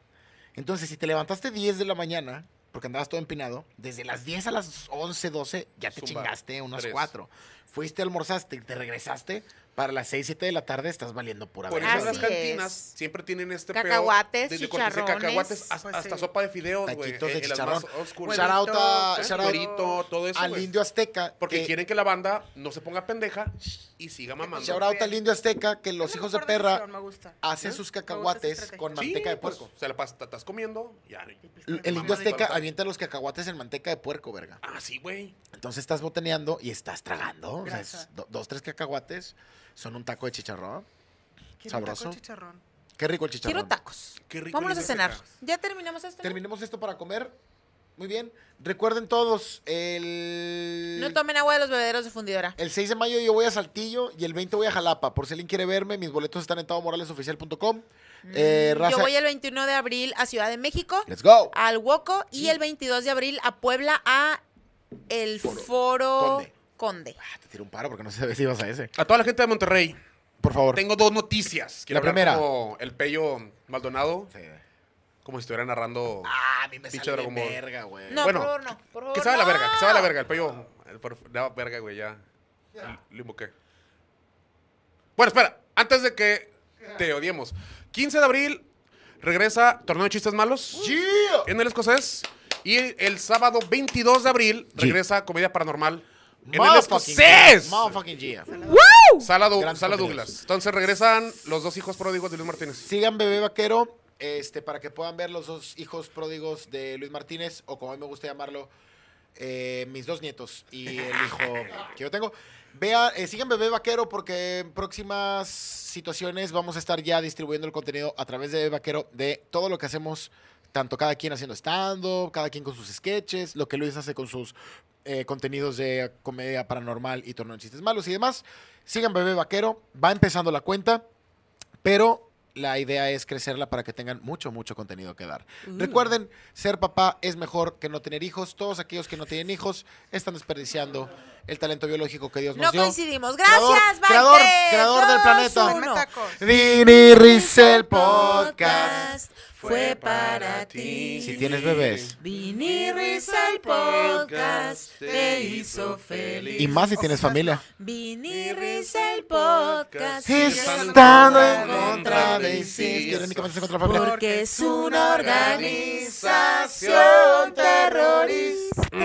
Speaker 1: Entonces, si te levantaste 10 de la mañana, porque andabas todo empinado, desde las 10 a las 11, 12, ya te
Speaker 3: Zumba,
Speaker 1: chingaste unas
Speaker 3: tres.
Speaker 1: 4. Fuiste, almorzaste, te regresaste, para las 6, 7 de la tarde estás valiendo pura
Speaker 3: Por
Speaker 1: verga,
Speaker 3: eso
Speaker 2: Así
Speaker 3: las
Speaker 1: güey.
Speaker 3: cantinas
Speaker 2: es.
Speaker 3: siempre tienen este
Speaker 2: Cacahuates,
Speaker 3: pedo de- de cortes de
Speaker 2: chicharrones.
Speaker 3: cacahuates, hasta,
Speaker 4: Pues
Speaker 3: hasta
Speaker 4: sí.
Speaker 3: sopa de fideos, güey.
Speaker 1: Taquitos de
Speaker 3: en- en las más
Speaker 1: chicharrón.
Speaker 3: oscuras.
Speaker 1: Shout out a-
Speaker 4: Huevito,
Speaker 1: shout out
Speaker 3: Cuerito, todo eso,
Speaker 1: al
Speaker 3: güey.
Speaker 1: indio azteca.
Speaker 3: Porque
Speaker 1: que-
Speaker 3: quieren que la banda no se ponga pendeja y siga mamando.
Speaker 1: Shout out al indio azteca que los hijos de perra hacen sus cacahuates
Speaker 4: estrategia.
Speaker 1: con
Speaker 3: Sí,
Speaker 1: manteca de
Speaker 3: pues,
Speaker 1: puerco.
Speaker 3: o sea, la pasta, estás comiendo, ya.
Speaker 1: El
Speaker 3: Mamá,
Speaker 1: el indio azteca
Speaker 3: mamá.
Speaker 1: avienta los cacahuates en manteca de puerco, verga.
Speaker 3: Ah, sí, güey.
Speaker 1: Entonces estás botaneando y estás tragando. O sea, es
Speaker 4: Grasa.
Speaker 1: do- dos, tres cacahuates son un taco de chicharrón. sabroso.
Speaker 4: chicharrón.
Speaker 1: Qué rico el
Speaker 2: Quiero
Speaker 1: chicharrón.
Speaker 2: tacos.
Speaker 3: Qué rico.
Speaker 2: Vámonos a
Speaker 3: Lizette.
Speaker 2: cenar. Ya terminamos esto. no?
Speaker 1: Terminemos esto para comer. Muy bien. Recuerden todos, el...
Speaker 2: No tomen agua de los bebederos de fundidora.
Speaker 1: El 6 de mayo yo voy a Saltillo y el 20 voy a Jalapa. Por si alguien quiere verme, mis boletos están en tadomoralesoficial.com. Eh,
Speaker 2: Mm,
Speaker 1: raza,
Speaker 2: Yo voy el 21 de abril a Ciudad de México,
Speaker 1: let's go. Ah,
Speaker 2: al Woco,
Speaker 1: Sí.
Speaker 2: y el 22 de abril a Puebla, a el Foro,
Speaker 1: Conde.
Speaker 2: Conde.
Speaker 1: Ah, te tiro un paro porque no sé si ibas a ese.
Speaker 3: A toda la gente de Monterrey,
Speaker 1: Por favor.
Speaker 3: tengo dos noticias.
Speaker 1: La
Speaker 3: hablar
Speaker 1: primera.
Speaker 3: como el pello Maldonado,
Speaker 1: Sí.
Speaker 3: como si estuviera narrando.
Speaker 1: Ah, a mí me
Speaker 3: Pinche
Speaker 1: sale de
Speaker 3: Dragon Ball.
Speaker 1: verga, güey.
Speaker 2: No,
Speaker 3: Bueno,
Speaker 2: por favor, no. Por favor,
Speaker 3: que sabe la
Speaker 2: Oh, no.
Speaker 3: verga, que sabe la verga. El pello. el por- La verga, güey, ya. Lo invoqué. Bueno, espera. Antes de que te odiemos. 15 de abril regresa Torneo de Chistes Malos.
Speaker 1: Yeah.
Speaker 3: en el escocés. Y el sábado 22 de abril
Speaker 1: Sí.
Speaker 3: regresa Comedia Paranormal en el
Speaker 1: Motherfucking
Speaker 3: escocés.
Speaker 1: Gia. Motherfucking Gia.
Speaker 3: Sala, Du-
Speaker 1: Grandes
Speaker 3: Sala
Speaker 1: contenidos.
Speaker 3: Douglas. Entonces regresan los dos hijos pródigos de Luis Martínez.
Speaker 1: Sigan Bebé Vaquero este, para que puedan ver los dos hijos pródigos de Luis Martínez, o como a mí me gusta llamarlo, eh, mis dos nietos y el hijo que yo tengo. Vea, eh, sigan Bebé Vaquero porque en próximas situaciones vamos a estar ya distribuyendo el contenido a través de Bebé Vaquero de todo lo que hacemos, tanto cada quien haciendo stand-up, cada quien con sus sketches, lo que Luis hace con sus eh, contenidos de comedia paranormal y torneo de chistes malos y demás. Sigan Bebé Vaquero, va empezando la cuenta, pero la idea es crecerla para que tengan mucho, mucho contenido que dar. Recuerden, ser papá es mejor que no tener hijos. Todos aquellos que no tienen hijos están desperdiciando el talento biológico que Dios
Speaker 2: No
Speaker 1: nos dio.
Speaker 2: coincidimos. Gracias, Bye.
Speaker 1: creador- creador del planeta.
Speaker 4: Dame tacos.
Speaker 1: Dini Rizal Podcast.
Speaker 2: fue para ti.
Speaker 1: Si tienes bebés.
Speaker 2: Vini Risa el podcast te hizo feliz.
Speaker 1: Y más si tienes familia.
Speaker 2: Vini Risa el podcast.
Speaker 1: Estando en contra de ISIS. que únicamente se contra la familia.
Speaker 2: Porque es una organización terrorista.